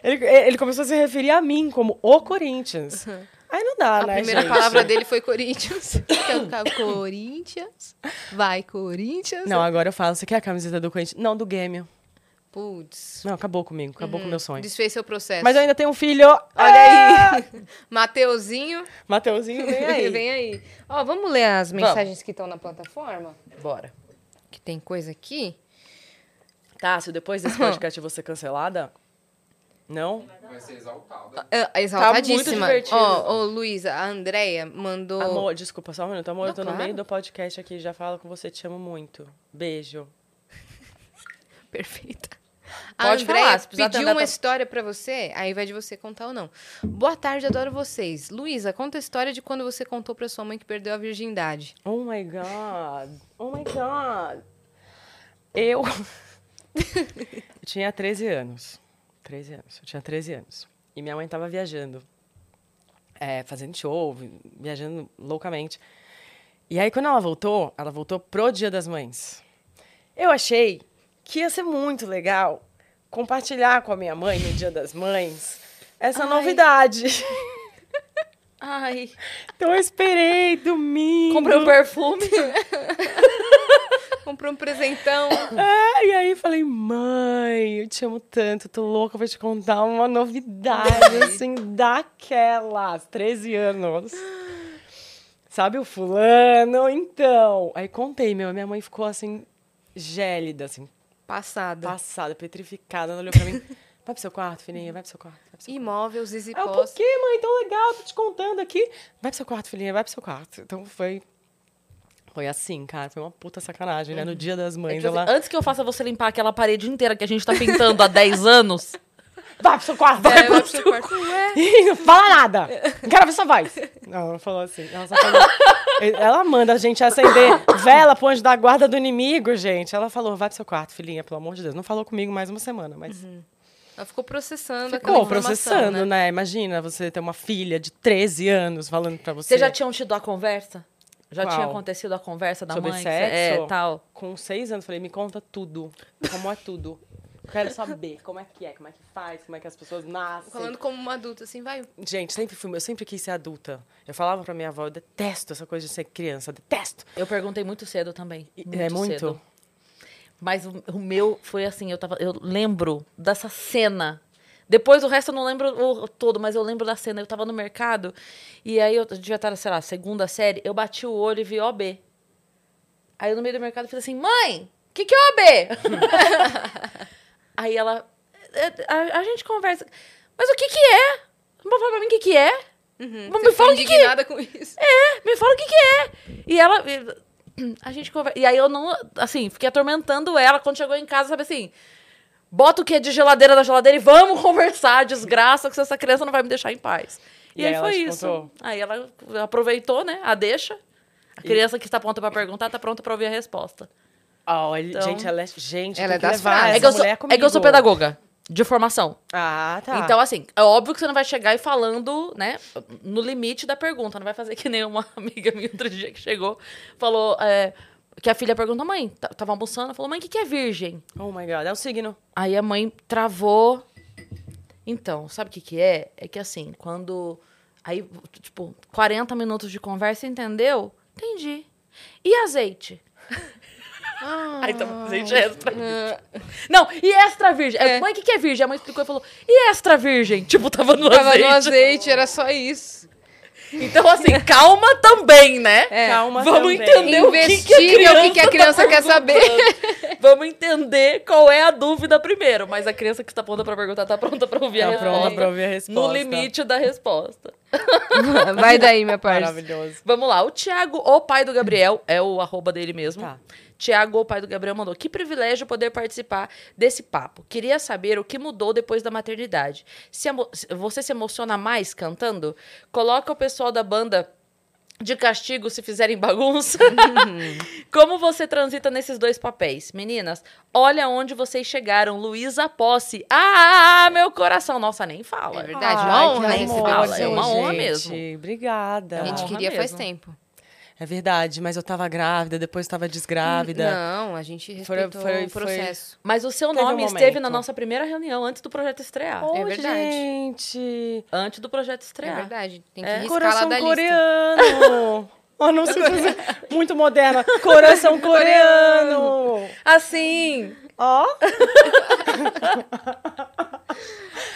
ele, ele começou a se referir a mim como o Corinthians. Aí não dá, A né, primeira gente? palavra dele foi Corinthians. Quer ficar Corinthians? Vai, Corinthians. Não, agora eu falo, você quer a camiseta do Corinthians? Não, do Grêmio. Putz. Não, acabou comigo, acabou com o meu sonho. Desfez seu processo. Mas eu ainda tenho um filho. Uhum. "Ah, Olha aí. Mateuzinho. Mateuzinho, vem aí. Vem aí. Ó, vamos ler as mensagens que estão na plataforma? Bora. Que tem coisa aqui. Tássio, depois desse podcast eu vou ser cancelada? Não? Vai ser exaltada. Ah, Exaltadíssima. Tá muito divertido. Ó, ô, Luísa, a Andrea mandou. Amor, desculpa, só um minuto. Amor, Não, eu tô claro. no meio do podcast aqui, já falo com você, te amo muito. Beijo. Perfeita. A Pode Andrea falar, se precisar pediu atender, uma tá- história pra você, aí vai de você contar ou não. Boa tarde, adoro vocês. Luísa, conta a história de quando você contou pra sua mãe que perdeu a virgindade. Oh my god. Oh my god. Eu. eu tinha 13 anos. 13 anos. Eu tinha 13 anos. E minha mãe tava viajando. É, fazendo show, vi- viajando loucamente. E aí, quando ela voltou, ela voltou pro Dia das Mães. Eu achei que ia ser muito legal compartilhar com a minha mãe no Dia das Mães essa Ai. novidade. Ai. Então eu esperei domingo. Comprei um perfume. Comprou um presentão. Ah, e aí falei, mãe, eu te amo tanto, tô louca pra te contar uma novidade, assim, daquelas, 13 anos. Sabe o fulano? Então. Aí contei, meu, minha mãe ficou assim, gélida, assim, Passada. passada, petrificada, ela olhou pra mim, vai pro seu quarto, filhinha, vai pro seu quarto. Vai pro seu Imóveis, É Zizi Aí eu, por Posse. quê, mãe? Tão legal, tô te contando aqui. Vai pro seu quarto, filhinha, vai pro seu quarto. Então foi... Foi assim, cara, foi uma puta sacanagem, né? No dia das mães, Tipo assim, ela... Antes que eu faça você limpar aquela parede inteira que a gente tá pintando há 10 anos. "Ah, Vai pro seu quarto, É, vai pro vai pro seu quarto. Ué, Ih, não fala nada. Não quero ver sua voz. Não, ela falou assim. Ela, só falou- ela manda a gente acender vela pro anjo da guarda do inimigo, gente. Ela falou, vai pro seu quarto, filhinha, pelo amor de Deus. Não falou comigo mais uma semana, mas Ela ficou processando aquela ficou informação, processando, né? né? Imagina você ter uma filha de 13 anos falando pra você. Vocês já tinham tido a conversa? Já Qual? tinha acontecido a conversa da Sobre mãe? que sexo? cê- É, tal. Com seis anos, falei, me conta tudo. Como é tudo. Quero saber como é que é, como é que faz, como é que as pessoas nascem. Falando como uma adulta, assim, vai. Gente, sempre fui, eu sempre quis ser adulta. Eu falava pra minha avó, eu detesto essa coisa de ser criança, detesto. Eu perguntei muito cedo também. E- Muito é muito? cedo. Mas o, o meu foi assim, eu, tava, eu lembro dessa cena. Depois o resto eu não lembro o, o todo, mas eu lembro da cena. Eu tava no mercado e aí eu devia estar, sei lá, segunda série. Eu bati o olho e vi OB. Aí eu no meio do mercado falei assim, mãe, o que, que é OB? aí ela, "É, a, a gente conversa, mas o que que é? Não fala pra mim o que que é? Mas me uhum, Você fala ficou o que que é. indignada com isso. É, me fala o que que é. E ela... A gente conversa... E aí eu não... Assim, fiquei atormentando ela. Quando chegou em casa, sabe assim... Bota o que é de geladeira na geladeira e vamos conversar, desgraça, que essa criança não vai me deixar em paz. E, E aí aí ela foi te isso. contou? Aí ela aproveitou, né? A deixa. A criança que está pronta pra perguntar, tá pronta pra ouvir a resposta. Olha, Então- gente, ela é. Gente, Ela ela é é das levar frases. essa É que, eu sou, mulher é comigo. que eu sou pedagoga de formação. Ah, tá. Então, assim, é óbvio que você não vai chegar e falando, né, no limite da pergunta. Não vai fazer que nem uma amiga minha outro dia que chegou, falou é, que a filha perguntou, mãe, ta- tava almoçando, falou, mãe, o que, que é virgem? Oh my god, é o signo. Aí a mãe travou. Então, sabe o que que é? É que assim, quando... Aí, tipo, 40 minutos de conversa, entendeu? Entendi. E azeite? Ah, Ai, então, azeite é extra virgem. Não, e extra virgem. É, É. Mãe, o que, que é virgem? A mãe explicou e falou, e extra virgem? Tipo, tava no tava azeite. no azeite, era só isso. Então, assim, calma também, né? É. Calma Vamos também. entender o que, que a Investiga criança, o que que a criança tá quer saber. perguntando. Vamos entender qual é a dúvida primeiro. Mas a criança que está pronta para perguntar está pronta para ouvir a Tá resposta. pronta pra ouvir a resposta. No limite da resposta. Vai daí, minha parte. Maravilhoso. Vamos lá. O Thiago, o pai do Gabriel, é o arroba dele mesmo. Tá. Tiago, o pai do Gabriel, mandou: Que privilégio poder participar desse papo. Queria saber o que mudou depois da maternidade. Se emo- se- Você se emociona mais cantando? Coloca o pessoal da banda de castigo se fizerem bagunça. Uhum. Como você transita nesses dois papéis? Meninas, olha onde vocês chegaram. Luísa Posse. Ah, meu coração. Nossa, nem fala. É verdade, Ai, uma que honra nem receber fala, você. É uma honra gente. mesmo. Obrigada. É A uma gente honra queria faz mesmo. tempo. É verdade, mas eu tava grávida, depois tava desgrávida. Não, a gente Foi- respeitou foi- o foi- processo. Mas o seu Teve um nome esteve na momento. nossa primeira reunião antes do projeto estrear. Oh, É verdade. gente. Antes do projeto É estrear. verdade, tem que É. riscar lá Coração da lista. coreano. Oh, não sei fazer. Muito moderna. Coração coreano. Assim. Ó.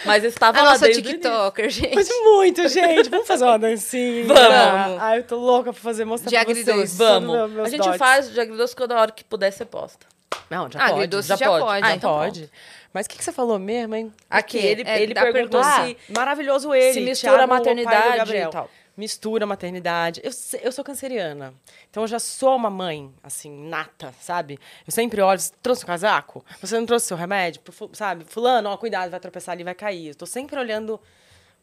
Mas estava A lá Ah, nossa desde o início. TikToker, Mas gente. muito, gente. Vamos fazer uma dancinha. Vamos. Ai, eu tô louca pra fazer mostrar De pra vocês. agridoce. todos Vamos. meus a gente dotes. faz o agridoce quando a hora que puder ser posta. Não, já Ah, pode. agridoce já já pode. pode, Ah, já então pode. Mas o que, que você falou mesmo, hein? Aqui, quê? ele, É, ele da perguntou pergunta. se, Ah, maravilhoso ele. se mistura a Thiago, o pai do maternidade Gabriel. e tal. mistura maternidade. Eu, se- eu sou canceriana, então eu já sou uma mãe, assim, nata, sabe? Eu sempre olho, você trouxe o casaco? Você não trouxe seu remédio? Pro fu- Sabe? Fulano, ó, cuidado, vai tropeçar ali, vai cair. Eu tô sempre olhando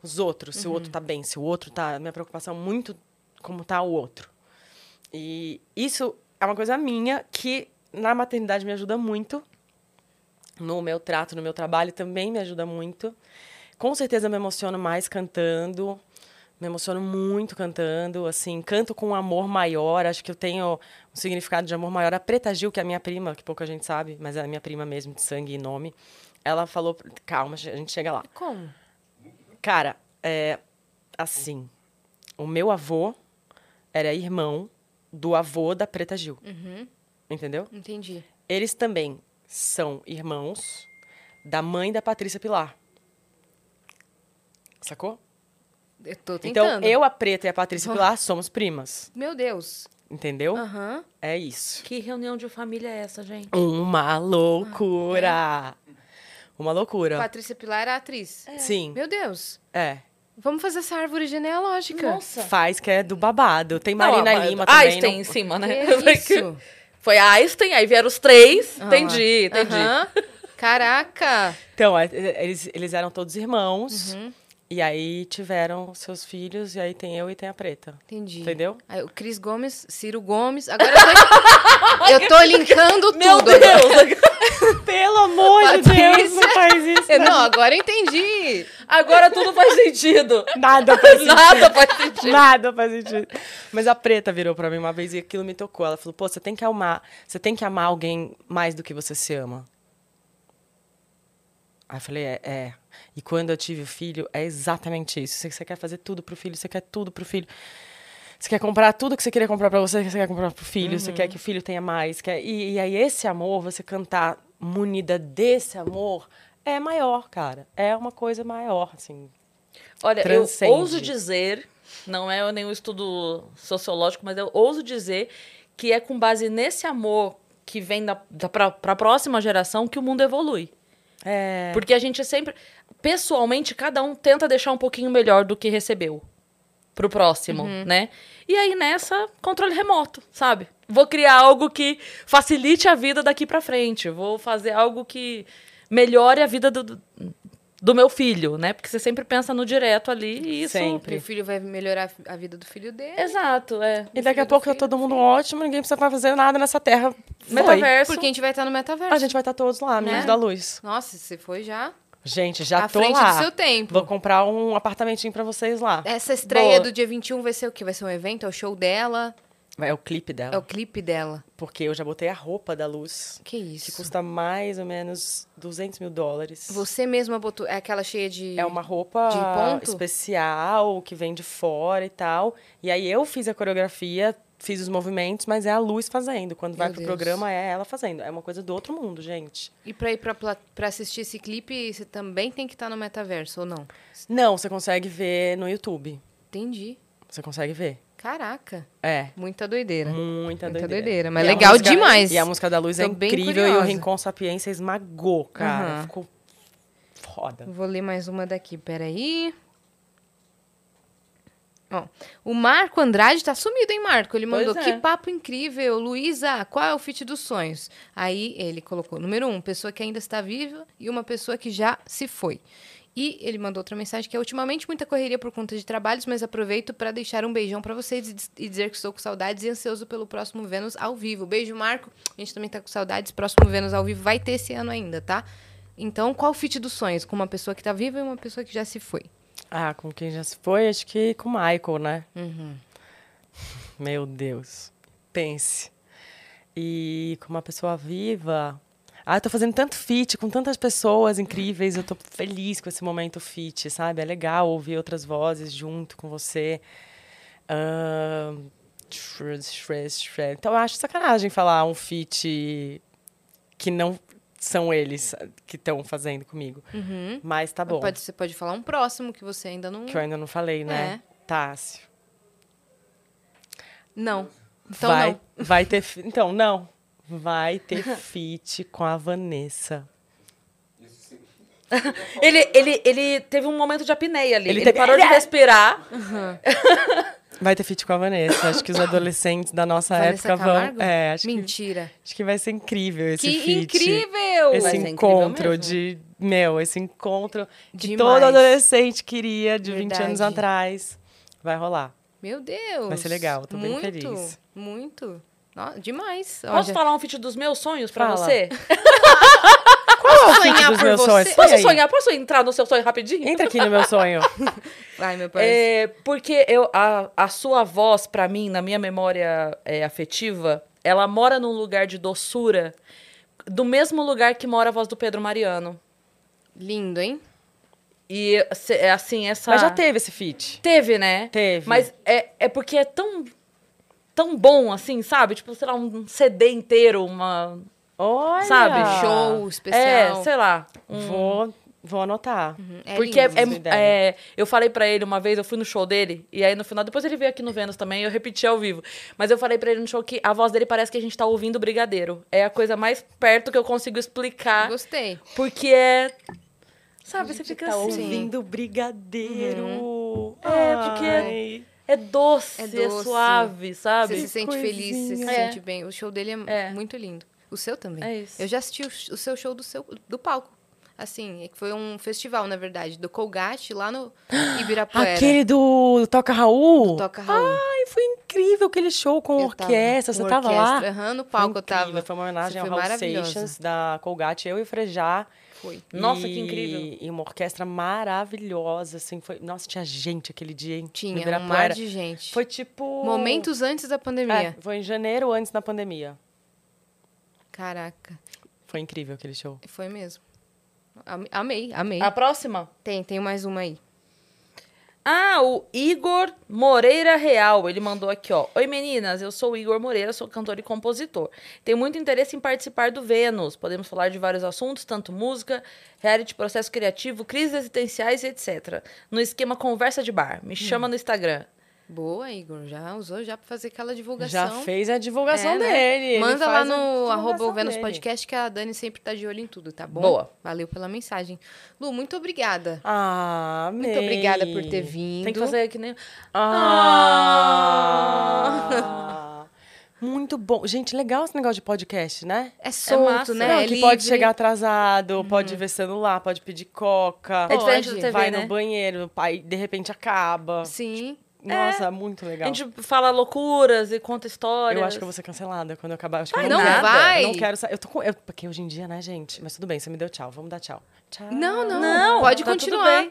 os outros, se o outro tá bem, se o outro tá... Minha preocupação é muito como tá o outro. E isso é uma coisa minha que na maternidade me ajuda muito. No meu trato, no meu trabalho também me ajuda muito. Com certeza me emociono mais cantando. Me emociono muito cantando, assim, canto com um amor maior, acho que eu tenho um significado de amor maior. A Preta Gil, que é a minha prima, que pouca gente sabe, mas é a minha prima mesmo, de sangue e nome, ela falou, calma, a gente chega lá. Como? Cara, é assim. O meu avô era irmão do avô da Preta Gil. Entendeu? Entendi. Eles também são irmãos da mãe da Patrícia Pilar. Sacou? Eu tô tentando. Então, eu, a Preta e a Patrícia Pilar somos primas. Meu Deus. Entendeu? Aham. É isso. Que reunião de família é essa, gente? Uma Ah, loucura. é? Uma loucura. Patrícia Pilar era atriz. Sim, Meu Deus. é. Vamos fazer essa árvore genealógica. Faz que é do babado. Tem Marina Não, a- Ah, Lima a também. Einstein não- em cima, Que né? isso? Foi a Einstein, aí vieram os três. Ah lá. entendi, entendi. Aham. Caraca. Então, é, é, eles, eles eram todos irmãos. Uhum. E aí tiveram seus filhos. E aí tem eu e tem a Preta. Entendi. Entendeu? Aí, o Cris Gomes, Ciro Gomes. Agora eu tô, eu tô linkando Meu tudo. agora. Deus! Pelo amor de Deus, não faz isso. Eu- Não, agora eu entendi. Agora tudo faz sentido. Nada faz sentido. Nada faz sentido. Nada faz sentido. Mas a preta virou pra mim uma vez e aquilo me tocou. Ela falou: "Pô, você tem que amar, você tem que amar alguém mais do que você se ama". Aí eu falei: "É, é". E quando eu tive o filho, é exatamente isso. Você, você quer fazer tudo pro filho, você quer tudo pro filho. Você quer comprar tudo que você queria comprar pra você, que você quer comprar pro filho, você quer que o filho tenha mais, quer... e, e aí esse amor, você cantar munida desse amor, é maior, cara. É uma coisa maior, assim. Olha, Transcende. eu ouso dizer, não é nenhum estudo sociológico, mas eu ouso dizer que é com base nesse amor que vem da, da, pra, pra próxima geração que o mundo evolui. É. Porque a gente sempre, pessoalmente, cada um tenta deixar um pouquinho melhor do que recebeu pro próximo, Uhum. né? E aí nessa, controle remoto, sabe? Vou criar algo que facilite a vida daqui pra frente, vou fazer algo que melhore a vida do, do- do meu filho, né? Porque você sempre pensa no direto ali e isso. Sempre. Meu filho vai melhorar a vida do filho dele. Exato, é. E daqui filho a do pouco tá filho, todo mundo ótimo, ninguém precisa fazer nada nessa terra. Foi. Metaverso. Porque a gente vai estar no metaverso. A gente vai estar todos lá, amigos Né? da luz. Nossa, você foi já Gente, já à tô frente lá. do seu tempo. Vou comprar um apartamentinho pra vocês lá. Essa estreia Boa. do dia 21 vai ser o quê? Vai ser um evento? É o show dela? É, o clipe dela. É o clipe dela? Porque eu já botei a roupa da luz, Que isso? que custa mais ou menos 200 mil dólares. Você mesma botou... É aquela cheia de... É uma roupa De ponto? especial, que vem de fora e tal. E aí eu fiz a coreografia fiz os movimentos, mas é a luz fazendo. Quando vai Meu pro Deus. programa, é ela fazendo. É uma coisa do outro mundo, gente. E pra ir pra, pla- pra assistir esse clipe, você também tem que estar no metaverso, ou não? Não, você consegue ver no YouTube. Entendi. Você consegue ver. Caraca, É. muita doideira. Muita, Muita doideira. doideira, mas E a legal música- demais. E a música da luz é Tô bem incrível e o curiosa. Rincon Sapiência esmagou, cara. Aham. Ficou foda. Vou ler mais uma daqui, peraí. Ó, o Marco Andrade tá sumido, hein, Marco? Ele Pois mandou, é. que papo incrível, Luísa, qual é o fit dos sonhos? Aí ele colocou, número um, pessoa que ainda está viva e uma pessoa que já se foi. E ele mandou outra mensagem que é, ultimamente muita correria por conta de trabalhos, mas aproveito para deixar um beijão para vocês e dis- e dizer que estou com saudades e ansioso pelo próximo Vênus ao vivo. Beijo, Marco. A gente também tá com saudades, próximo Vênus ao vivo vai ter esse ano ainda, tá? Então, qual o fit dos sonhos? Com uma pessoa que tá viva e uma pessoa que já se foi. Ah, com quem já se foi, acho que com o Michael, né? Meu Deus. Pense. E com uma pessoa viva. Ah, eu tô fazendo tanto fit com tantas pessoas incríveis. Eu tô feliz com esse momento fit, sabe? É legal ouvir outras vozes junto com você. Ahn, shred, shred, shred. Então, eu acho sacanagem falar um fit que não são eles que estão fazendo comigo. Mas tá bom. Pode- você pode falar um próximo que você ainda não. Que eu ainda não falei, É. né? Tássio. Não. Então vai, não. vai ter. fi- Então, não. Vai ter feat com a Vanessa. Ele, ele, ele teve um momento de apneia ali. Ele é- Ele, teve- parou de respirar. Vai ter feat com a Vanessa. Acho que os adolescentes da nossa Vanessa época Camargo? vão. É, acho que, Mentira. acho que vai ser incrível esse Que feat. incrível! Vai Esse ser incrível encontro mesmo. de. Meu, esse encontro que Demais. todo adolescente queria de 20 anos Verdade. atrás. Vai rolar. Meu Deus. Vai ser legal, tô bem muito, feliz. Muito. Ó, demais. Ó, Posso já- falar um feat dos meus sonhos pra Fala. você? Ah, Qual é o Ah, sonhar feat dos por meus você? sonhos? Posso E aí? sonhar? Posso entrar no seu sonho rapidinho? Entra aqui no meu sonho. Ai, meu pai. É, porque eu, a, a sua voz, pra mim, na minha memória é, afetiva, ela mora num lugar de doçura, do mesmo lugar que mora a voz do Pedro Mariano. Lindo, hein? E, se- é assim, Tá. essa... Mas já teve esse feat. Teve, né? Teve. Mas é, é porque é tão, tão bom, assim, sabe? Tipo, sei lá, um CD inteiro, uma... Olha! Sabe? Show especial. É, sei lá. Vou, vou anotar. É Porque é- lindo. é- essa ideia. é- eu falei pra ele uma vez, eu fui no show dele, e aí no final, depois ele veio aqui no Vênus também, eu repeti ao vivo. Mas eu falei pra ele no show que a voz dele parece que a gente tá ouvindo brigadeiro. É a coisa mais perto que eu consigo explicar, Gostei. porque é. Sabe, você Você fica tá assim. ouvindo brigadeiro. É, porque é- Uhum. Ai. É doce, É é doce. suave, sabe? Você se sente feliz, você se coisinha. É. sente bem. O show dele é, É. muito lindo. O seu também. É isso. Eu já assisti o, sh- o seu show do, seu, do palco. Assim, é que foi um festival, na verdade, do Colgate, lá no Ibirapuera. Aquele do Toca Raul. Toca Raul. Ai, foi incrível aquele show com Eu tava- orquestra. Você com tava lá? orquestra, aham, no palco eu Foi incrível, tava. Foi uma homenagem Você ao foi Raul maravilhosa. Seixas, da Colgate, eu e o Frejá. Foi. Nossa, E- que incrível. E uma orquestra maravilhosa, assim. Foi... Nossa, tinha gente aquele dia, hein? no Tinha um mar Ibirapuera. de gente. Foi tipo... Momentos antes da pandemia. É, foi em janeiro, antes da pandemia. Caraca, Foi incrível aquele show. foi mesmo. Am- Amei, amei. A próxima? Tem, tem mais uma aí. Ah, o Igor Moreira Real. Ele mandou aqui, ó. Oi, meninas. Eu sou o Igor Moreira, sou cantor e compositor. Tenho muito interesse em participar do Vênus. Podemos falar de vários assuntos, tanto música, reality, processo criativo, crises existenciais, etc. No esquema Conversa de Bar. Hum. Me chama no Instagram. Boa, Igor. Já usou já pra fazer aquela divulgação. Já fez a divulgação É, né? dele. ele Manda lá faz a no divulgação arroba o Vênus dele. Podcast que a Dani sempre tá de olho em tudo, tá bom? Boa. Valeu pela mensagem. Lu, muito obrigada. Ah, amei. Muito obrigada por ter vindo. Tem que fazer que nem... Ah! Muito bom. Gente, legal esse negócio de podcast, né? É solto, massa. né? Não, é que livre. Uhum. pode chegar atrasado, pode ver celular, pode pedir coca. É diferente Pode. da TV, vai né? no banheiro, aí de repente acaba. Sim. Nossa, muito legal. A gente fala loucuras e conta histórias. Eu acho que eu vou ser cancelada quando eu acabar. Eu acho que eu Vai não nada. quero. Vai. Eu não quero sair. Eu tô com. Eu, porque hoje em dia, né, gente? Mas tudo bem, você me deu tchau. Vamos dar tchau. Tchau. Não, não. Não, pode tá tudo continuar. bem.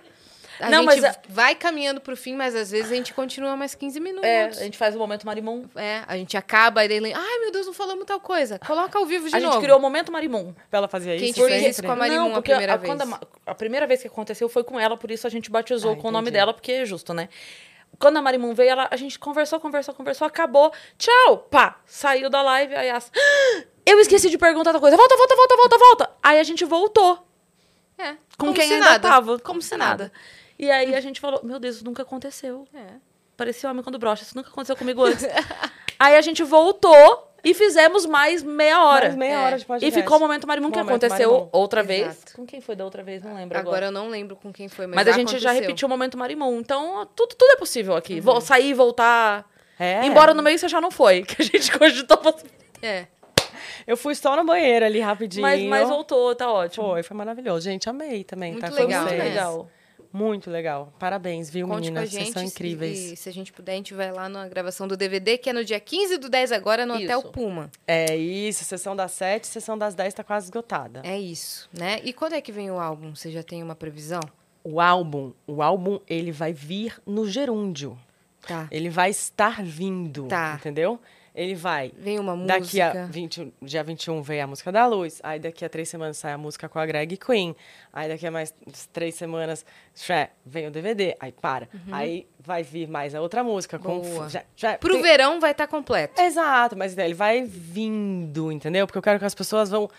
A Não, gente mas a- vai caminhando pro fim, mas às vezes a gente continua mais 15 minutos. É, a gente faz o Momento Marimum. É, a gente acaba e daí lembra, ai meu Deus, não falamos tal coisa. Coloca ao vivo de A novo. gente criou o Momento Marimum. Ela fazia Quem te isso. fez sempre? isso com a Marimun não, a porque primeira quando vez. a, ma- a primeira vez que aconteceu foi com ela, por isso a gente batizou Ah, com o nome entendi. dela, porque é justo, né? Quando a Marimun veio, ela, a gente conversou, conversou, conversou, acabou. Tchau! Pá! Saiu da live, aí as. "Ah, Eu esqueci de perguntar outra coisa. Volta, volta, volta, volta, volta! Aí a gente voltou É. com como quem se ainda nada. tava. Como se nada. E aí a gente falou: Meu Deus, isso nunca aconteceu. É. Parecia homem quando brocha, isso nunca aconteceu comigo antes. aí a gente voltou e fizemos mais meia hora. Mais meia É. hora de E podcast. ficou o momento Marimun que Momento aconteceu Marimun. outra Exato. vez. Com quem foi da outra vez? Não lembro Agora, agora. eu não lembro com quem foi, mas, Mas, a gente já aconteceu. repetiu o momento Marimun. Então, tudo, tudo é possível aqui. Vou sair, voltar. É. Embora no meio você já não foi, que a gente cogitou. pra- É. Eu fui só no banheiro ali rapidinho. Mas, mas voltou, tá ótimo. Foi, foi maravilhoso. Gente, amei também. Muito tá com Foi Legal, muito vocês. né? legal. Muito legal. Parabéns, viu, Conte com a meninas? gente. Vocês são se- incríveis. E se a gente puder, a gente vai lá na gravação do DVD, que é no dia 15 do 10 agora, no Isso. Hotel Puma. É isso, sessão das sete, sessão das dez tá quase esgotada. É isso, né? E quando é que vem o álbum? Você já tem uma previsão? O álbum, o álbum, ele vai vir no gerúndio. Tá. Ele vai estar vindo, Tá. entendeu? Ele vai. Vem uma música. Daqui a 20, dia 21 vem a música da Luz, aí daqui a três semanas sai a música com a Greg Queen, aí daqui a mais três semanas xé, vem o DVD, aí para. Aí vai vir mais a outra música. Com, Uhum. Boa. já, já, Pro tem- verão vai estar completo. Exato, mas né, ele vai vindo, entendeu? Porque eu quero que as pessoas vão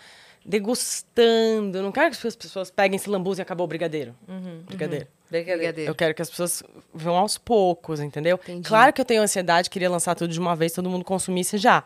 degustando. Eu não quero que as pessoas peguem esse lambuza e acabou o brigadeiro. Uhum, Brigadeiro. Brigadeiro. Eu quero que as pessoas vão aos poucos, entendeu? Entendi. Claro que eu tenho ansiedade, queria lançar tudo de uma vez, todo mundo consumisse já.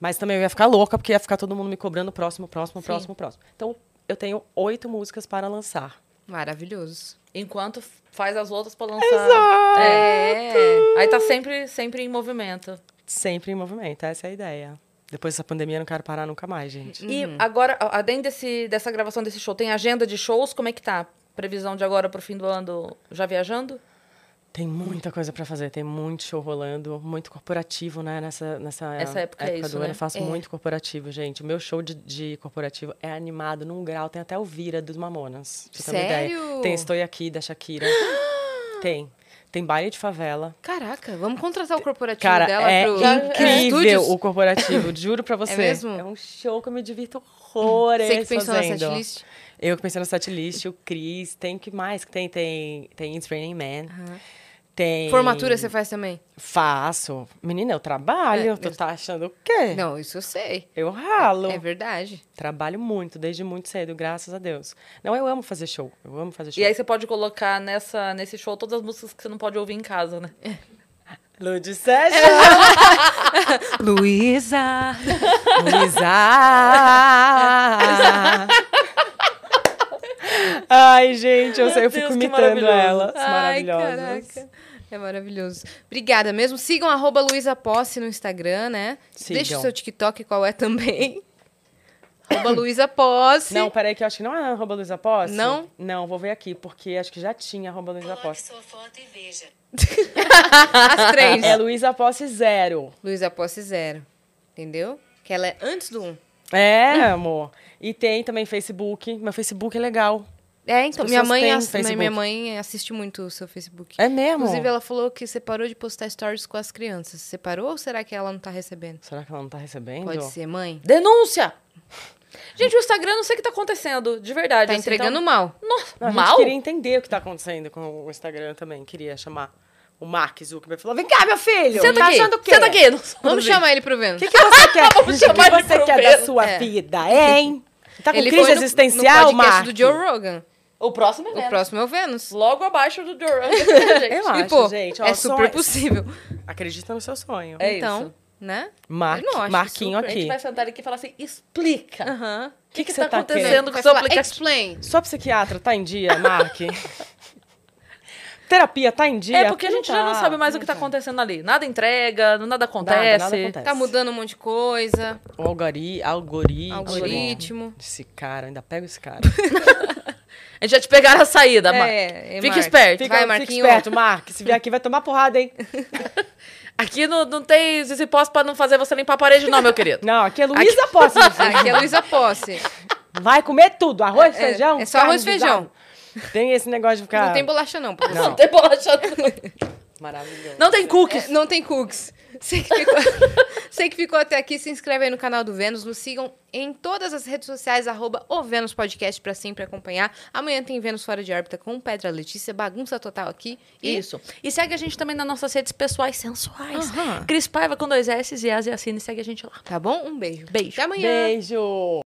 Mas também eu ia ficar louca, porque ia ficar todo mundo me cobrando próximo, próximo, próximo, próximo. Então, eu tenho oito músicas para lançar. Maravilhoso. Enquanto faz as outras pra lançar. É. Aí tá sempre, sempre em movimento. Sempre em movimento, essa é a ideia. Depois dessa pandemia, eu não quero parar nunca mais, gente. E agora, a- além desse, dessa gravação desse show, tem agenda de shows? Como é que tá? Previsão de agora pro fim do ano já viajando? Tem muita coisa pra fazer, tem muito show rolando, muito corporativo, né? Nessa, nessa Essa época é isso, do né? ano eu faço É. muito corporativo, gente. O meu show de, de corporativo é animado num grau, tem até o Vira dos Mamonas. pra você ter uma Sério? Ideia. Tem Estou Aqui, da Shakira. tem. Tem baile de favela. Caraca, vamos contratar o corporativo Cara, dela é pro incrível Estúdios? o corporativo, juro pra você. mesmo? É um show que eu me divirto horrores Você que pensou fazendo. na setlist? Eu que pensei no setlist, o Cris, tem que mais que tem? Tem, tem In Training Man, Aham. tem... Formatura você faz também? Faço. Menina, eu trabalho. É, tu eu- tá achando o quê? Não, isso eu sei. Eu ralo. É verdade. Trabalho muito, desde muito cedo, graças a Deus. Não, eu amo fazer show. Eu amo fazer show. E aí você pode colocar nessa, nesse show todas as músicas que você não pode ouvir em casa, né? Lud Sérgio! É. Luísa! Luísa! Ai, gente, eu, sei, eu Deus, fico que imitando maravilhoso. ela. Ai, Maravilhosas. caraca. É maravilhoso. Obrigada mesmo. Sigam arroba Luísa Posse no Instagram, né? Sigam. Deixa o seu TikTok qual é também. arroba Luísa Posse. Não, peraí, que eu acho que não é arroba Luísa Posse. Não? Não, vou ver aqui, porque acho que já tinha arroba Luísa Coloque Posse. sua foto e veja. as três. É Luísa Posse zero. Luísa Posse zero. Entendeu? Que ela é antes do um. É, Hum. amor. E tem também Facebook. Meu Facebook é legal. É, então, As minha pessoas mãe, têm ass- Facebook. minha mãe assiste muito o seu Facebook. É mesmo? Inclusive, ela falou que você parou de postar stories com as crianças. Você parou ou será que ela não tá recebendo? Será que ela não tá recebendo? Pode ser, mãe. Denúncia! Gente, o Instagram não sei o que tá acontecendo, de verdade. Tá assim, entregando então- mal. Nossa, Não, A gente mal? queria entender o que tá acontecendo com o Instagram também. Queria chamar o Mark Zuckerberg. Falou, vem cá, meu filho! Senta tá aqui, achando o quê? senta aqui. Vamos chamar ele pro Vênus. O que, que você quer? O que chamar ele você pro quer Pedro. da sua É. vida, hein? Tá com foi crise no- existencial, no podcast Mark? do Joe Rogan. O próximo O é próximo. próximo é o Vênus. Logo abaixo do Duran. gente. Eu acho, e, pô, gente. ó, é super sonhos. possível. Acredita no seu sonho. É então, isso. né? Mark, Eu não acho Marquinho A super. gente aqui. vai sentar aqui e falar assim, explica. Aham. O que, que, você tá, tá acontecendo querendo? com Vai o seu falar, aplicativo? explain. Sua psiquiatra tá em dia, Mark? Terapia tá em dia? É porque a gente já não tá, sabe mais o que tá acontecendo ali. Nada entrega, nada acontece. Nada, nada acontece. Tá mudando um monte de coisa. O algori, algoritmo. Algoritmo. Esse cara, ainda pega esse cara. A gente já te pegaram a saída, Mar. É, é, Fica Mark. esperto. Fica, Vai, Vai, Marquinho. Fica esperto, Mark. Se vier aqui, vai tomar porrada, hein? Aqui não, não tem esse posse pra não fazer você limpar a parede não, meu querido. Não, aqui é Luísa Posse. meu filho. Aqui é a Luísa Posse. Vai comer tudo. Arroz, É, feijão. é só arroz e carne, feijão. guisado. Tem esse negócio de ficar... Não tem bolacha, não. Não Não. tem bolacha. não. Maravilhoso. Não tem cookies. É, não tem cookies. Você que, ficou, você que ficou até aqui, se inscreve aí no canal do Vênus. Nos sigam em todas as redes sociais, arroba o Vênus Podcast, pra sempre acompanhar. Amanhã tem Vênus Fora de Órbita com Pedra Letícia, bagunça total aqui. E é Isso. E segue a gente também nas nossas redes pessoais sensuais. Aham. Cris Paiva com dois S e As e Assine. Segue a gente lá. Tá bom? Um beijo. Beijo. Até amanhã. Beijo!